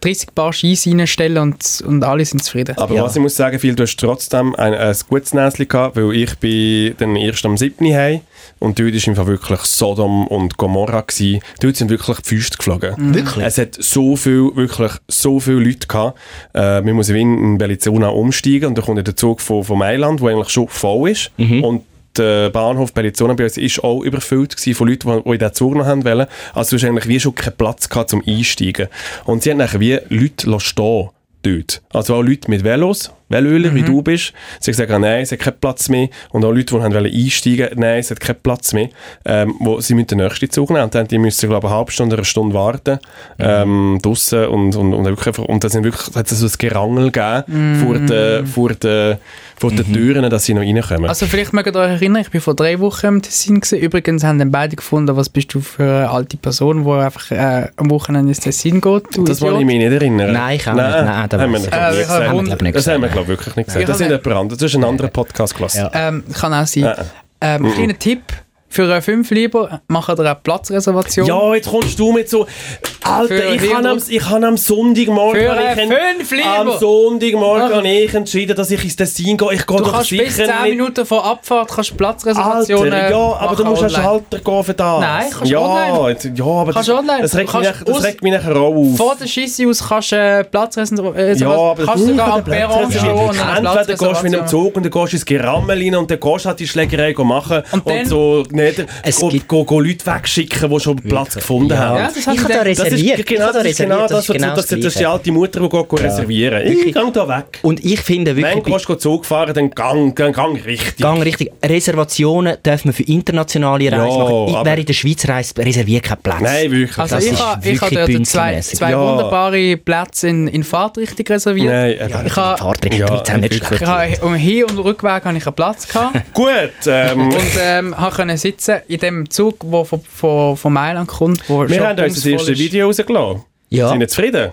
Speaker 3: 30 Paar Skis reinstellen und, und alle sind zufrieden.
Speaker 1: Aber
Speaker 2: Ja.
Speaker 1: was ich muss sagen, Phil, du hast trotzdem ein, ein gutes Näschen gehabt, weil ich bin dann erst am 7. heim und dort war im Fall wirklich Sodom und Gomorra. Gewesen. Dort sind wirklich die Füße geflogen.
Speaker 2: wirklich.
Speaker 1: Es hat so viel, wirklich so viele Leute gehabt. Äh, wir müssen in Bellizona umsteigen und da kommt ja der Zug von, von Mailand, der eigentlich schon voll ist. Und der Bahnhof Bellizona bei uns ist auch überfüllt gewesen von Leuten, die, die in diesen Zug noch haben wollen. Also es war eigentlich wie schon kein Platz gehabt zum Einsteigen. Und sie haben nachher wie Leute lassen stehen dort. Also auch Leute mit Velos, Velöler, wie du bist. Sie haben gesagt, ah, nein, es hat keinen Platz mehr. Und auch Leute, die haben wollen einsteigen wollten, nein, es hat keinen Platz mehr. Ähm, wo, sie müssen den nächsten Zug nehmen. Und dann, die müssen, glaube ich, eine halbe Stunde, eine Stunde warten. Ähm, draussen und, und, und, wirklich, einfach- und da sind wirklich, hat es so ein Gerangel gegeben vor den, vor den, vor den Türen, dass sie noch reinkommen.
Speaker 3: Also vielleicht mögt ihr euch erinnern, ich bin vor drei Wochen im Tessin. Gewesen. Übrigens haben dann beide gefunden, was bist du für eine alte Person, die einfach äh, am Wochenende ins Tessin geht. du
Speaker 1: das wollte
Speaker 3: Idiot.
Speaker 1: ich mich nicht erinnern.
Speaker 2: Nein, ich auch nicht. Nein, da
Speaker 1: haben wir
Speaker 2: weiss ich
Speaker 1: glaub
Speaker 3: nicht.
Speaker 1: ich, nicht gesagt.
Speaker 3: Äh, wir haben
Speaker 2: glaub nicht
Speaker 1: Das haben wir,
Speaker 2: gesagt.
Speaker 1: glaube ich, wirklich nicht
Speaker 3: Wir
Speaker 1: gesagt. Das
Speaker 3: haben
Speaker 1: sind jemand anderes. Das ist ein anderer Podcast-Klasse.
Speaker 2: Ja.
Speaker 3: Ähm, kann auch sein.
Speaker 1: Äh.
Speaker 3: Ähm, Kleiner Tipp für einen Fünfliber, macht ihr eine Platzreservation.
Speaker 1: Ja, jetzt kommst du mit so.
Speaker 3: Für
Speaker 1: Alter, ich
Speaker 3: Hilbert.
Speaker 1: habe am, ich habe am Sonntagmorgen.
Speaker 3: Für
Speaker 1: habe ich
Speaker 3: einen
Speaker 1: en-
Speaker 3: Fünfliber.
Speaker 1: Am Sonntagmorgen
Speaker 3: Ach.
Speaker 1: habe ich entschieden, dass ich ins Dessin gehe. Ich gehe
Speaker 3: du
Speaker 1: doch
Speaker 3: kannst bis 10
Speaker 1: sicher nicht.
Speaker 3: Minuten vor Abfahrt kannst Platzreservationen äh,
Speaker 1: Alter, ja, aber
Speaker 3: machen
Speaker 1: du musst einen
Speaker 3: online.
Speaker 1: Schalter gehen für das.
Speaker 3: Nein, kannst
Speaker 1: ja,
Speaker 3: online.
Speaker 1: Jetzt, ja, aber
Speaker 3: Kannst
Speaker 1: das,
Speaker 3: online.
Speaker 1: das regt
Speaker 3: Du
Speaker 1: mich,
Speaker 3: kannst
Speaker 1: nach- das
Speaker 3: aus-
Speaker 1: regt mich nachher auch auf.
Speaker 3: Vor der Schisse aus kannst du äh, Platzreservationen...
Speaker 1: ja, aber
Speaker 3: kannst du sogar am
Speaker 1: Hm, das
Speaker 3: Perron
Speaker 1: ist-
Speaker 3: stehen und eine
Speaker 1: Entweder gehst du mit
Speaker 3: Platzreservation-
Speaker 1: einem Zug und dann gehst du ins Gerammel rein und dann gehst du halt die Schlägerei machen
Speaker 3: Und
Speaker 1: und,
Speaker 3: dann-
Speaker 1: so nicht
Speaker 2: Es
Speaker 1: go,
Speaker 2: gibt-
Speaker 1: go, go Leute wegschicken, die schon Platz gefunden haben.
Speaker 3: Ja, das
Speaker 2: Ich
Speaker 3: hat
Speaker 2: habe da
Speaker 3: der-
Speaker 1: Das ist
Speaker 2: reserviert. Ich
Speaker 1: genau
Speaker 2: habe da
Speaker 1: das, ist genau
Speaker 2: reserviert,
Speaker 1: das, was du-
Speaker 2: genau
Speaker 1: das, das, ist die
Speaker 2: Gleiche.
Speaker 1: alte Mutter, die geht reservieren Ich gehe da weg.
Speaker 2: Und ich finde
Speaker 1: Wenn
Speaker 2: wirklich,
Speaker 1: du
Speaker 2: bei
Speaker 1: gehst Zug fahren, dann gang, gang, gang richtig.
Speaker 2: Gang richtig. Reservationen dürfen wir für internationale Reisen
Speaker 1: Ja,
Speaker 2: machen. Ich,
Speaker 1: aber-
Speaker 2: wer in der Schweiz reist, reserviert keinen Platz.
Speaker 1: Nein, wirklich.
Speaker 3: Also
Speaker 2: Das
Speaker 3: ich
Speaker 2: ist
Speaker 3: habe ich ha
Speaker 2: wirklich
Speaker 3: dort zwei,
Speaker 2: bünzelmässig.
Speaker 3: zwei
Speaker 1: Ja.
Speaker 3: wunderbare Plätze in, in Fahrtrichtung reserviert.
Speaker 1: Nein, eben.
Speaker 3: ich
Speaker 2: Die
Speaker 3: habe
Speaker 2: Fahrtrichtung
Speaker 1: Ja,
Speaker 2: ja, nicht
Speaker 1: wirklich.
Speaker 2: schlecht.
Speaker 3: ich ha, um Hin- und Rückweg habe ich einen Platz gehabt
Speaker 1: Gut, ähm,
Speaker 3: und ähm, ha können sitzen in dem Zug, der von, von, von Mailand kommt. Wo
Speaker 1: wir
Speaker 3: schon
Speaker 1: haben uns das
Speaker 3: bumsvoll
Speaker 1: erste
Speaker 3: ist.
Speaker 1: Video rausgelassen.
Speaker 2: Ja.
Speaker 1: Sind wir zufrieden?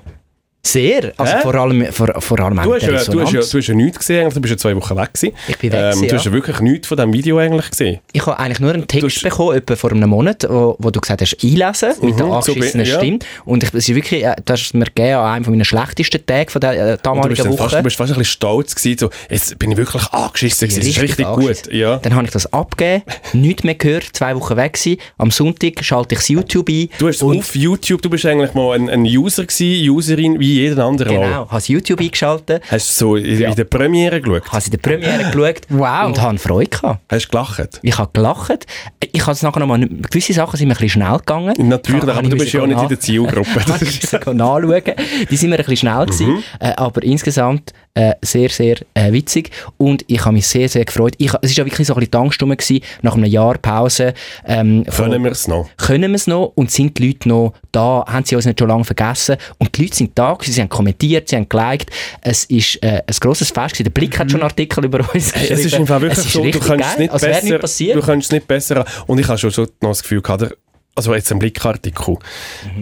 Speaker 2: Sehr. Also
Speaker 1: Hä?
Speaker 2: vor allem, vor, vor allem auch
Speaker 1: Du
Speaker 2: mit
Speaker 1: hast,
Speaker 2: der
Speaker 1: ja, du, hast ja,
Speaker 2: Resonanz.
Speaker 1: du hast ja nichts gesehen, eigentlich. du bist ja zwei Wochen weg gewesen. Ähm,
Speaker 2: Ich bin weg gewesen,
Speaker 1: Du
Speaker 2: ja.
Speaker 1: hast ja wirklich nichts von diesem Video eigentlich gesehen.
Speaker 2: Ich habe eigentlich nur einen
Speaker 1: Du
Speaker 2: Text
Speaker 1: hast-
Speaker 2: bekommen, etwa vor einem Monat, wo, wo du gesagt hast, einlesen, mit der
Speaker 1: Mhm, so
Speaker 2: angeschissenen
Speaker 1: bin- ja.
Speaker 2: Stimme. Und ich, das ist wirklich, äh, das ist mir gegeben an einem von meinen schlechtesten Tagen von der äh,
Speaker 1: Und du bist,
Speaker 2: damaligen
Speaker 1: dann fast, du
Speaker 2: Woche.
Speaker 1: bist fast ein bisschen stolz gewesen, so, jetzt bin ich wirklich angeschissen gewesen. Das ist richtig gut.
Speaker 2: angeschissen.
Speaker 1: Ja.
Speaker 2: Dann habe ich das abgegeben, nichts mehr gehört, zwei Wochen weg gewesen. Am Sonntag schalte ich das YouTube ein.
Speaker 1: Du hast
Speaker 2: und
Speaker 1: auf YouTube, du bist eigentlich mal ein, ein User gewesen, Userin, wie jeden anderen
Speaker 2: Genau,
Speaker 1: auch.
Speaker 2: habe das YouTube eingeschaltet,
Speaker 1: Hast du so in, in der Premiere geschaut?
Speaker 2: habe es in der Premiere geschaut
Speaker 3: Wow.
Speaker 2: und habe Freude gehabt.
Speaker 1: Hast du gelacht?
Speaker 2: Ich habe gelacht. Ich habe es nachher nochmal, gewisse Sachen sind mir ein bisschen schnell gegangen.
Speaker 1: Natürlich,
Speaker 2: Habe ich
Speaker 1: aber du bist ja auch nicht in der Zielgruppe.
Speaker 2: Habe ich müssen gehen nachschauen. Die sind mir ein bisschen schnell gewesen,
Speaker 1: Mhm.
Speaker 2: äh, aber insgesamt äh, sehr, sehr äh, witzig und ich habe mich sehr, sehr gefreut. Ich, ha- es ist ja wirklich so ein bisschen die Angst rum gewesen, nach einem Jahr Pause. Ähm, von-
Speaker 1: Können wir es noch?
Speaker 2: können wir es noch und sind die Leute noch da? Haben sie uns nicht schon lange vergessen? Und die Leute sind da, gewesen, sie haben kommentiert, sie haben geliked. Es ist äh, ein grosses Fest. gewesen. Der Blick hat schon einen Artikel über uns geschrieben.
Speaker 1: Mhm. Es ist im Fall wirklich
Speaker 2: Es ist
Speaker 1: so, du
Speaker 2: richtig
Speaker 1: kannst es
Speaker 2: geil,
Speaker 1: nicht
Speaker 2: als wäre
Speaker 1: besser.
Speaker 2: nichts passiert.
Speaker 1: Du kannst es nicht besser. Und ich habe schon so noch das Gefühl gehabt, der- also jetzt ein Blickartikel.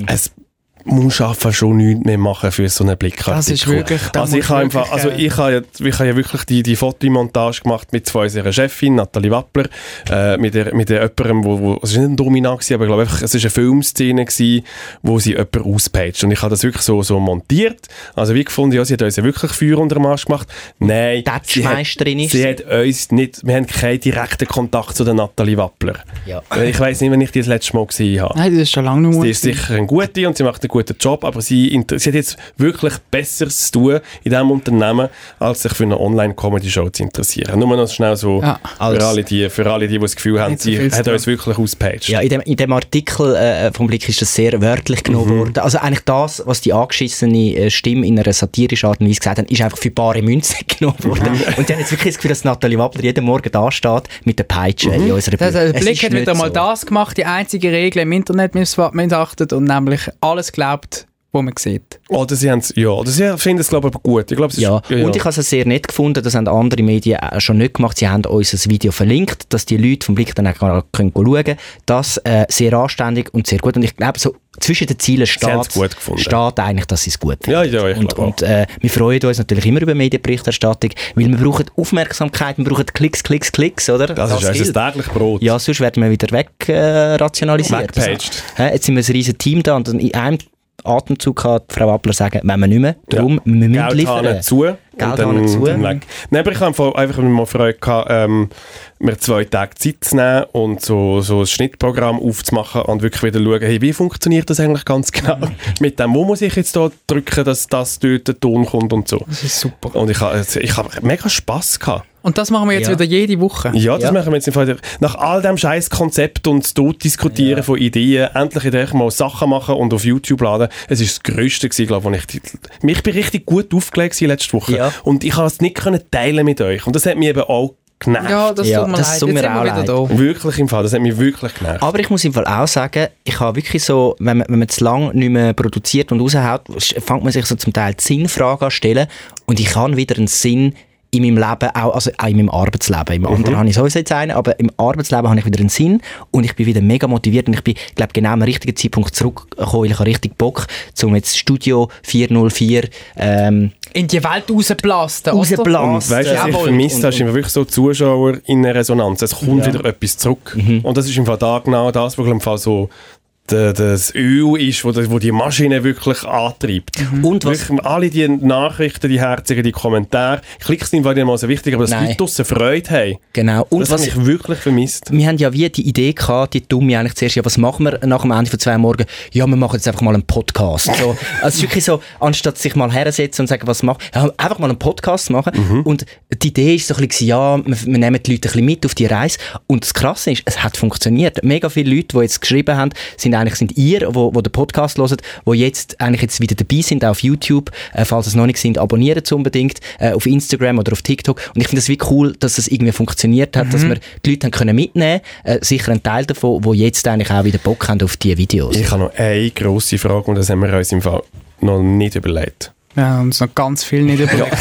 Speaker 1: Es muss einfach schon nichts mehr machen für so einen Blickartikel.
Speaker 3: Das ist wirklich- da
Speaker 1: Also ich
Speaker 3: musst du
Speaker 1: habe einfach,
Speaker 3: wirklich,
Speaker 1: also
Speaker 3: äh,
Speaker 1: ich habe ja, ich habe ja wirklich die, die Fotomontage gemacht mit zwei unserer Chefin Nathalie Wappler, äh, mit der mit der jemandem, wo, wo es ist nicht ein Dominant gewesen, aber ich glaube einfach, es ist eine Filmszene gewesen, wo sie jemanden auspatcht und ich habe das wirklich so so montiert. Also wie gefunden, ja, sie hat uns ja wirklich Feuer unter dem Arsch gemacht. Nein, sie hat-
Speaker 2: Tatschmeisterin ist
Speaker 1: Sie
Speaker 2: sie.
Speaker 1: hat uns nicht, wir haben keinen direkten Kontakt zu der Nathalie Wappler. Äh,
Speaker 2: Ja.
Speaker 1: Ich weiß nicht, wenn ich die das letzte Mal gesehen habe.
Speaker 3: Nein, das ist schon lange nicht
Speaker 1: Sie
Speaker 3: mehr.
Speaker 1: ist sicher eine gute und sie macht einen guten Job, aber sie, inter- sie hat jetzt wirklich Besseres zu tun in diesem Unternehmen, als sich für eine Online-Comedy-Show zu interessieren. Nur noch schnell so
Speaker 3: Ja.
Speaker 1: für,
Speaker 2: Als-
Speaker 1: alle die, für alle, die, die das Gefühl haben,
Speaker 3: Nicht so
Speaker 1: sie
Speaker 3: viel zu
Speaker 1: hat
Speaker 3: tun.
Speaker 1: uns wirklich ausgepaged.
Speaker 2: Ja, in dem, in dem Artikel äh, vom Blick ist das sehr wörtlich genommen
Speaker 1: Mhm.
Speaker 2: worden. Also eigentlich das, was die angeschissene äh, Stimme in einer satirischen Art und Weise gesagt haben, ist einfach für bare Münze genommen worden.
Speaker 1: Mhm.
Speaker 2: Und die haben jetzt wirklich das Gefühl, dass Nathalie Wappler jeden Morgen da steht mit der
Speaker 1: Mhm.
Speaker 2: Peitsche in unserer
Speaker 3: Das,
Speaker 2: Bühne.
Speaker 3: der
Speaker 2: Es
Speaker 3: Blick
Speaker 2: ist
Speaker 3: hat
Speaker 2: nicht
Speaker 3: wieder mal
Speaker 2: so.
Speaker 3: das gemacht, die einzige Regel im Internet misswa- missachtet und nämlich alles glaubt, was man sieht.
Speaker 1: Oder sie haben es- ja, oder sie finden es, glaube ich, aber gut. Ich glaube, es ist,
Speaker 2: Ja. und ich habe es sehr nett gefunden, das haben andere Medien auch schon nicht gemacht. Sie haben uns ein Video verlinkt, dass die Leute vom Blick dann auch mal können schauen können. Das äh, sehr anständig und sehr gut. Und ich glaube, so zwischen den
Speaker 1: haben
Speaker 2: Zielen steht,
Speaker 1: es gut gefunden.
Speaker 2: steht eigentlich, dass sie es gut finden.
Speaker 1: ja, ja, ich
Speaker 2: Und,
Speaker 1: glaube auch.
Speaker 2: und äh, wir freuen uns natürlich immer über Medienberichterstattung, weil wir brauchen Aufmerksamkeit, wir brauchen Klicks, Klicks, Klicks, oder?
Speaker 1: Das, ist unser
Speaker 2: gilt.
Speaker 1: tägliches Brot.
Speaker 2: Ja, sonst werden wir wieder weg äh, rationalisiert.
Speaker 1: Weggepaged.
Speaker 2: Also, hä, jetzt sind wir ein riesen Team da und dann in einem Atemzug kann die Frau Appler sagen, wenn wir nicht mehr, darum
Speaker 1: Ja.
Speaker 2: müssen wir
Speaker 1: Geldhahn
Speaker 2: liefern.
Speaker 1: zu. und
Speaker 2: Geldhahn
Speaker 1: dann,
Speaker 2: zu.
Speaker 1: Dann weg. Nein, aber ich habe einfach mal Freude gehabt, ähm, mir zwei Tage Zeit zu nehmen und so, so ein Schnittprogramm aufzumachen und wirklich wieder schauen, hey, wie funktioniert das eigentlich ganz genau? Mit dem, wo muss ich jetzt da drücken, dass das dort der Ton kommt und so.
Speaker 3: Das ist super.
Speaker 1: Und ich habe ich hab mega Spass gehabt.
Speaker 3: Und das machen wir jetzt
Speaker 2: Ja.
Speaker 3: wieder jede Woche.
Speaker 1: Ja, das
Speaker 2: Ja.
Speaker 1: machen wir jetzt im Fall. wieder. Nach all dem scheiß Konzept und Diskutieren von Ideen, endlich in der mal Sachen machen und auf YouTube laden. Es ist das Größte gewesen, glaube ich, wo ich mich bin richtig gut aufgelegt gewesen letzte Woche
Speaker 2: Ja.
Speaker 1: und ich habe es nicht können teilen mit euch und das hat mich eben auch genervt.
Speaker 3: Ja, das
Speaker 2: Ja,
Speaker 3: tut mir
Speaker 2: das
Speaker 3: leid.
Speaker 2: tut mir
Speaker 3: jetzt sind wir
Speaker 2: auch
Speaker 3: wieder
Speaker 2: leid.
Speaker 3: da.
Speaker 1: Wirklich im Fall, das hat mich wirklich genervt.
Speaker 2: Aber ich muss im Fall auch sagen, ich habe wirklich so, wenn man, wenn man zu lange nicht mehr produziert und raushaut, sch- fängt man sich so zum Teil die Sinnfrage an zu stellen und ich habe wieder einen Sinn in meinem Leben, auch, also auch in meinem Arbeitsleben. Im
Speaker 1: Mhm.
Speaker 2: anderen habe ich sowieso jetzt einen, aber im Arbeitsleben habe ich wieder einen Sinn und ich bin wieder mega motiviert und ich bin, glaube genau am richtigen Zeitpunkt zurückgekommen, weil ich habe richtig Bock, um jetzt Studio 404 ähm,
Speaker 3: In die Welt rausblasten. oder?
Speaker 2: Rausblasen.
Speaker 1: Und weißt du, was ich
Speaker 2: Ah, Jawohl.
Speaker 1: vermisst
Speaker 2: Und-
Speaker 1: habe, ist immer wirklich so
Speaker 2: Mhm.
Speaker 1: Zuschauer in eine Resonanz. Es kommt wieder etwas zurück. Und das ist im Fall da genau das, was ich im Fall so de, das Öl ist, wo, das- wo die Maschine wirklich antreibt.
Speaker 2: Und was,
Speaker 1: Wirklich, alle die Nachrichten, die herzigen, die Kommentare, Klicks sind weil die mal so wichtig, aber dass
Speaker 2: Nein.
Speaker 1: Leute draussen Freude haben.
Speaker 2: genau. Und
Speaker 1: das
Speaker 2: was
Speaker 1: habe ich wirklich vermisst.
Speaker 2: wir haben ja wie die Idee gehabt, die dumme eigentlich zuerst, ja, was machen wir nach dem Ende von zwei Morgen? Ja, wir machen jetzt einfach mal einen Podcast. So, also es ist wirklich so, anstatt sich mal hersetzen und sagen, was machen, ja, einfach mal einen Podcast machen. Und die Idee ist so ein bisschen, ja, wir, wir nehmen die Leute ein bisschen mit auf die Reise. Und das Krasse ist, es hat funktioniert. Mega viele Leute, die jetzt geschrieben haben, sind eigentlich sind ihr, wo, wo den Podcast hören, wo jetzt eigentlich jetzt wieder dabei sind auf YouTube. Äh, falls es noch nicht sind, abonnieren es unbedingt äh, auf Instagram oder auf TikTok. Und ich finde es wie cool, dass es irgendwie funktioniert hat,
Speaker 1: Mhm.
Speaker 2: dass wir die Leute haben können mitnehmen, äh, sicher ein Teil davon, wo jetzt eigentlich auch wieder Bock haben auf die Videos.
Speaker 1: Ich habe noch eine grosse Frage und das haben wir uns im Fall noch nicht überlegt.
Speaker 3: Wir haben uns noch ganz viel nicht überlegt.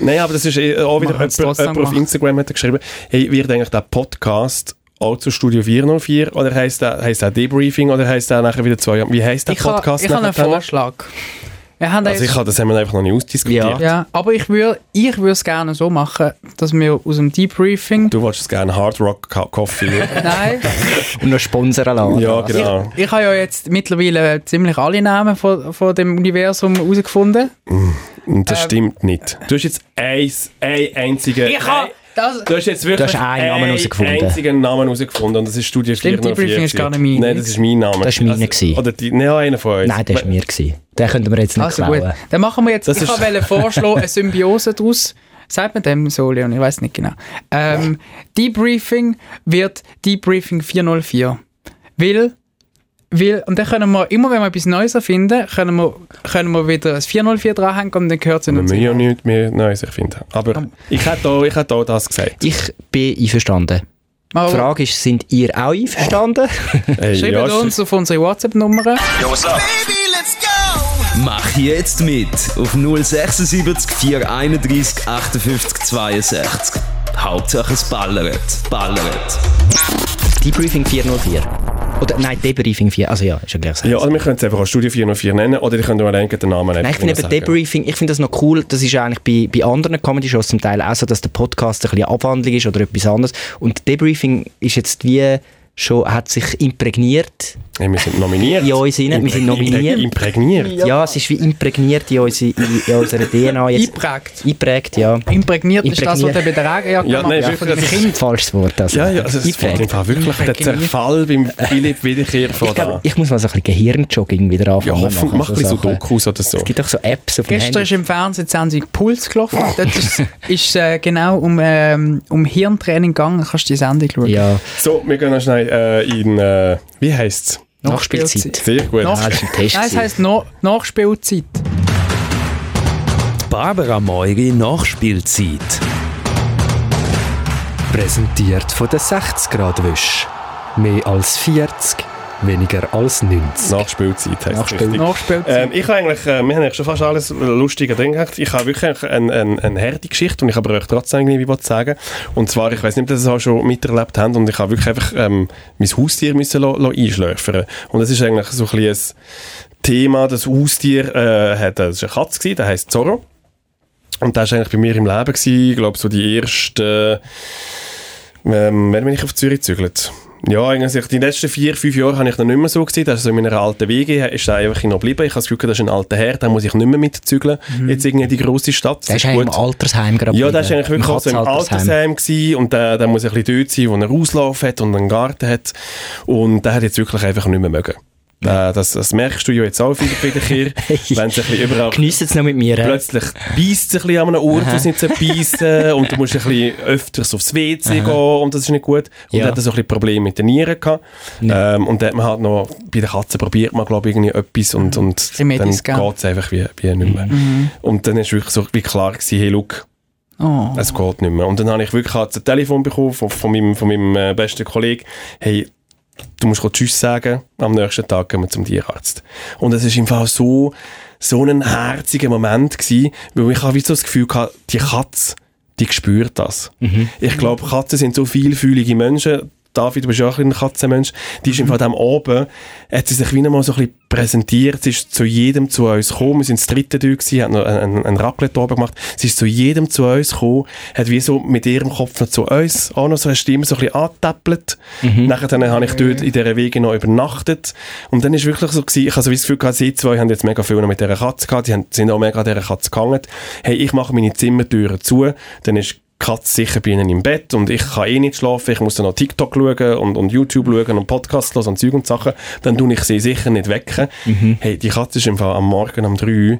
Speaker 1: Nein, aber das ist eh- auch wieder
Speaker 3: Wir haben's
Speaker 1: jemand,
Speaker 3: trotzdem
Speaker 1: jemand auf
Speaker 3: gemacht.
Speaker 1: Instagram hat geschrieben, hey, wird eigentlich der Podcast auch zu Studio 404 oder heisst der, heisst der Debriefing oder heisst der nachher wieder zwei Jahre? Wie heisst der
Speaker 3: ich habe
Speaker 1: Podcast
Speaker 3: ich habe einen
Speaker 1: nachher?
Speaker 3: Vorschlag. Wir haben da
Speaker 1: Also
Speaker 3: jetzt-
Speaker 1: ich habe, das haben wir einfach noch nicht ausdiskutiert.
Speaker 3: ja, aber ich würde ich würde es gerne so machen, dass wir aus dem Debriefing...
Speaker 1: Du wolltest gerne Hard Rock Ka- Coffee.
Speaker 3: Nein,
Speaker 2: Und noch Sponsoren lassen.
Speaker 1: ja, genau.
Speaker 3: ich habe ja jetzt mittlerweile ziemlich alle Namen von, von dem Universum herausgefunden.
Speaker 1: Und
Speaker 3: Ähm,
Speaker 1: das stimmt nicht. Du hast jetzt eins, ein einziger...
Speaker 3: habe... Das,
Speaker 1: Du hast jetzt wirklich
Speaker 2: Du hast einen Namen herausgefunden.
Speaker 1: einzigen Namen herausgefunden und das ist Studio
Speaker 3: Stimmt,
Speaker 1: 404.
Speaker 3: Debriefing ist gar nicht mein,
Speaker 1: Nein,
Speaker 3: nicht?
Speaker 1: das ist mein Name.
Speaker 2: Das ist meiner
Speaker 1: also,
Speaker 2: gewesen.
Speaker 1: Oder die, nein, einer von uns.
Speaker 2: Nein, der war mir. Gewesen. Den könnten wir jetzt nicht
Speaker 3: Also
Speaker 2: klauen.
Speaker 3: gut, dann machen wir jetzt,
Speaker 1: Das
Speaker 3: ich
Speaker 1: ist-
Speaker 3: wollte vorschlagen, eine Symbiose daraus. Sagt man dem so, Leon? Ich weiß nicht genau. Ähm, Debriefing wird Debriefing 404. Weil, weil, und dann können wir, immer wenn wir etwas Neues erfinden, können wir, können wir wieder ein 404 dranhängen und dann gehört es
Speaker 1: Wir
Speaker 3: uns.
Speaker 1: müssen ja nichts mehr Neues erfinden. Aber ich hätte auch, ich hätte auch das gesagt.
Speaker 2: Ich bin einverstanden. Die
Speaker 3: Aber
Speaker 2: Frage ist, sind ihr auch einverstanden?
Speaker 1: Hey,
Speaker 3: schreibt
Speaker 1: ja, ist-
Speaker 3: uns auf unsere WhatsApp-Nummer.
Speaker 5: Mach jetzt mit auf 076 431 58 62. Hauptsache es ballert. Ballert.
Speaker 2: Debriefing 404. Oder nein, Debriefing 4. Also ja, ist ja gleich das
Speaker 1: Ja,
Speaker 2: Gleiche.
Speaker 1: oder wir können es einfach auch Studio 404 nennen oder ihr könnt auch denken, den Namen
Speaker 2: Nein, ich finde eben Debriefing, ich finde das noch cool, das ist eigentlich bei, bei anderen Comedy-Shows zum Teil auch so, dass der Podcast ein bisschen eine Abwandlung ist oder etwas anderes. Und Debriefing ist jetzt wie schon, hat sich imprägniert.
Speaker 1: Hey, wir sind nominiert.
Speaker 2: In uns rein, wir sind nominiert.
Speaker 1: Imprägniert.
Speaker 2: Ja, es ist wie imprägniert in, unsere, in, in unserer DNA jetzt.
Speaker 3: Einprägt.
Speaker 2: Eingeprägt, ja.
Speaker 3: Imprägniert ist das, was
Speaker 2: Imprägniert.
Speaker 3: der bei der Regenjacke
Speaker 1: Ja, nein,
Speaker 3: macht,
Speaker 1: wirklich,
Speaker 3: von den
Speaker 1: das
Speaker 3: Kindern.
Speaker 2: Falsches Wort. Also.
Speaker 1: Ja, ja, also es fällt im
Speaker 2: Eingeprägt.
Speaker 1: Fall wirklich der
Speaker 3: Imprägniert.
Speaker 1: Zerfall beim Philipp Wiederkehr von
Speaker 2: Ich
Speaker 1: da.
Speaker 2: glaube, ich muss mal so ein bisschen Gehirnjogging wieder anfangen.
Speaker 1: Ja, hoffentlich,
Speaker 2: machen,
Speaker 1: mach ein bisschen so
Speaker 2: Sachen.
Speaker 1: Dokus oder so.
Speaker 2: Es gibt doch so Apps auf dem
Speaker 3: Gestern ist
Speaker 2: Handy.
Speaker 3: im Fernsehen die Sendung Puls gelaufen. Dort ist es äh, genau um, ähm, um Hirntraining gegangen. Kannst du die Sendung schauen?
Speaker 2: Ja,
Speaker 1: So, wir gehen noch schnell äh, in, äh, wie heisst
Speaker 2: Nachspielzeit.
Speaker 1: es? Sehr gut.
Speaker 3: Nach-
Speaker 2: Ah, das war ein Test
Speaker 3: Nein, es
Speaker 2: gewesen.
Speaker 3: heisst no Nachspielzeit.
Speaker 6: Barbara Meuri Nachspielzeit. Präsentiert von der 60 Grad Wisch. Mehr als 40, weniger als 90.
Speaker 1: Nachspielzeit heisst es
Speaker 2: Nachspiel-
Speaker 1: richtig.
Speaker 3: Nachspielzeit.
Speaker 1: Ähm, ich habe eigentlich, äh, wir haben eigentlich schon fast alles Lustige drin gehabt. Ich habe wirklich eine, eine, eine harte Geschichte und ich habe euch trotzdem irgendwie was zu sagen. Und zwar, ich weiß nicht, ob ihr das auch schon miterlebt habt und ich habe wirklich einfach ähm, mein Haustier müssen lo, lo einschläfern. Und es ist eigentlich so ein bisschen ein Thema, das Haustier äh, hat, das ist eine Katze gewesen, der heißt Zorro. Und der war eigentlich bei mir im Leben, gewesen, ich glaube so die ersten, ähm, wann bin ich auf Zürich gezügelt? Ja, eigentlich also die letzten vier, fünf Jahre habe ich ihn nicht mehr so gesehen. Also in meiner alten WG ist er einfach noch geblieben. Ich habe das Gefühl, das ist ein alter Herr, den muss ich nicht mehr mitzügeln. Jetzt irgendwie in die grosse Stadt.
Speaker 2: Mhm. Der
Speaker 1: Das
Speaker 2: ist eigentlich im Altersheim gerade
Speaker 1: ja, das
Speaker 2: geblieben.
Speaker 1: war eigentlich wirklich
Speaker 2: Im
Speaker 1: auch so im
Speaker 2: Katzenaltersheim.
Speaker 1: Altersheim gewesen. und der, der muss ein bisschen dort sein, wo er Auslauf hat und einen Garten hat und der hat jetzt wirklich einfach nicht mehr mögen. Äh, Das, das merkst du ja jetzt auch wieder bei dir, wenn es ein bisschen überall
Speaker 2: Genießt es noch mit mir. hä?
Speaker 1: plötzlich beißt es ein bisschen an einem Ort, wo es nicht so beißen und du musst ein bisschen öfters aufs WC gehen und das ist nicht gut. Und
Speaker 2: Ja.
Speaker 1: er hat so ein bisschen Probleme mit den Nieren gehabt. Ähm, und dann hat man halt noch, bei der Katze probiert man glaube ich irgendwie etwas und, und dann
Speaker 3: bisschen
Speaker 1: geht
Speaker 3: Medis, gell? Mhm.
Speaker 1: es einfach wie, wie nicht mehr. Und dann ist wirklich so wie klar gewesen, hey, look,
Speaker 3: oh.
Speaker 1: es geht nicht mehr. Und dann habe ich wirklich halt ein Telefon bekommen von, von meinem, von meinem äh, besten Kollegen. Hey, du musst kurz Tschüss sagen. Am nächsten Tag gehen wir zum Tierarzt. Und es ist im Fall so, so ein herziger Moment gewesen, weil ich habe wie so das Gefühl gehabt, die Katze, die spürt das. Ich glaube, Katzen sind so vielfühlige Menschen, David, du bist ja auch ein kleiner Katzenmensch, die ist im Fall dem oben, hat sie sich wieder mal so ein bisschen präsentiert, sie ist zu jedem zu uns gekommen, wir sind das dritte Tag gewesen, hat noch einen, einen Raclette oben gemacht, sie ist zu jedem zu uns gekommen, hat wie so mit ihrem Kopf noch zu uns, auch noch so eine Stimme so ein bisschen angetäppelt, nachher dann habe ich dort in dieser Wege noch übernachtet und dann ist wirklich so gewesen, ich habe so wie das Gefühl gehabt, sie zwei haben jetzt mega viel noch mit dieser Katze gehabt, die haben, sind auch mega an dieser Katze gehangen, hey, ich mache meine Zimmertüren zu, dann ist die Katze sicher bei ihnen im Bett und ich kann eh nicht schlafen, ich muss dann noch TikTok schauen und, und YouTube schauen und Podcasts hören und Zeug und Sachen, dann tue ich sie sicher nicht wecken. Hey, die Katze ist im Fall am Morgen um 3 Uhr,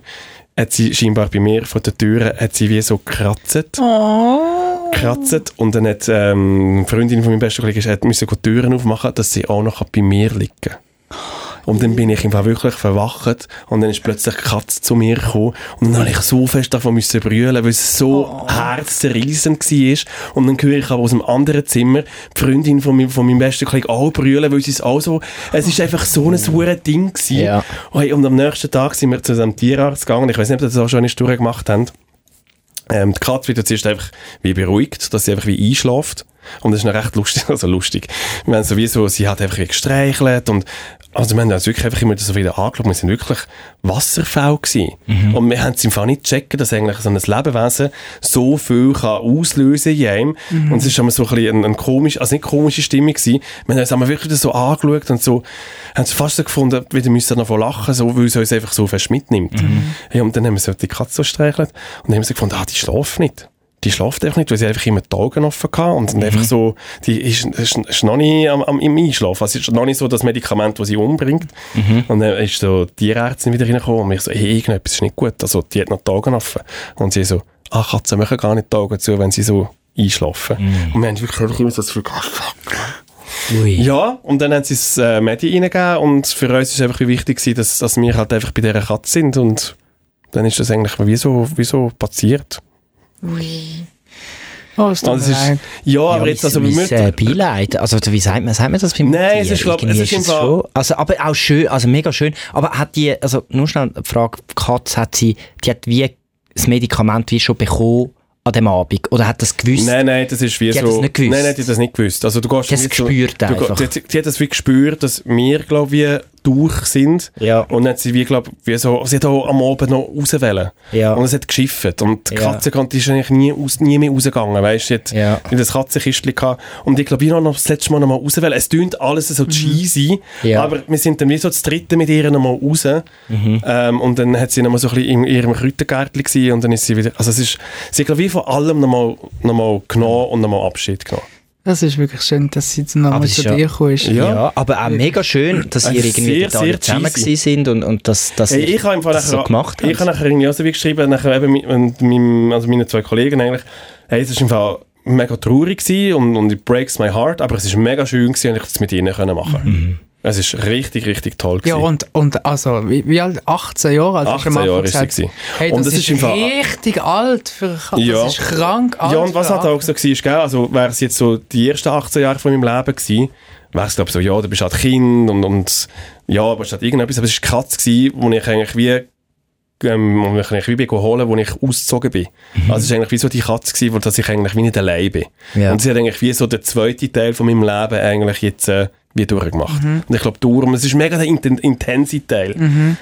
Speaker 1: hat sie scheinbar bei mir vor der Tür, hat sie wie so gekratzt.
Speaker 3: Oh,
Speaker 1: Gekratzt und dann hat ähm, eine Freundin von meinem besten Kollegen gesagt, müssen die Türen aufmachen, dass sie auch noch bei mir liegen kann. Und dann bin ich im Fall wirklich verwacht und dann ist plötzlich die Katze zu mir gekommen und dann habe ich so fest davon müssen brüllen, weil es so herzzerreißend war. Und dann höre ich aber aus dem anderen Zimmer die Freundin von, meinem- von meinem besten Kollegen auch brüllen, weil sie es auch so, es ist einfach so ein hure Ding gewesen.
Speaker 2: Ja.
Speaker 1: Oh, hey, und am nächsten Tag sind wir zu einem Tierarzt gegangen, ich weiß nicht, ob das auch schon eine Tour gemacht haben. Ähm, die Katze wird jetzt erst einfach wie beruhigt, dass sie einfach wie einschläft. Und das ist noch recht lustig, also lustig. Wir haben sowieso, sie hat einfach wie gestreichelt und, also wir haben uns wirklich einfach immer so wieder angeschaut, wir sind wirklich Wasserfälle gewesen. Und wir haben es im Fall nicht checken, dass eigentlich so ein Lebewesen so viel kann auslösen in einem. Und es ist immer so ein bisschen ein, ein komisch, also nicht komische Stimmung gewesen. Wir haben uns einmal wirklich so angeschaut und so, haben es fast so gefunden, wir müssen davon lachen, so, weil es uns einfach so fest mitnimmt. Ja, und dann haben wir so die Katze so streichelt und dann haben wir so gefunden, ah, die schlaft nicht. Die schlaft einfach nicht, weil sie einfach immer die Augen offen hatte und dann einfach so, die ist, ist, ist noch nicht am, am, im Einschlafen. Also es ist noch nicht so das Medikament, das sie umbringt. Und dann ist so die Tierärztin wieder reingekommen und mir so, hey, irgendetwas ist nicht gut. Also die hat noch die Augen offen. Und sie so, ah, Katzen machen gar nicht die Augen zu, wenn sie so einschlafen. Und wir haben wirklich immer so das Gefühl, gehabt, fuck,
Speaker 2: äh,
Speaker 1: ja, und dann haben sie das äh, Medi reingegeben und für uns ist einfach wie wichtig, gewesen, dass, dass wir halt einfach bei dieser Katze sind und dann ist das eigentlich wie so, wie so passiert.
Speaker 3: Oh, es
Speaker 1: Also
Speaker 3: tut mir
Speaker 1: es ist,
Speaker 3: leid.
Speaker 1: ja, aber jetzt, also wir
Speaker 2: mein,
Speaker 1: müssen...
Speaker 2: äh, Beileid, also oder wie sagt man, sagt man das beim
Speaker 1: Nein,
Speaker 2: Tier?
Speaker 1: es ist, glaub,
Speaker 2: Irgendwie
Speaker 1: es ist im Fall-
Speaker 2: schon, also, aber auch schön, also mega schön, aber hat die, also nur schnell die Frage, die Katze hat sie, die hat wie das Medikament wie schon bekommen an dem Abend, oder hat das gewusst?
Speaker 1: Nein, nein, das ist wie
Speaker 2: Die
Speaker 1: so...
Speaker 2: hat das nicht gewusst.
Speaker 1: Nein, nein, die hat das nicht gewusst. Also du gehst...
Speaker 2: Die hat es
Speaker 1: nicht so-
Speaker 2: gespürt
Speaker 1: du geh-
Speaker 2: einfach.
Speaker 1: Die, hat- die hat das wie gespürt, dass wir, glaube ich, durch sind.
Speaker 2: Ja.
Speaker 1: Und dann hat sie wie, glaube wie so... Sie hat auch am Abend noch rauswählen.
Speaker 2: Ja.
Speaker 1: Und es hat geschifft. Und die
Speaker 2: Ja.
Speaker 1: Katze konnte, die ist eigentlich nie, aus, nie mehr rausgegangen, weißt du? Sie hat-
Speaker 2: Ja.
Speaker 1: in das Katzenkistchen gehabt. Und ich glaube, ich habe noch das letzte Mal noch mal raus, weil es tönt alles so cheesy,
Speaker 2: Mhm. Ja. Mhm.
Speaker 1: aber wir sind dann wie so das dritte mit ihr noch mal raus. Ähm, und dann hat sie noch mal so ein bisschen in ihrem Kräutergärtchen gewesen und dann ist sie wieder, also es ist, sie hat glaube ich von allem noch mal, noch mal genommen und noch mal Abschied genommen.
Speaker 3: Das ist wirklich schön, dass sie jetzt nochmal
Speaker 2: es
Speaker 3: zu
Speaker 2: Ah, ist ja-
Speaker 3: dir gekommen ist.
Speaker 2: Ja. aber auch mega schön, dass ihr
Speaker 1: Also
Speaker 2: irgendwie
Speaker 1: Äh, sehr,
Speaker 2: dort alle
Speaker 1: sehr
Speaker 2: zusammen
Speaker 1: cheesy.
Speaker 2: gewesen sind und, und dass, dass
Speaker 1: Hey,
Speaker 2: ihr
Speaker 1: ich habe im Fall
Speaker 2: das
Speaker 1: nachher,
Speaker 2: so gemacht
Speaker 1: ich habe
Speaker 2: habt.
Speaker 1: nachher irgendwie auch so wie geschrieben, nachher eben mit, mit meinem, also meinen zwei Kollegen eigentlich, hey, es ist im Fall mega traurig gewesen und, und it breaks my heart, aber es ist mega schön gewesen und ich das mit ihnen können machen.
Speaker 2: Mhm.
Speaker 1: Es ist richtig, richtig toll
Speaker 3: Ja,
Speaker 1: gewesen.
Speaker 3: und, und also, wie, wie alt? 18 Jahre alt? hast du am
Speaker 1: 18 Jahre
Speaker 3: Anfang
Speaker 1: ist sie
Speaker 3: gesagt.
Speaker 1: gewesen.
Speaker 3: Hey,
Speaker 1: Und
Speaker 3: das,
Speaker 1: das
Speaker 3: ist,
Speaker 1: ist im Fall-
Speaker 3: richtig alt für eine Katze.
Speaker 1: Ja.
Speaker 3: Das ist krank alt
Speaker 1: Ja, und was
Speaker 3: für
Speaker 1: halt auch so war, gell? also wäre es jetzt so die ersten 18 Jahre von meinem Leben gewesen, wäre es glaube so, ja, du bist halt Kind und, und ja, aber es ist halt irgendetwas, aber es war die Katze, gewesen, wo ich eigentlich wie ähm, wo ich eigentlich wie bin geholt, wo ich ausgezogen bin. Also es war eigentlich wie so die Katze, gewesen, wo dass ich eigentlich wie nicht allein bin.
Speaker 2: Ja.
Speaker 1: Und sie hat eigentlich wie so den zweiten Teil von meinem Leben eigentlich jetzt äh, wie durchgemacht.
Speaker 2: Mhm.
Speaker 1: Und ich glaube, darum, es ist mega der inten intense Teil,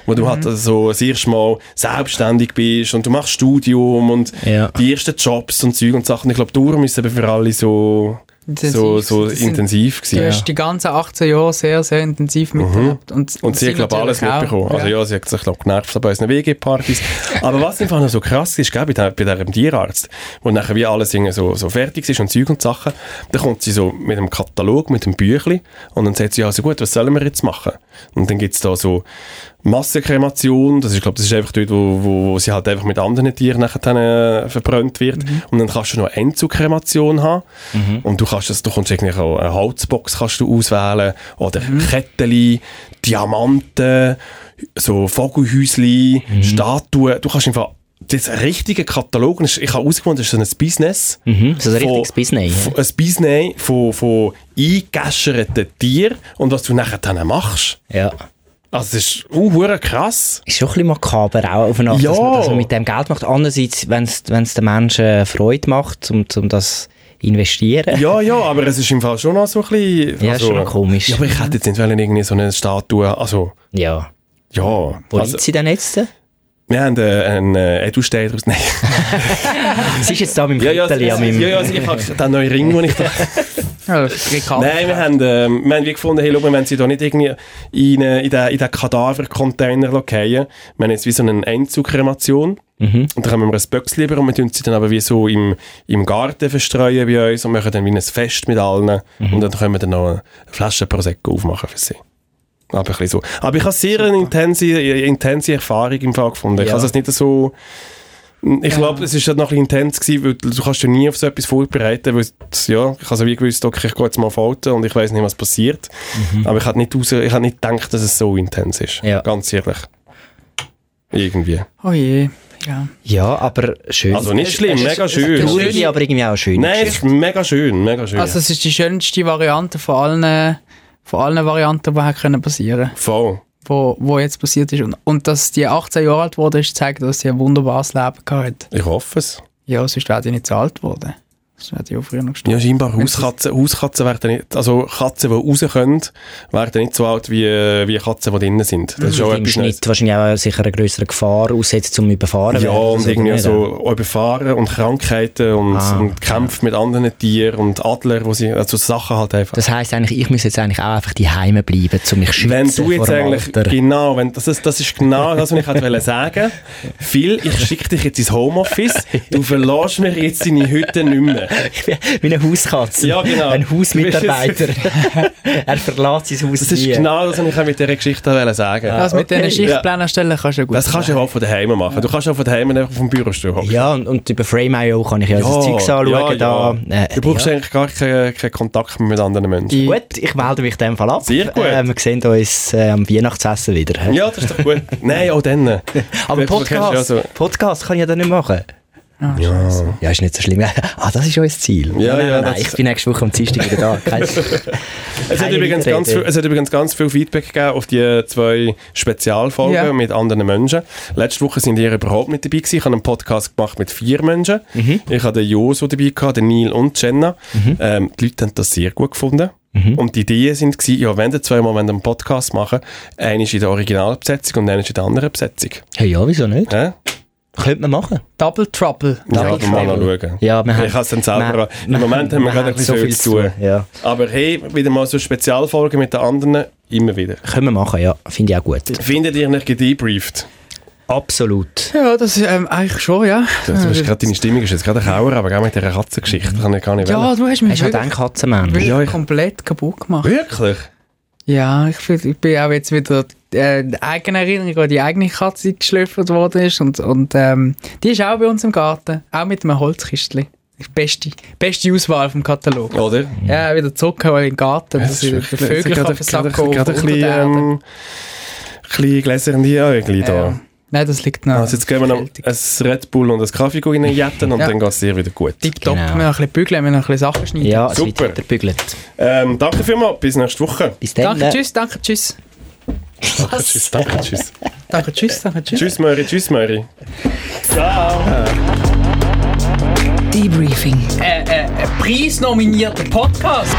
Speaker 1: wo du
Speaker 2: Mhm.
Speaker 1: halt also das erste Mal selbstständig bist und du machst Studium und
Speaker 2: Ja.
Speaker 1: die ersten Jobs und Zeug und Sachen. Ich glaube, darum ist es eben für alle so
Speaker 3: Intensiv
Speaker 1: so, so
Speaker 3: gewesen.
Speaker 1: intensiv
Speaker 3: Du
Speaker 1: gewesen.
Speaker 3: hast die ganzen 18 Jahre sehr, sehr intensiv miterlebt. Und,
Speaker 1: Mhm. Und sie hat, glaube alles
Speaker 3: natürlich auch.
Speaker 1: mitbekommen. Also ja, sie hat sich, glaube genervt bei unseren WG-Partys. Aber was im Fall noch so krass ist, gell, bei, der, bei diesem Tierarzt, wo nachher wie alles irgendwie so, so fertig ist und Zeug und Sachen, dann kommt sie so mit einem Katalog, mit einem Büchli und dann sagt sie, ja, also gut, was sollen wir jetzt machen? Und dann gibt's da so Massenkremation, das ist, glaube das ist einfach dort, wo, wo, wo sie halt einfach mit anderen Tieren nachher dann, äh, verbrannt wird.
Speaker 2: Mhm.
Speaker 1: Und dann kannst du noch Endzugkremation haben. Und du kannst das, du kannst eigentlich auch eine Holzbox kannst du auswählen oder
Speaker 2: Mhm.
Speaker 1: Ketteli, Diamanten, so Vogelhäusli,
Speaker 2: Mhm.
Speaker 1: Statuen. Du kannst einfach das richtige Katalog, und ich habe ausgefunden, das ist so ein Business.
Speaker 2: Mhm, so ein richtiges
Speaker 1: Von-
Speaker 2: Business, ja.
Speaker 1: Von, ein Business von, von eingeäscherten Tieren und was du nachher dann machst.
Speaker 2: ja.
Speaker 1: Also, es ist uh, hure krass.
Speaker 2: Ist schon ein bisschen makaber auch auf eine Art,
Speaker 1: Ja.
Speaker 2: äh, dass, man, dass man mit dem Geld macht. Andererseits, wenn es den Menschen Freude macht, um, um das investieren.
Speaker 1: Ja, ja, aber es ist im Fall schon noch so ein bisschen... Also,
Speaker 2: Ja, ist schon noch komisch.
Speaker 1: Ja, aber ich hätte jetzt nicht wollen, irgendwie so eine Statue... Also,
Speaker 2: Ja.
Speaker 1: ja.
Speaker 2: Wo
Speaker 1: also,
Speaker 2: liegt sie denn jetzt?
Speaker 1: wir haben äh, einen äh, Edu-Stein draus... Nein.
Speaker 2: Sie ist jetzt da mit dem
Speaker 1: Ja, ja,
Speaker 2: Kittel
Speaker 1: ja,
Speaker 2: an meinem...
Speaker 1: ja, ja, also ich habe den neuen Ring, den ich da...
Speaker 3: Ja, Ricardo.
Speaker 1: Nein, wir haben, ähm, wir haben wie gefunden, hey, schau, wir haben sie da nicht irgendwie in, äh, in den, in den Kadaver-Container fallen. Wir haben jetzt wie so eine Einzugkremation. Und dann haben wir ein Böckchen über und wir tun sie dann aber wie so im, im Garten verstreuen bei uns und machen dann wie ein Fest mit allen. Und dann können wir dann noch eine Flasche Prosecco aufmachen für sie. Aber, ein bisschen so. aber ich habe sehr eine intense, eine intense Erfahrung im Fall gefunden. Ich
Speaker 2: Ja.
Speaker 1: habe es nicht so... Ich glaube, es war halt noch ein bisschen intens, gewesen, weil du kannst ja nie auf so etwas vorbereiten, weil es- ja, ich also wie gewusst, okay, ich gehe jetzt mal falten und ich weiß nicht, was passiert. Aber ich habe nicht, raus, ich hab nicht gedacht, dass es so intens ist.
Speaker 2: Ja.
Speaker 1: Ganz ehrlich. Irgendwie.
Speaker 3: Oh je. Ja.
Speaker 2: Ja, aber schön.
Speaker 1: Also nicht schlimm, mega schön.
Speaker 2: Traurige, aber irgendwie auch schön.
Speaker 1: Nein, es ist mega schön, mega schön.
Speaker 3: Also es ist die schönste Variante von allen, von allen Varianten, die hätte können passieren
Speaker 1: Voll.
Speaker 3: wo, wo jetzt passiert ist. Und, und dass die 18 Jahre alt wurde, ist, zeigt, dass sie ein wunderbares Leben gehabt hat.
Speaker 1: Ich hoffe es.
Speaker 3: Ja, sonst wäre die nicht so alt geworden. Sonst wäre die auch früher noch
Speaker 1: Ja,
Speaker 3: gestorben.
Speaker 1: scheinbar Hauskatzen, Hauskatzen werden nicht, also Katzen, die raus können, werden nicht so alt wie, äh, wie Katzen, die drinnen sind. Das ist auch
Speaker 2: Also Im
Speaker 1: etwas Neues.
Speaker 2: Schnitt wahrscheinlich auch sicher eine größere Gefahr aussetzt, zum überfahren
Speaker 1: Ja,
Speaker 2: werden,
Speaker 1: und
Speaker 2: also,
Speaker 1: irgendwie
Speaker 2: oder
Speaker 1: so auch Überfahren und Krankheiten und,
Speaker 2: Ah.
Speaker 1: und Kämpfe mit anderen Tieren und Adler, wo sie, also Sachen halt einfach.
Speaker 2: Das heisst eigentlich, ich muss jetzt eigentlich auch einfach die Heime bleiben, um mich schützen
Speaker 1: wenn du
Speaker 2: vor
Speaker 1: jetzt
Speaker 2: dem
Speaker 1: eigentlich,
Speaker 2: Alter.
Speaker 1: genau, wenn, das, ist, das ist genau das, was ich hätte wollen sagen Phil, ich schicke dich jetzt ins Homeoffice, du verlässt mir jetzt deine Hütte nicht mehr.
Speaker 2: Wie eine Hauskatze.
Speaker 1: Ja, genau.
Speaker 2: Ein Hausmitarbeiter.
Speaker 1: Du
Speaker 2: er verlässt sein Haus
Speaker 1: Das ist
Speaker 2: nie.
Speaker 1: genau das, was ich mit dieser Geschichte wollte sagen
Speaker 2: Ah,
Speaker 3: Das mit diesen Schichtplänen stellen kannst du ja gut.
Speaker 1: Ah, Das kannst du ja auch von daheim machen. Du kannst auch von daheim einfach vom Bürostuhl hocken.
Speaker 2: Ja, und, und über Frame.io kann ich ja, das Zeug anschauen. da. Äh,
Speaker 1: du brauchst
Speaker 2: ja.
Speaker 1: eigentlich gar keinen keinen Kontakt mehr mit anderen Menschen.
Speaker 3: Die-
Speaker 2: Gut, ich melde mich in dem Fall ab.
Speaker 1: Sehr gut.
Speaker 2: Äh, wir sehen uns äh, am Weihnachtsessen wieder. hä?
Speaker 1: Ja, das ist doch gut. Nein, auch dann.
Speaker 2: Aber
Speaker 1: Du kennst
Speaker 2: Podcast,
Speaker 1: ja so-
Speaker 2: Podcast kann ich ja dann nicht machen.
Speaker 1: Ja.
Speaker 2: Ja, ist nicht so schlimm. ah, das ist unser Ziel.
Speaker 1: Ja,
Speaker 2: nein, nein,
Speaker 1: ja,
Speaker 2: nein,
Speaker 1: das-
Speaker 2: ich bin nächste Woche am Dienstag wieder da. Kein-
Speaker 1: Es, hat
Speaker 2: Keine
Speaker 1: übrigens ganz viel,
Speaker 2: Widerrede.
Speaker 1: es hat übrigens ganz viel Feedback gegeben auf die zwei Spezialfolgen
Speaker 3: Ja.
Speaker 1: mit anderen Menschen. Letzte Woche sind ihr überhaupt nicht dabei gewesen. Ich habe einen Podcast gemacht mit vier Menschen. Ich hatte den Joso dabei, gehabt, den Neil und die Jenna. Ähm, die Leute haben das sehr gut gefunden. Und die Ideen sind gewesen, ja, wenn ihr zweimal wollt einen Podcast machen eine ist in der Originalbesetzung und eine ist in der anderen Besetzung.
Speaker 2: ja, ja, wieso nicht?
Speaker 1: Hä?
Speaker 2: Könnte man machen.
Speaker 3: Double Trouble.
Speaker 1: Ja, genau.
Speaker 2: Double
Speaker 1: aber mal noch
Speaker 2: Trouble.
Speaker 1: schauen.
Speaker 2: Ja, wir haben-
Speaker 1: ich kann es dann
Speaker 2: wir-
Speaker 1: selber. Im Moment haben wir gerade ein
Speaker 2: so
Speaker 1: bisschen viel zu tun.
Speaker 2: Ja.
Speaker 1: Aber hey, wieder mal so Spezialfolgen mit den anderen, immer wieder.
Speaker 2: Können wir machen, ja. Finde ich auch gut.
Speaker 1: Findet ihr nicht gedebrieft?
Speaker 2: Absolut.
Speaker 3: Ja, das ist ähm, eigentlich schon, ja.
Speaker 1: Du, du bist gerade deine Stimmung ist jetzt gerade ein Kauer, aber auch mit dieser Katzengeschichte kann ich gar nicht
Speaker 3: Ja,
Speaker 1: wollen.
Speaker 3: du hast mich
Speaker 2: Hast du auch
Speaker 3: wirklich,
Speaker 2: den Katzenmann?
Speaker 3: wirklich
Speaker 1: Ja, ich-
Speaker 3: komplett kaputt gemacht.
Speaker 1: Wirklich?
Speaker 3: Ja, ich, fühl- ich bin auch jetzt wieder äh, die eigene Erinnerung, an die eigene Katze die geschlüpft worden ist und, und ähm, die ist auch bei uns im Garten, auch mit einem Holzkistchen. Die Beste, beste Auswahl vom Katalog.
Speaker 1: Oder?
Speaker 3: Ja, wieder zurückholen in den Garten, dass ich den
Speaker 1: wirklich- jetzt
Speaker 3: Vögel
Speaker 1: gerade-
Speaker 3: auf den Sack
Speaker 1: gerade-
Speaker 3: geholt
Speaker 1: gerade ein
Speaker 3: unter
Speaker 1: bisschen,
Speaker 3: der Erde.
Speaker 1: ähm, bisschen Gläser in die Augen da.
Speaker 3: Ja. Nein, das liegt noch.
Speaker 1: Also jetzt gehen wir noch ein Red Bull und ein Kaffee reinjetten und
Speaker 3: Ja.
Speaker 1: dann geht es dir wieder gut.
Speaker 3: Tipptopp,
Speaker 2: Genau.
Speaker 3: wir haben noch ein bisschen bügeln, wir haben noch ein bisschen Sachen schneiden.
Speaker 2: Ja, es
Speaker 1: Super.
Speaker 2: wird verbügelt.
Speaker 1: Ähm, danke vielmals, bis nächste Woche.
Speaker 2: Bis dann.
Speaker 3: Danke, tschüss, danke, tschüss.
Speaker 1: Danke, tschüss, danke, tschüss.
Speaker 3: Danke, tschüss, danke, tschüss.
Speaker 1: tschüss, Möri, tschüss, Möri.
Speaker 4: Debriefing.
Speaker 3: Äh, äh, preisnominierter Podcast.